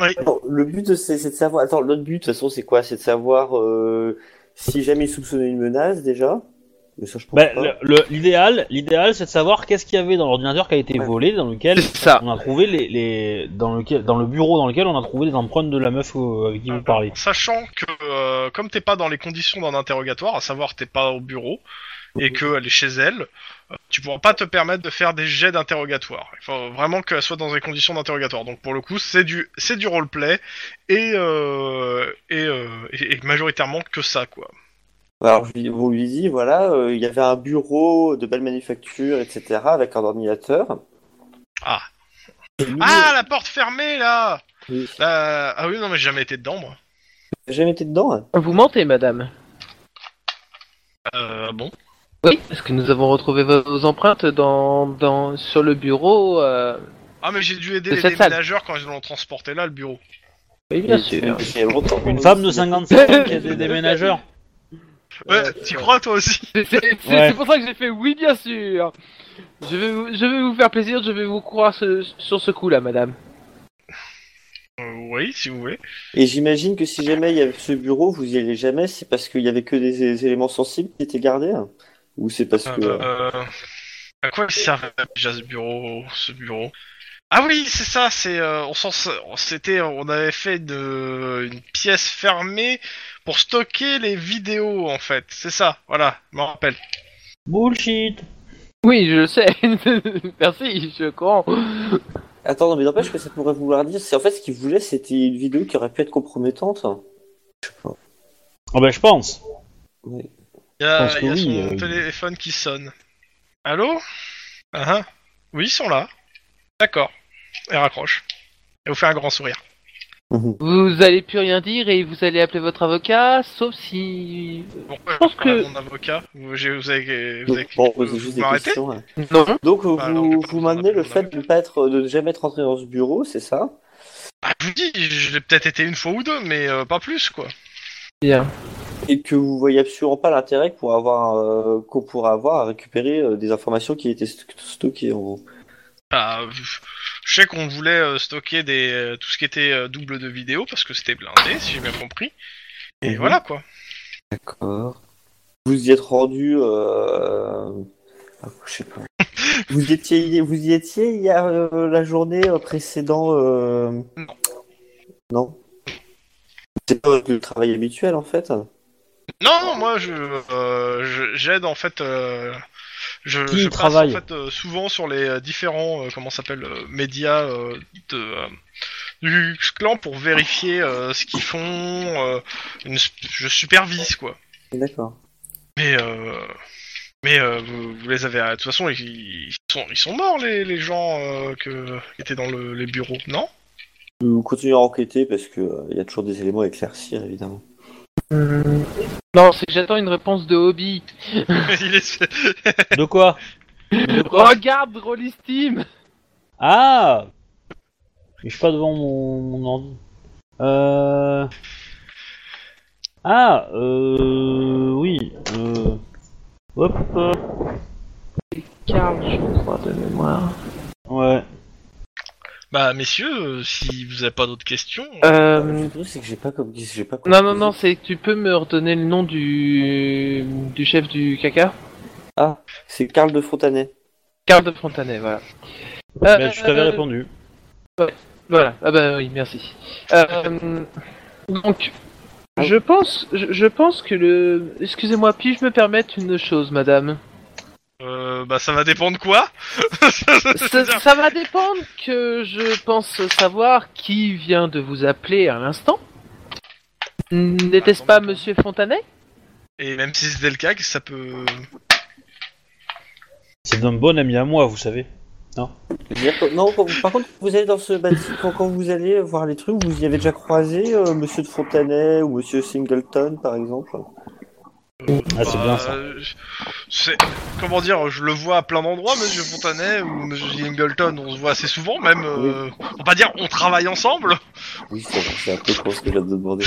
E: Oui.
C: Attends, le but, de- c'est c'est de savoir. Attends, notre but, de toute façon, c'est quoi C'est de savoir euh, si jamais ils soupçonnaient une menace, déjà. Mais ça, je pense
B: Bah,
C: pas.
B: le- le- l'idéal, l'idéal, c'est de savoir qu'est-ce qu'il y avait dans l'ordinateur qui a été
C: Ouais.
B: volé, dans lequel
F: C'est ça.
B: on a trouvé les, les dans lequel, dans le bureau dans lequel on a trouvé les empreintes de la meuf euh, avec qui vous parlez.
E: Sachant que euh, comme t'es pas dans les conditions d'un interrogatoire, à savoir t'es pas au bureau et qu'elle est chez elle, euh, tu pourras pas te permettre de faire des jets d'interrogatoire. Il faut vraiment qu'elle soit dans des conditions d'interrogatoire. Donc pour le coup, c'est du c'est du roleplay et euh, et, euh, et- et majoritairement que ça quoi.
C: Alors, je lui- vous lui dit, voilà, euh, il y avait un bureau de belle manufacture, etc., avec un ordinateur.
E: Ah.
C: Et nous,
E: Ah la porte fermée là.
C: oui.
E: La- Ah oui non mais j'ai jamais été dedans moi.
C: J'ai jamais été dedans. hein.
F: Vous mentez, madame.
E: Euh, bon.
F: Oui, parce que nous avons retrouvé vos, vos empreintes dans, dans sur le bureau. euh,
E: Ah mais j'ai dû aider
F: De
E: les
F: cette salle.
E: déménageurs quand ils l'ont transporté là le bureau.
F: Oui, bien
C: Et-
F: sûr.
C: j'ai longtemps-
B: Une femme de 57 ans qui est déménageur.
E: Ouais, Euh, tu crois toi aussi
F: C'est- C'est c'est-
B: Ouais.
F: c'est pour ça que j'ai fait oui, bien sûr. Je vais, vous- je vais vous faire plaisir, je vais vous croire ce- sur ce coup-là, madame.
E: Euh, Oui si vous voulez.
C: Et j'imagine que si jamais il y avait ce bureau, vous y allez jamais, c'est parce qu'il y avait que des, des éléments sensibles qui étaient gardés, hein ou c'est parce que
E: Euh, euh, à quoi il servait déjà ce bureau, ce bureau Ah oui, c'est ça. C'est euh, on s'en- c'était on avait fait de, une pièce fermée pour stocker les vidéos en fait. C'est ça. Voilà, je m'en rappelle.
B: Bullshit.
F: Oui, je le sais. Merci, je suis au courant.
C: Attends, non, mais n'empêche que ça pourrait vouloir dire, c'est en fait ce qu'ils voulaient, c'était une vidéo qui aurait pu être compromettante.
B: Ah bah je pense.
C: Ouais.
E: Il y a,
B: pense que
E: il y a
B: oui,
E: son
B: euh,
E: téléphone qui sonne. Allô Ah, ah. Oui, ils sont là. D'accord. Elle raccroche. Elle vous fait un grand sourire.
F: Vous allez plus rien dire et vous allez appeler votre avocat, sauf si...
E: Pourquoi
F: pense
E: voilà
F: que-
E: mon avocat Vous, j'ai- vous avez, vous
C: Donc,
E: avez-
C: bon,
E: vous-
C: c'est
E: vous
C: juste des
E: m'arrêtez
C: questions. hein.
F: Non.
C: Donc vous,
E: alors, je vais pas
C: vous
E: vous en
C: m'amenez le
E: appeler,
C: fait de ne pas être, de ne jamais être rentré dans ce bureau, c'est ça
E: Ah je vous dis, je l'ai peut-être été une fois ou deux, mais euh, pas plus, quoi.
F: Bien.
C: et que vous voyez absolument pas l'intérêt qu'on pourrait avoir, euh, qu'on pourrait avoir à récupérer euh, des informations qui étaient st- stockées en gros.
E: Bah, je- je sais qu'on voulait euh, stocker des, euh, tout ce qui était euh, double de vidéo parce que c'était blindé, si j'ai bien compris.
B: Eh
E: Et
C: Mhm.
E: voilà quoi.
C: D'accord. Vous y êtes rendu. Euh... ah, je sais pas. vous y étiez, vous y étiez hier euh, la journée euh, précédant. euh,
E: Non.
C: Non. C'est pas le travail habituel en fait.
E: Non, non, moi je euh, je- j'aide en fait. euh, je,
B: Qui
E: je passe,
B: travaille
E: en fait euh, souvent sur les euh, différents euh, comment ça s'appelle euh, médias euh, de euh, du Ku Klux clan pour vérifier euh, ce qu'ils font. euh, une sp- je supervise quoi.
C: D'accord.
E: Mais euh, mais euh, vous, vous les avez de toute façon ils, ils sont ils sont morts les, les gens euh, que qui étaient dans le- les bureaux non?
C: Nous continuons à enquêter parce que euh, il y a toujours des éléments à éclaircir évidemment.
B: Hmm.
F: Hum, Non, c'est que j'attends une réponse de Hobby.
E: Il est-
B: De quoi
F: Regarde Rollis Team
B: Ah Mais Je suis pas devant mon, mon ordi. Euh... Ah, euh... Oui, euh... Hop, hop.
F: Carl, je crois, de mémoire.
B: Ouais.
E: Bah messieurs, euh, si vous avez pas d'autres questions,
C: Euh,
F: Euh...
C: le truc c'est que j'ai pas comme j'ai pas.
F: Non, non, non, c'est tu peux me redonner le nom du, du chef du caca
C: Ah, c'est Karl de Fontanet.
F: Carl de Fontanet, voilà. Euh,
B: Ben, je t'avais
F: euh,
B: répondu.
F: Voilà, ah bah oui, merci. Euh, donc, je pense, je, je pense que le... Excusez-moi, puis-je me permettre une chose, madame
E: euh, bah ça va dépendre quoi
F: ça, ça va dépendre que je pense savoir qui vient de vous appeler à l'instant. N'était-ce pas Monsieur Fontanet
E: Et même si c'était le cas, que ça peut.
B: C'est un bon ami à moi, vous savez.
C: Je veux dire que- Non, quand vous- par contre, vous allez dans ce bâtiment, quand, quand vous allez voir les trucs, vous y avez déjà croisé euh, Monsieur de Fontanet ou Monsieur Singleton, par exemple.
B: Ah, c'est
E: Bah,
B: bien ça.
E: euh, c'est- Comment dire, je le vois à plein d'endroits, Monsieur Fontanet ou Monsieur Jingleton, on se voit assez souvent, même. euh, On va dire, on travaille ensemble.
C: Oui, c'est vrai, c'est un peu con ce que je viens de demander.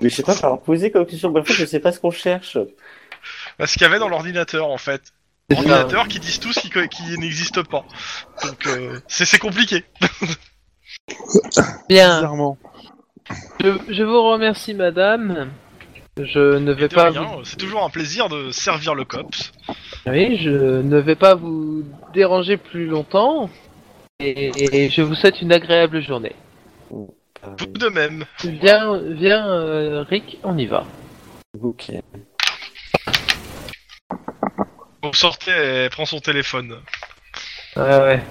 C: Mais je sais pas, ça leur poser comme question. Mais en fait, je sais pas ce qu'on cherche. Euh,
E: Bah, Ce qu'il y avait dans l'ordinateur en fait. Ordinateur qui disent tous qui, qui n'existe pas. Donc euh, c'est c'est compliqué.
F: Bien,
A: Bizarrement.
F: je, je vous remercie, madame. Je ne vais
E: De
F: pas
E: rien, C'est toujours un plaisir de servir le cops.
F: vous... Oui, je ne vais pas vous déranger plus longtemps. Et, et je vous souhaite une agréable journée.
C: Euh,
E: Vous de même.
F: Viens, viens, euh, Rick, on y va.
C: ok.
E: Bon, sortez et prends son téléphone.
F: Ouais, ouais.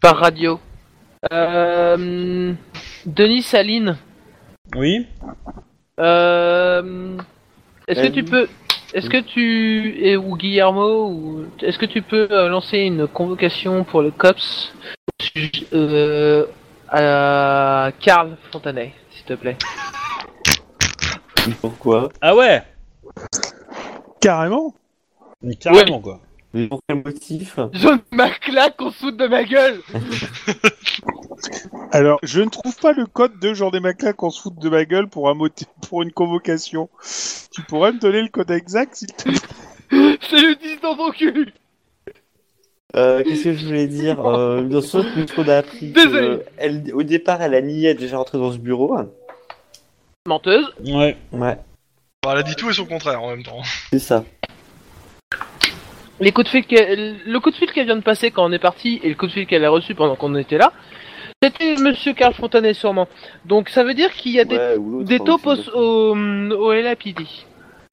F: Par radio. Euh, Denis Saline,
B: Oui
F: euh, est-ce que tu
C: Saline.
F: peux, est-ce que tu et ou Guillermo ou est-ce que tu peux euh, lancer une convocation pour le cops au sujet- euh, à Karl Fontanet, s'il te plaît.
C: Pourquoi
B: Ah ouais
A: Carrément
B: Mais Carrément, quoi.
C: Mais pour quel motif
F: Je ma claque au soude de ma gueule.
A: Alors, je ne trouve pas le code de genre des macas qu'on se fout de ma gueule pour, un moti- pour une convocation. Tu pourrais me donner le code exact s'il te plaît
F: C'est le 10 dans ton cul.
C: euh, Qu'est-ce que je voulais dire euh, Dans ce truc qu'on a appris, que,
F: Désolé.
C: euh, elle, au départ, elle a nié être déjà rentrée dans ce bureau.
F: Menteuse.
B: Ouais.
C: Ouais,
E: Bah, elle a dit tout et son contraire en même temps.
C: c'est ça.
F: Les coups de fil qu'elle- le coup de fil qu'elle vient de passer quand on est parti et le coup de fil qu'elle a reçu pendant qu'on était là, c'était Monsieur Carl Fontanet sûrement. Donc ça veut dire qu'il y a des,
C: Ouais, ou l'autre,
F: des
C: hein,
F: taupes
C: c'est
F: au, au, au LAPD.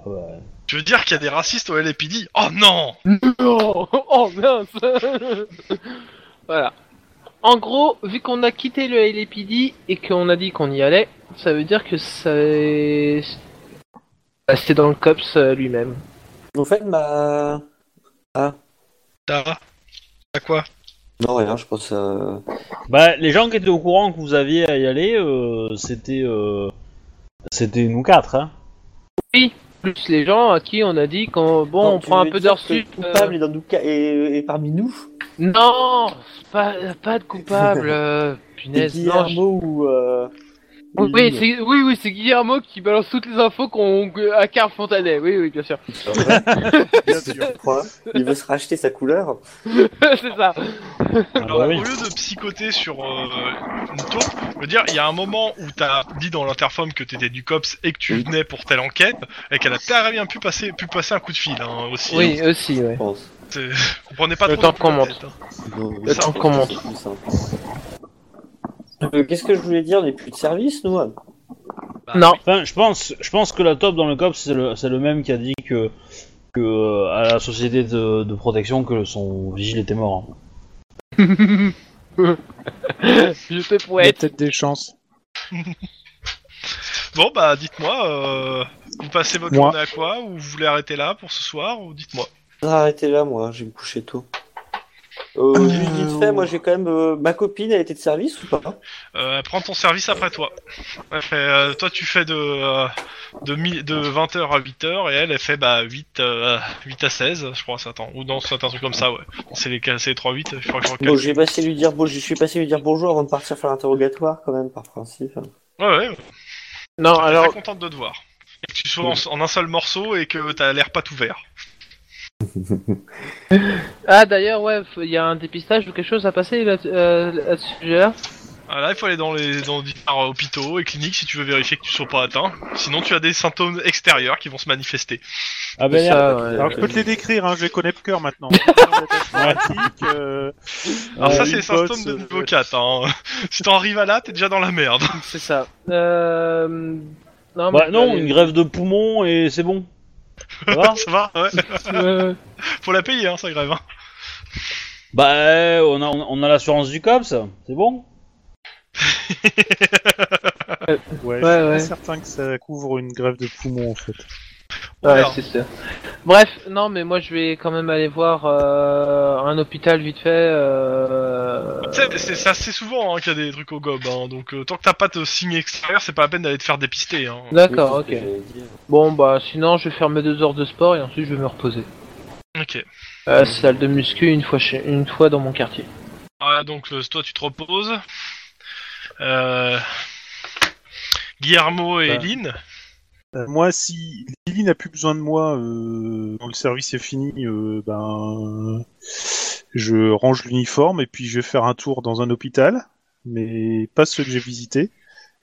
B: Ah ouais.
E: Tu veux dire qu'il y a des racistes au LAPD Oh non
F: Non Oh mince Voilà. En gros, vu qu'on a quitté le LAPD et qu'on a dit qu'on y allait, ça veut dire que c'est... Bah, c'est dans le COPS euh, lui-même.
C: En fait, ma...
E: T'as T'as quoi
C: Non, rien, je pense... Euh...
B: Bah, les gens qui étaient au courant que vous aviez à y aller, euh, c'était... euh, C'était nous quatre, hein.
F: Plus les gens à qui on a dit qu'on... Bon,
C: Non,
F: on
C: tu
F: prend un
C: veux
F: peu
C: dire
F: d'heures
C: que le
F: sup. euh,
C: coupable est dans nous ca- et, et parmi nous
F: Non pas, pas de coupable, euh,
C: C'est
F: punaise. non, je-
C: Guillermo ou. euh,
F: Oui, oui,
C: Lynn.
F: c'est oui, oui, c'est Guillermo qui balance toutes les infos qu'on que- à Carl Fontanet. Oui, oui, bien sûr.
A: Bien sûr.
C: Quoi Il veut se racheter sa couleur
F: c'est ça.
E: Alors,
B: bah oui.
E: au lieu de psychoter sur euh, une taupe, je veux dire, il y a un moment où t'as dit dans l'interphone que t'étais du COPS et que tu venais pour telle enquête, et qu'elle a très bien pu passer, pu passer un coup de fil, hein, aussi.
F: Oui, aussi,
C: Je
F: ouais.
C: pense.
E: C'est- Vous prenez pas
F: Le
E: trop
F: temps
E: non plus la
F: qu'on
E: tête, hein.
C: Donc,
F: Le temps qu'on monte.
C: c'est plus simple. Euh, Qu'est-ce que je voulais dire On est plus de service, nous hein
E: Bah,
F: Non.
B: Enfin, je pense, je pense que la top dans le COP, c'est le, c'est le même qui a dit que, que euh, à la société de, de protection que son vigile était mort. hein.
F: Je te
A: Il y a
F: poète.
A: peut-être des chances.
E: Bon, bah, dites-moi, euh, vous passez votre
A: Moi.
E: journée à quoi, ou vous voulez arrêter là pour ce soir, ou dites-moi.
C: Je vais arrêter là, moi, je vais me coucher tôt. Euh, juste vite fait, moi j'ai quand même. euh, ma copine, elle était de service ou pas
E: Euh, prends ton service après toi. Elle fait, euh, toi, tu fais de, euh, de, mi- de 20h à 8h, et elle, elle fait bah, 8, euh, 8 à 16, je crois, ça attend. Ou non, c'est un truc comme ça, ouais. C'est les, c'est les 3-8, je crois que je recale.
C: Bon, j'ai passé lui dire bon, je suis passé lui dire bonjour avant de partir faire l'interrogatoire quand même par principe.
E: Ouais, ouais,
F: Non,
E: alors...
F: alors,
E: très contente de te voir. Et que tu sois en, en un seul morceau et que t'as l'air pas tout vert.
F: ah d'ailleurs, ouais, faut- il y a un dépistage ou quelque chose à passer là, euh, à ce sujet-là.
E: Ah, Là, il faut aller dans les dans différents hôpitaux et cliniques si tu veux vérifier que tu sois pas atteint. Sinon, tu as des symptômes extérieurs qui vont se manifester.
B: Ah
F: C'est
B: merde.
F: ça, ouais.
E: Euh,
A: Alors, je peux te les décrire, hein, je les connais par cœur maintenant. Pratique, euh,
E: Alors,
A: euh,
E: ça, c'est
A: une
E: les symptômes
A: bosse,
E: de
A: euh,
E: niveau 4. Hein. si t'en arrives à là, t'es déjà dans la merde.
F: C'est ça. Euh... Non,
B: Bah
F: mais-
B: non, une grève de poumon et c'est bon. Ça va
E: Ça va Ouais.
F: Euh,
E: Faut la payer, hein, sa grève. hein.
B: Bah on a, on a l'assurance du COPS, c'est bon.
A: Ouais,
F: Ouais,
A: je suis
F: ouais.
A: pas certain que ça couvre une grève de poumon en fait.
E: On
F: Ouais,
E: verra.
F: c'est ça. Bref, non, mais moi je vais quand même aller voir euh, un hôpital vite fait. Euh...
E: Tu sais, c'est c'est assez souvent hein, qu'il y a des trucs au gob. Hein. Donc, euh, tant que t'as pas de signe extérieur, c'est pas la peine d'aller te faire dépister. Hein.
F: D'accord,
C: Oui, c'est
F: ok.
C: ce que j'allais dire.
F: Bon, bah sinon je vais faire mes deux heures de sport et ensuite je vais me reposer.
E: Ok.
F: Euh, salle de muscu une fois, chez... une fois dans mon quartier.
E: Ah, donc euh, toi tu te reposes. Euh... Guillermo
A: Bah.
E: et Lynn.
A: Euh, moi, si Lily n'a plus besoin de moi euh, quand le service est fini, euh, ben je range l'uniforme et puis je vais faire un tour dans un hôpital, mais pas ceux que j'ai visités.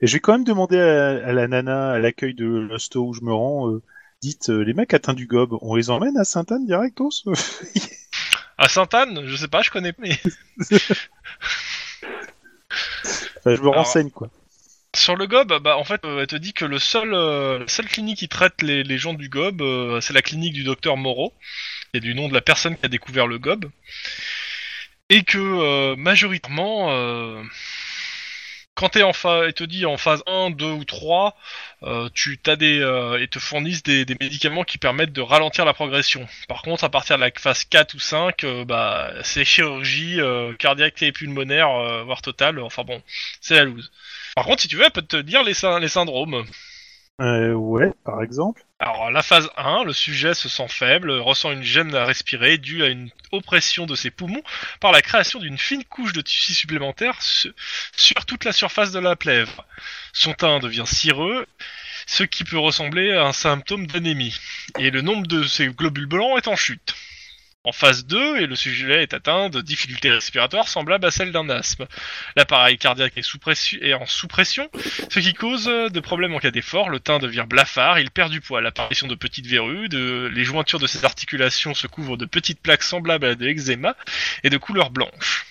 A: Et je vais quand même demander à, à la nana à l'accueil de l'hosto où je me rends. euh, Dites, euh, les mecs atteints du gob, on les emmène à Sainte-Anne directos
E: À Sainte-Anne, je sais pas, je connais mais
A: Enfin, Je me
E: Alors-
A: renseigne quoi.
E: Sur le gob, bah en fait, euh, elle te dit que le seul, euh, la seule clinique qui traite les, les gens du gob, euh, c'est la clinique du docteur Moreau, et du nom de la personne qui a découvert le gob, et que euh, majoritairement, euh, quand t'es en phase, elle te dit en phase 1, 2 ou 3, euh, tu t'as des, euh, ils te fournissent des, des médicaments qui permettent de ralentir la progression. Par contre, à partir de la phase 4 ou 5, euh, bah c'est chirurgie euh, cardiaque et pulmonaire, euh, voire totale. Enfin bon, c'est la loose. Par contre, si tu veux, elle peut te dire les, syn- les syndromes.
A: Euh, ouais, par exemple.
E: Alors, la phase 1, le sujet se sent faible, ressent une gêne à respirer due à une oppression de ses poumons par la création d'une fine couche de tissu supplémentaire su- sur toute la surface de la plèvre. Son teint devient cireux, ce qui peut ressembler à un symptôme d'anémie. Et le nombre de ses globules blancs est en chute. En phase 2, et le sujet est atteint de difficultés respiratoires semblables à celles d'un asthme. L'appareil cardiaque est, sous pressu- est en sous-pression, ce qui cause euh, de problèmes en cas d'effort. Le teint devient blafard, il perd du poids. L'apparition de petites verrues, de... les jointures de ses articulations se couvrent de petites plaques semblables à de l'eczéma et de couleur blanche.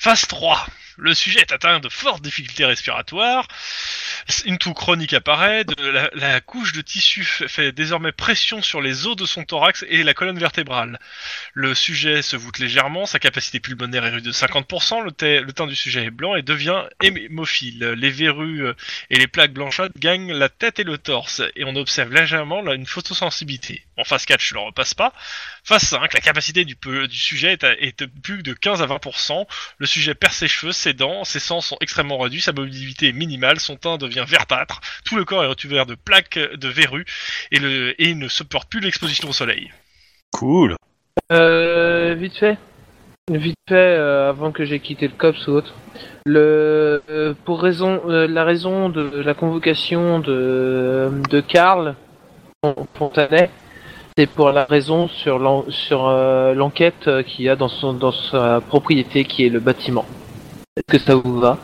E: Phase 3. Le sujet est atteint de fortes difficultés respiratoires. Une toux chronique apparaît. De la, la couche de tissu f- fait désormais pression sur les os de son thorax et la colonne vertébrale. Le sujet se voûte légèrement, sa capacité pulmonaire est de 50%, le, teint- le teint du sujet est blanc et devient hémophile. Les verrues euh, et les plaques blanchâtres gagnent la tête et le torse, et on observe légèrement là, une photosensibilité. En phase 4, je ne le repasse pas. Phase 5, la capacité du, peu- du sujet est, à- est de plus de 15 à 20%. Le sujet perd ses cheveux, ses dents, ses sens sont extrêmement réduits, sa mobilité est minimale, son teint devient verdâtre, tout le corps est recouvert de plaques euh, de verrues, et, le, et il ne supporte plus l'exposition au soleil.
A: Cool.
F: Euh, vite fait. vite fait euh, avant que j'ai quitté le COPS ou autre. Le, euh, pour raison, euh, la raison de la convocation de, de Karl Fon- Fontanet, c'est pour la raison sur l'en- sur euh, l'enquête euh, qu'il y a dans, son, dans sa propriété qui est le bâtiment. Est-ce que ça vous va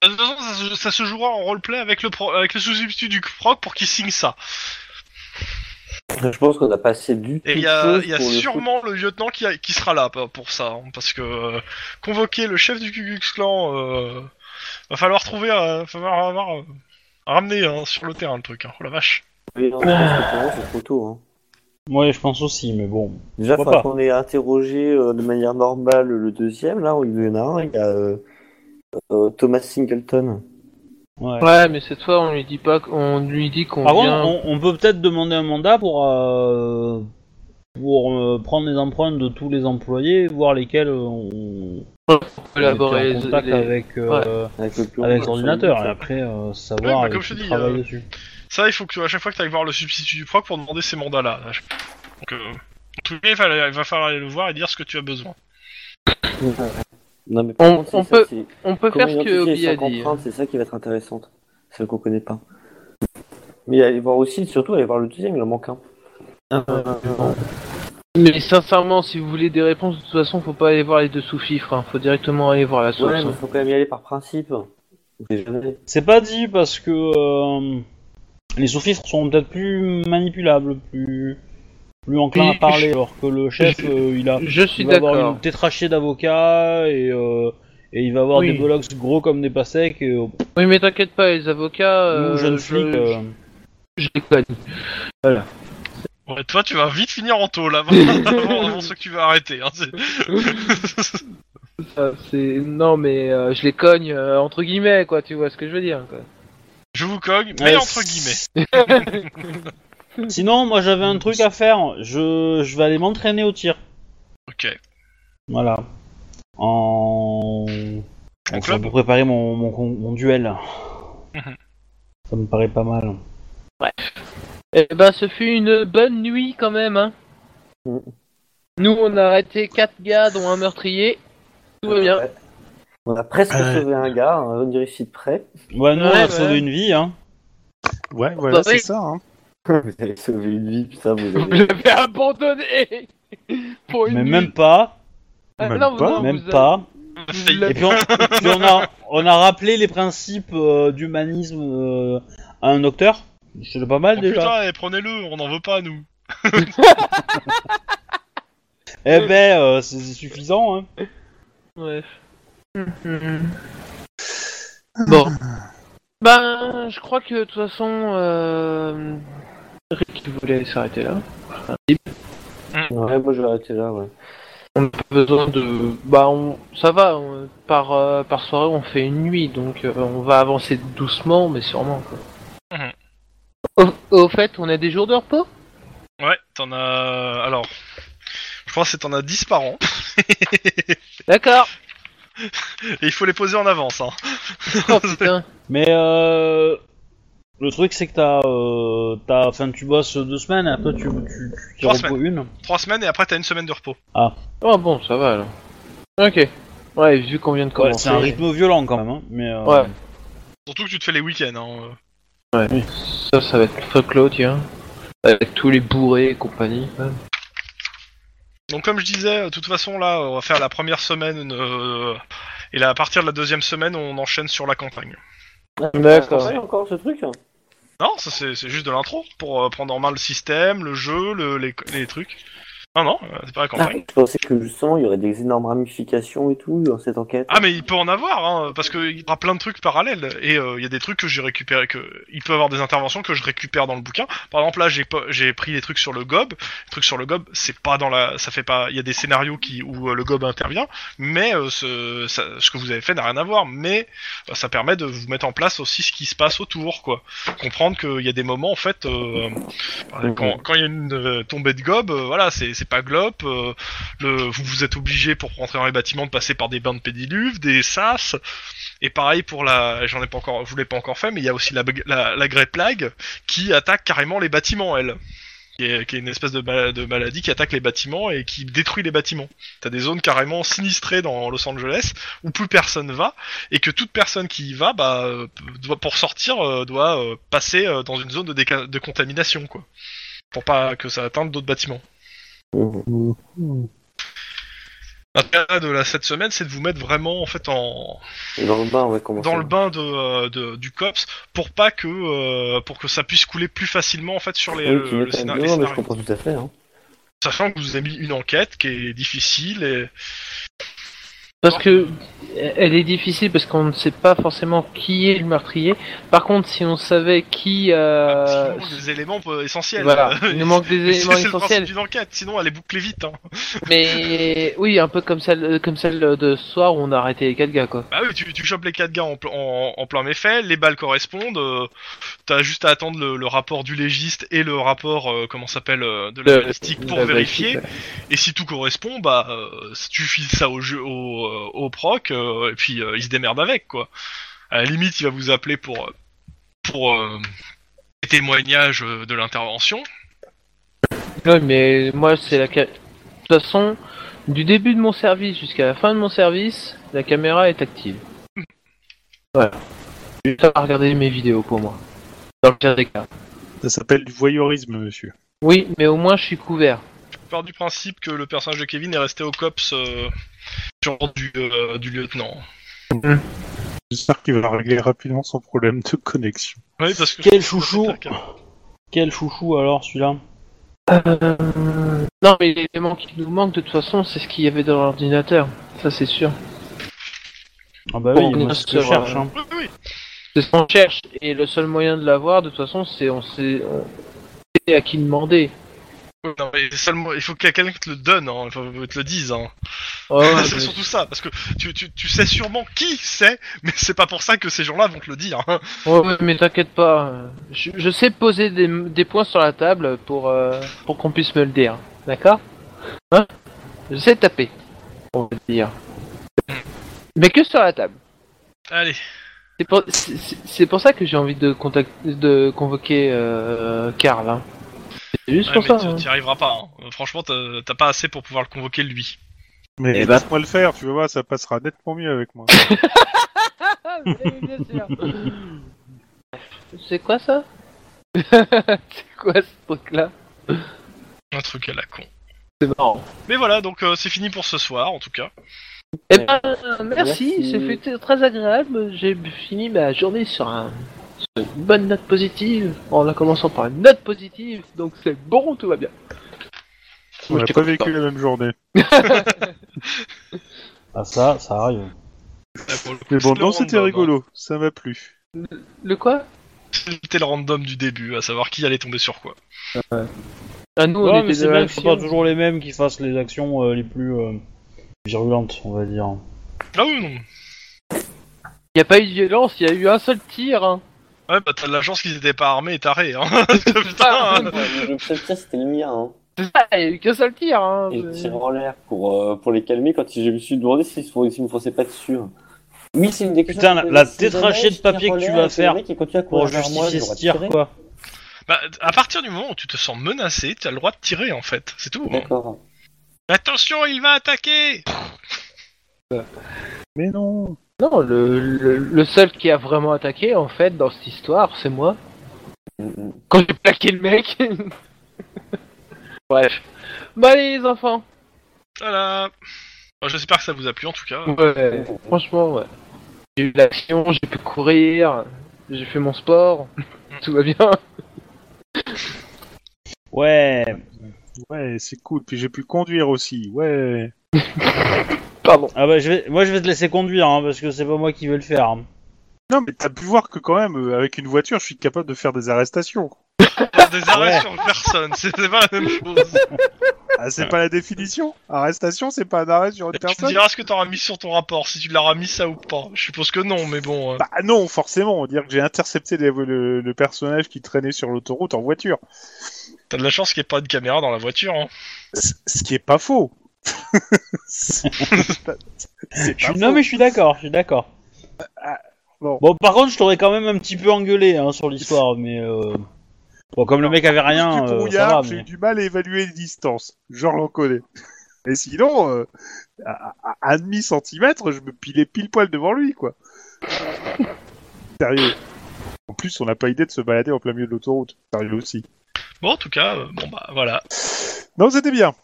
E: Bah, De toute façon, ça, se- ça se jouera en roleplay avec le, pro- avec le substitut du proc pour qu'il signe ça.
C: Je pense qu'on a passé du tout
E: Et il y
C: de
E: a,
C: choses
E: il y a
C: pour le
E: sûrement le lieutenant qui, a- qui sera là pa- pour ça, hein, parce que euh, convoquer le chef du Ku Klux Klan, euh, va falloir trouver, euh, va falloir avoir, euh, ramener hein, sur le terrain le truc. Hein. Oh la vache.
C: coup. Mais non, je pense que pour moi, c'est trop tôt, hein.
B: Ouais, je pense aussi, mais bon.
C: Déjà,
B: Pourquoi
C: faudra
B: pas
C: qu'on ait interrogé euh, de manière normale le deuxième, là, où il y en a un, il y a euh, euh, Thomas Singleton.
B: Ouais.
F: Ouais, mais cette fois on lui dit pas, qu'on lui dit qu'on
B: Par contre,
F: vient.
B: on, on peut peut-être demander un mandat pour, euh, pour euh, prendre les empreintes de tous les employés, voir lesquels euh, ont été
F: collaborer
B: en
F: les-
B: contact
F: les-
B: avec, euh,
C: Avec, le plus
B: avec
C: gros
B: l'ordinateur, et
C: personnage.
B: après euh,
E: Ouais, bah,
B: savoir avec
E: comme je te
B: qui
E: dis,
B: travaille
E: euh,
B: dessus.
E: Ça, il faut que à chaque fois que tu ailles voir le substitut du proc pour demander ces mandats-là. là. Donc, euh, en tout cas, il va, il va falloir aller le voir et dire ce que tu as besoin.
C: Non, mais par
F: On-
C: contre, c'est
F: on
C: ça,
F: peut-
C: c'est-
F: on peut
C: Comment
F: faire ce que
C: identifier les
F: Obi a
C: cinq
F: dit. hein.
C: empreintes, C'est ça qui va être intéressant. Celle qu'on connaît pas. Mais allez voir aussi, surtout allez voir le deuxième, il en manque un.
F: Ah, Mais sincèrement, si vous voulez des réponses, de toute façon, faut pas aller voir les deux sous-fifres. Hein. Faut directement aller voir la source.
C: Ouais, mais
F: hein.
C: faut quand même y aller par principe. On sait jamais.
B: C'est pas dit parce que euh, les sous-fifres sont peut-être plus manipulables, plus, plus enclins à
F: Oui,
B: parler,
F: je-
B: alors que le chef,
F: je-
B: euh, il a
F: Je suis
B: il va avoir
F: d'accord.
B: une tétrachée d'avocats et, euh, et il va avoir
F: Oui.
B: des bollocks gros comme des passecs et euh,
F: Oui, mais t'inquiète pas, les avocats. euh,
B: nous, jeunes
F: je-
B: flics. euh,
F: je les connais.
E: Ouais, toi, tu vas vite finir en taux là, avant, avant ce que tu vas arrêter. Hein, c'est-
F: Ça, c'est- Non, mais euh, je les cogne euh, entre guillemets, quoi. Tu vois ce que je veux dire quoi.
E: je vous cogne,
B: Ouais,
E: mais entre guillemets.
B: Sinon, moi j'avais un truc à faire. Je, je vais aller m'entraîner au tir.
E: Ok.
B: Voilà. En.
E: En
B: Enfin,
E: club
B: pour préparer mon, mon, con- mon duel.
E: Mhm.
B: Ça me paraît pas mal.
F: Eh ben, ce fut une bonne nuit quand même. Hein.
C: Mm.
F: Nous, on a arrêté quatre gars, dont un meurtrier. Tout va bien.
C: Ouais. On a presque
A: Euh.
C: sauvé un gars, hein, on vérifie de près.
B: Ouais, nous on
F: Ouais,
B: a
F: ouais.
B: sauvé une vie, hein.
A: Ouais, voilà,
F: Bah oui.
A: c'est ça. Hein.
C: vous avez sauvé une vie, putain, vous
F: Vous
C: avez.
F: l'avez abandonné pour une
B: Mais
F: nuit.
B: même pas.
F: Ah,
A: même
F: non,
A: pas,
F: non,
B: même
F: vous avez-
B: pas.
E: Ça y est.
B: Et puis, on, et puis on a, on a rappelé les principes euh, d'humanisme euh, à un docteur. C'est pas mal
E: Oh,
B: déjà.
E: putain, eh, prenez-le, on n'en veut pas, nous.
B: Eh ben, euh, c'est c'est suffisant, hein.
F: Bref. Bon. Ben, je crois que de toute façon, euh... Rick voulait s'arrêter là.
C: Ouais, moi je vais arrêter là, ouais.
F: On n'a pas besoin de. Bah, on... ça va. on- Par euh, par soirée, on fait une nuit, donc euh, on va avancer doucement, mais sûrement. Quoi.
E: Mhm.
F: Au... au fait, on a des jours de repos.
E: Ouais, t'en as. Alors. Je pense que t'en as 10 par an.
F: D'accord.
E: Et il faut les poser en avance. Hein.
F: Oh putain.
B: Mais euh, le truc, c'est que t'as, euh, t'as, enfin, tu bosses deux semaines, et après tu, tu, tu t'y
E: Trois
B: repos une.
E: 3 semaines et après t'as une semaine de repos.
F: Oh bon, ça va alors. Ok. Ouais, vu qu'on vient de
B: Ouais,
F: commencer.
B: c'est un rythme violent quand même, hein. Mais euh,
F: Ouais.
E: Surtout que tu te fais les week-ends. Hein.
F: Ça, ça va être folklore, tiens. Avec tous les bourrés et compagnie.
E: Donc, comme je disais, de toute façon, là, on va faire la première semaine. euh, Et là, à partir de la deuxième semaine, on enchaîne sur la campagne.
F: D'accord.
C: Ouais, Ah, encore ce truc hein.
E: Non, ça c'est c'est juste de l'intro pour euh, prendre en main le système, le jeu, le- les, les trucs. Non, non, euh, c'est pas la campagne.
C: Je pensais que justement il y aurait des énormes ramifications et tout dans cette enquête.
E: Ah mais il peut en avoir, hein, parce qu'il y aura plein de trucs parallèles, et euh, il y a des trucs que j'ai récupérés, que... il peut avoir des interventions que je récupère dans le bouquin. Par exemple là j'ai pas- j'ai pris les trucs sur le gob, les trucs sur le gob c'est pas dans la... ça fait pas... il y a des scénarios qui... où euh, le gob intervient, mais euh, ce... ça- ce que vous avez fait n'a rien à voir, mais euh, ça permet de vous mettre en place aussi ce qui se passe autour, quoi. Comprendre qu'il y a des moments en fait, euh, euh, quand quand il y a une euh, tombée de gob, euh, voilà c'est c'est pas glop, euh, le- vous vous êtes obligé pour rentrer dans les bâtiments de passer par des bains de pédiluve, des sas. Et pareil pour la, j'en ai pas encore, je vous l'ai pas encore fait, mais il y a aussi la, bug- la, la Grey Plague qui attaque carrément les bâtiments, elle. qui est, qui est une espèce de, mal- de maladie qui attaque les bâtiments et qui détruit les bâtiments. T'as des zones carrément sinistrées dans Los Angeles où plus personne va et que toute personne qui y va, bah, euh, doit, pour sortir, euh, doit euh, passer euh, dans une zone de, déca- de contamination, quoi, pour pas que ça atteigne d'autres bâtiments.
C: Mhm.
E: L'intérêt de la, cette semaine, c'est de vous mettre vraiment en fait en,
C: Et dans le bain, ouais, comment
E: dans
C: ça
E: le bain de, euh, de- du cops pour pas que euh, pour que ça puisse couler plus facilement en fait sur les,
C: Oui,
E: le-
C: tu
E: le
C: m'étonnes.
E: scénar-
C: Non,
E: les
C: non, mais je
E: scénarios.
C: comprends tout à fait. Hein.
E: Sachant que vous avez mis une enquête qui est difficile et
F: Parce que elle est difficile parce qu'on ne sait pas forcément qui est le meurtrier. Par contre, si on savait qui, euh,
E: sinon, des éléments euh, essentiels.
F: voilà, il nous manque des
E: C'est-
F: éléments
E: C'est le principe
F: essentiels.
E: d'une enquête, sinon elle est bouclée vite. hein.
F: Mais oui, un peu comme celle, comme celle de ce soir où on a arrêté les quatre gars, quoi.
E: Bah oui, tu, tu chopes les quatre gars en, pl- en, en plein méfait, les balles correspondent, euh, t'as juste à attendre le, le rapport du légiste et le rapport, euh, comment ça s'appelle, euh, de la balistique pour
F: La
E: vérifier.
F: balistique, ouais.
E: Et si tout correspond, bah euh, tu files ça au jeu, au, euh, au proc, euh, et puis euh, il se démerde avec quoi. À la limite, il va vous appeler pour euh, pour euh, les témoignages euh, de l'intervention.
F: Ouais, mais moi, c'est la. ca- De toute façon, du début de mon service jusqu'à la fin de mon service, la caméra est active. Voilà. Juste à regarder mes vidéos pour moi. Dans le pire des cas.
A: Ça s'appelle du voyeurisme, monsieur.
F: Oui, mais au moins, je suis couvert.
E: Je pars du principe que le personnage de Kevin est resté au cops euh, sur l'ordre du, euh, du lieutenant.
A: J'espère qu'il va régler rapidement son problème de connexion.
E: Oui, parce que
B: Quel chouchou Quel chouchou alors celui-là
F: Euh, Non, mais l'élément qui nous manque, de toute façon, c'est ce qu'il y avait dans l'ordinateur. Ça, c'est sûr.
B: Ah bah
F: Bon,
B: oui, moi, c'est ce que je
F: sur, euh,
B: cherche. Hein.
E: Oui, oui.
F: C'est ce qu'on cherche. Et le seul moyen de l'avoir, de toute façon, c'est on sait, on sait à qui demander.
E: oui. Non, mais seulement, il faut que quelqu'un te le donne, hein, il faut que te le dise. Hein.
F: Oh,
A: Ah,
F: mais-
E: c'est surtout ça, parce que tu, tu, tu sais sûrement qui c'est, mais c'est pas pour ça que ces gens-là vont te le dire. hein.
F: Ouais, ouais, mais t'inquiète pas. euh, Je, je sais poser des, des points sur la table pour, euh, pour qu'on puisse me le dire. D'accord Hein Je sais taper, on va dire. Mais que sur la table.
E: Allez.
F: C'est pour, c'est- c'est- c'est pour ça que j'ai envie de, contact, de convoquer euh, Karl. hein. C'est juste
E: Ouais,
F: pour
E: mais
F: ça.
E: tu-
F: hein.
E: T'y arriveras pas. hein. Euh, Franchement, t'as t'as pas assez pour pouvoir le convoquer lui.
A: Mais
F: Eh ben.
A: laisse-moi le faire, tu vas voir, ça passera nettement mieux avec moi.
F: Ah, oui, bien sûr. C'est quoi ça C'est quoi ce truc-là
E: Un truc à la con.
F: C'est marrant.
E: Mais voilà, donc euh, c'est fini pour ce soir, en tout cas.
F: Eh ben, euh, merci,
C: Merci.
F: ce fut t- très agréable. J'ai fini ma journée sur, un, sur une bonne note positive, en la commençant par une note positive, donc c'est bon, tout va bien.
A: On
F: Moi,
A: n'a
F: j'étais
A: pas
F: content.
A: vécu la même journée.
B: Ah ça, ça arrive.
E: Là, Euh, pour le coup,
A: Mais bon,
E: c'est le
A: non, c'était
E: random,
A: rigolo, ça m'a plu.
F: Le quoi
E: hein. C'était le random du début, à savoir qui allait tomber sur quoi.
F: Ah, nous, on
B: Ouais, mais
F: était
B: c'est
F: de
B: bien que ce soit pas
F: l'action.
B: toujours les mêmes qui fassent les actions euh, les plus euh, virulentes, on va dire.
E: Ah oui, non.
F: Il n'y a pas eu de violence, il y a eu un seul tir. Hein.
E: Ouais, bah t'as de la chance qu'ils étaient pas armés et tarés, hein. Putain, hein.
C: Le seul tir, c'était le mien. Hein.
F: Ah, il n'y a eu qu'un seul tir. Hein.
E: Ah,
C: Et le
F: Mais-
C: tir en l'air pour, euh, pour les calmer quand je me suis demandé s'ils ne me fonçaient pas dessus. Oui, c'est une des questions
B: Putain,
C: que
B: la- la
C: j'avais, c'est
B: tétrachée de
C: dommage,
B: papier
C: tir en
B: que tu
C: l'air,
B: vas
C: et c'est le
B: faire
C: mec qui continue à
B: Pour
C: courir vers moi,
B: justifier
C: j'aurais
B: ce tir,
C: tiré.
B: quoi.
E: Bah, à partir du moment où tu te sens menacé, t'as le droit de tirer, en fait. C'est tout. hein.
C: D'accord.
E: Attention, il va attaquer
A: Mais non
F: Non, le, le, le seul qui a vraiment attaqué, en fait, dans cette histoire, c'est moi.
C: Mm, mm.
F: Quand j'ai plaqué le mec. Bref. Bon, allez, les enfants.
E: Voilà. Bon, J'espère que ça vous a plu, en tout cas.
F: Ouais, franchement, ouais. J'ai eu de l'action, j'ai pu courir, j'ai fait mon sport, tout va bien.
B: Ouais.
A: Ouais, c'est cool, puis j'ai pu conduire aussi, ouais.
F: Pardon.
B: Ah bah je vais, moi je vais te laisser conduire hein, parce que c'est pas moi qui vais le faire. hein.
A: Non, mais t'as pu voir que quand même, euh, avec une voiture, je suis capable de faire des arrestations.
E: Des arrêts
B: Ouais.
E: sur personne, c'est c'est pas la même chose.
A: Ah, c'est pas la définition Arrestation, c'est pas un arrêt sur une
E: Tu me
A: personne
E: diras ce que t'auras mis sur ton rapport, si tu l'auras mis ça ou pas. Je suppose que non, mais bon. euh,
A: Bah non, forcément, on dirait que j'ai intercepté les- le, le personnage qui traînait sur l'autoroute en voiture.
E: T'as de la chance qu'il n'y ait pas de caméra dans la voiture. Hein.
A: C- Ce qui est pas faux. c'est pas- c'est
B: Je
A: pas
B: suis-
A: faux.
B: non mais je suis d'accord, je suis d'accord.
A: Bah, Ah, bon.
B: bon. par contre je t'aurais quand même un petit peu engueulé hein, sur l'histoire mais euh, Bon, comme le mec avait rien,
A: Plus du
B: euh, ça
A: brouillard,
B: va,
A: j'ai eu
B: mais...
A: du mal à évaluer les distances. Je reconnais. Et sinon, euh, à, à- à demi centimètre, je me pilais pile poil devant lui, quoi. Sérieux. En plus, on n'a pas idée de se balader en plein milieu de l'autoroute. Sérieux aussi.
E: Bon, en tout cas, euh, bon bah voilà.
A: Non, c'était bien.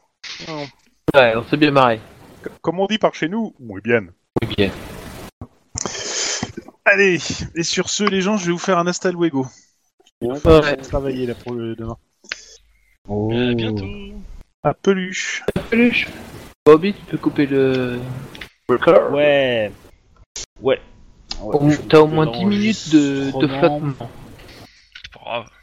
F: Ouais, on s'est bien marré.
A: C- Comme on dit par chez nous, oui bien.
F: Oui, bien.
A: Allez, et sur ce, les gens, je vais vous faire un hasta luego.
F: Ouais.
A: Travailler là pour le demain. Oh.
F: Oh.
E: À bientôt.
A: À peluche.
F: Peluche. Bobby, tu peux couper le.
B: Ouais. Ouais. Ouais,
F: Au-
B: je-
F: T'as au moins
B: dans
F: 10 minutes de, de
B: l'enregistrement.
F: flottement.
E: C'est pas grave.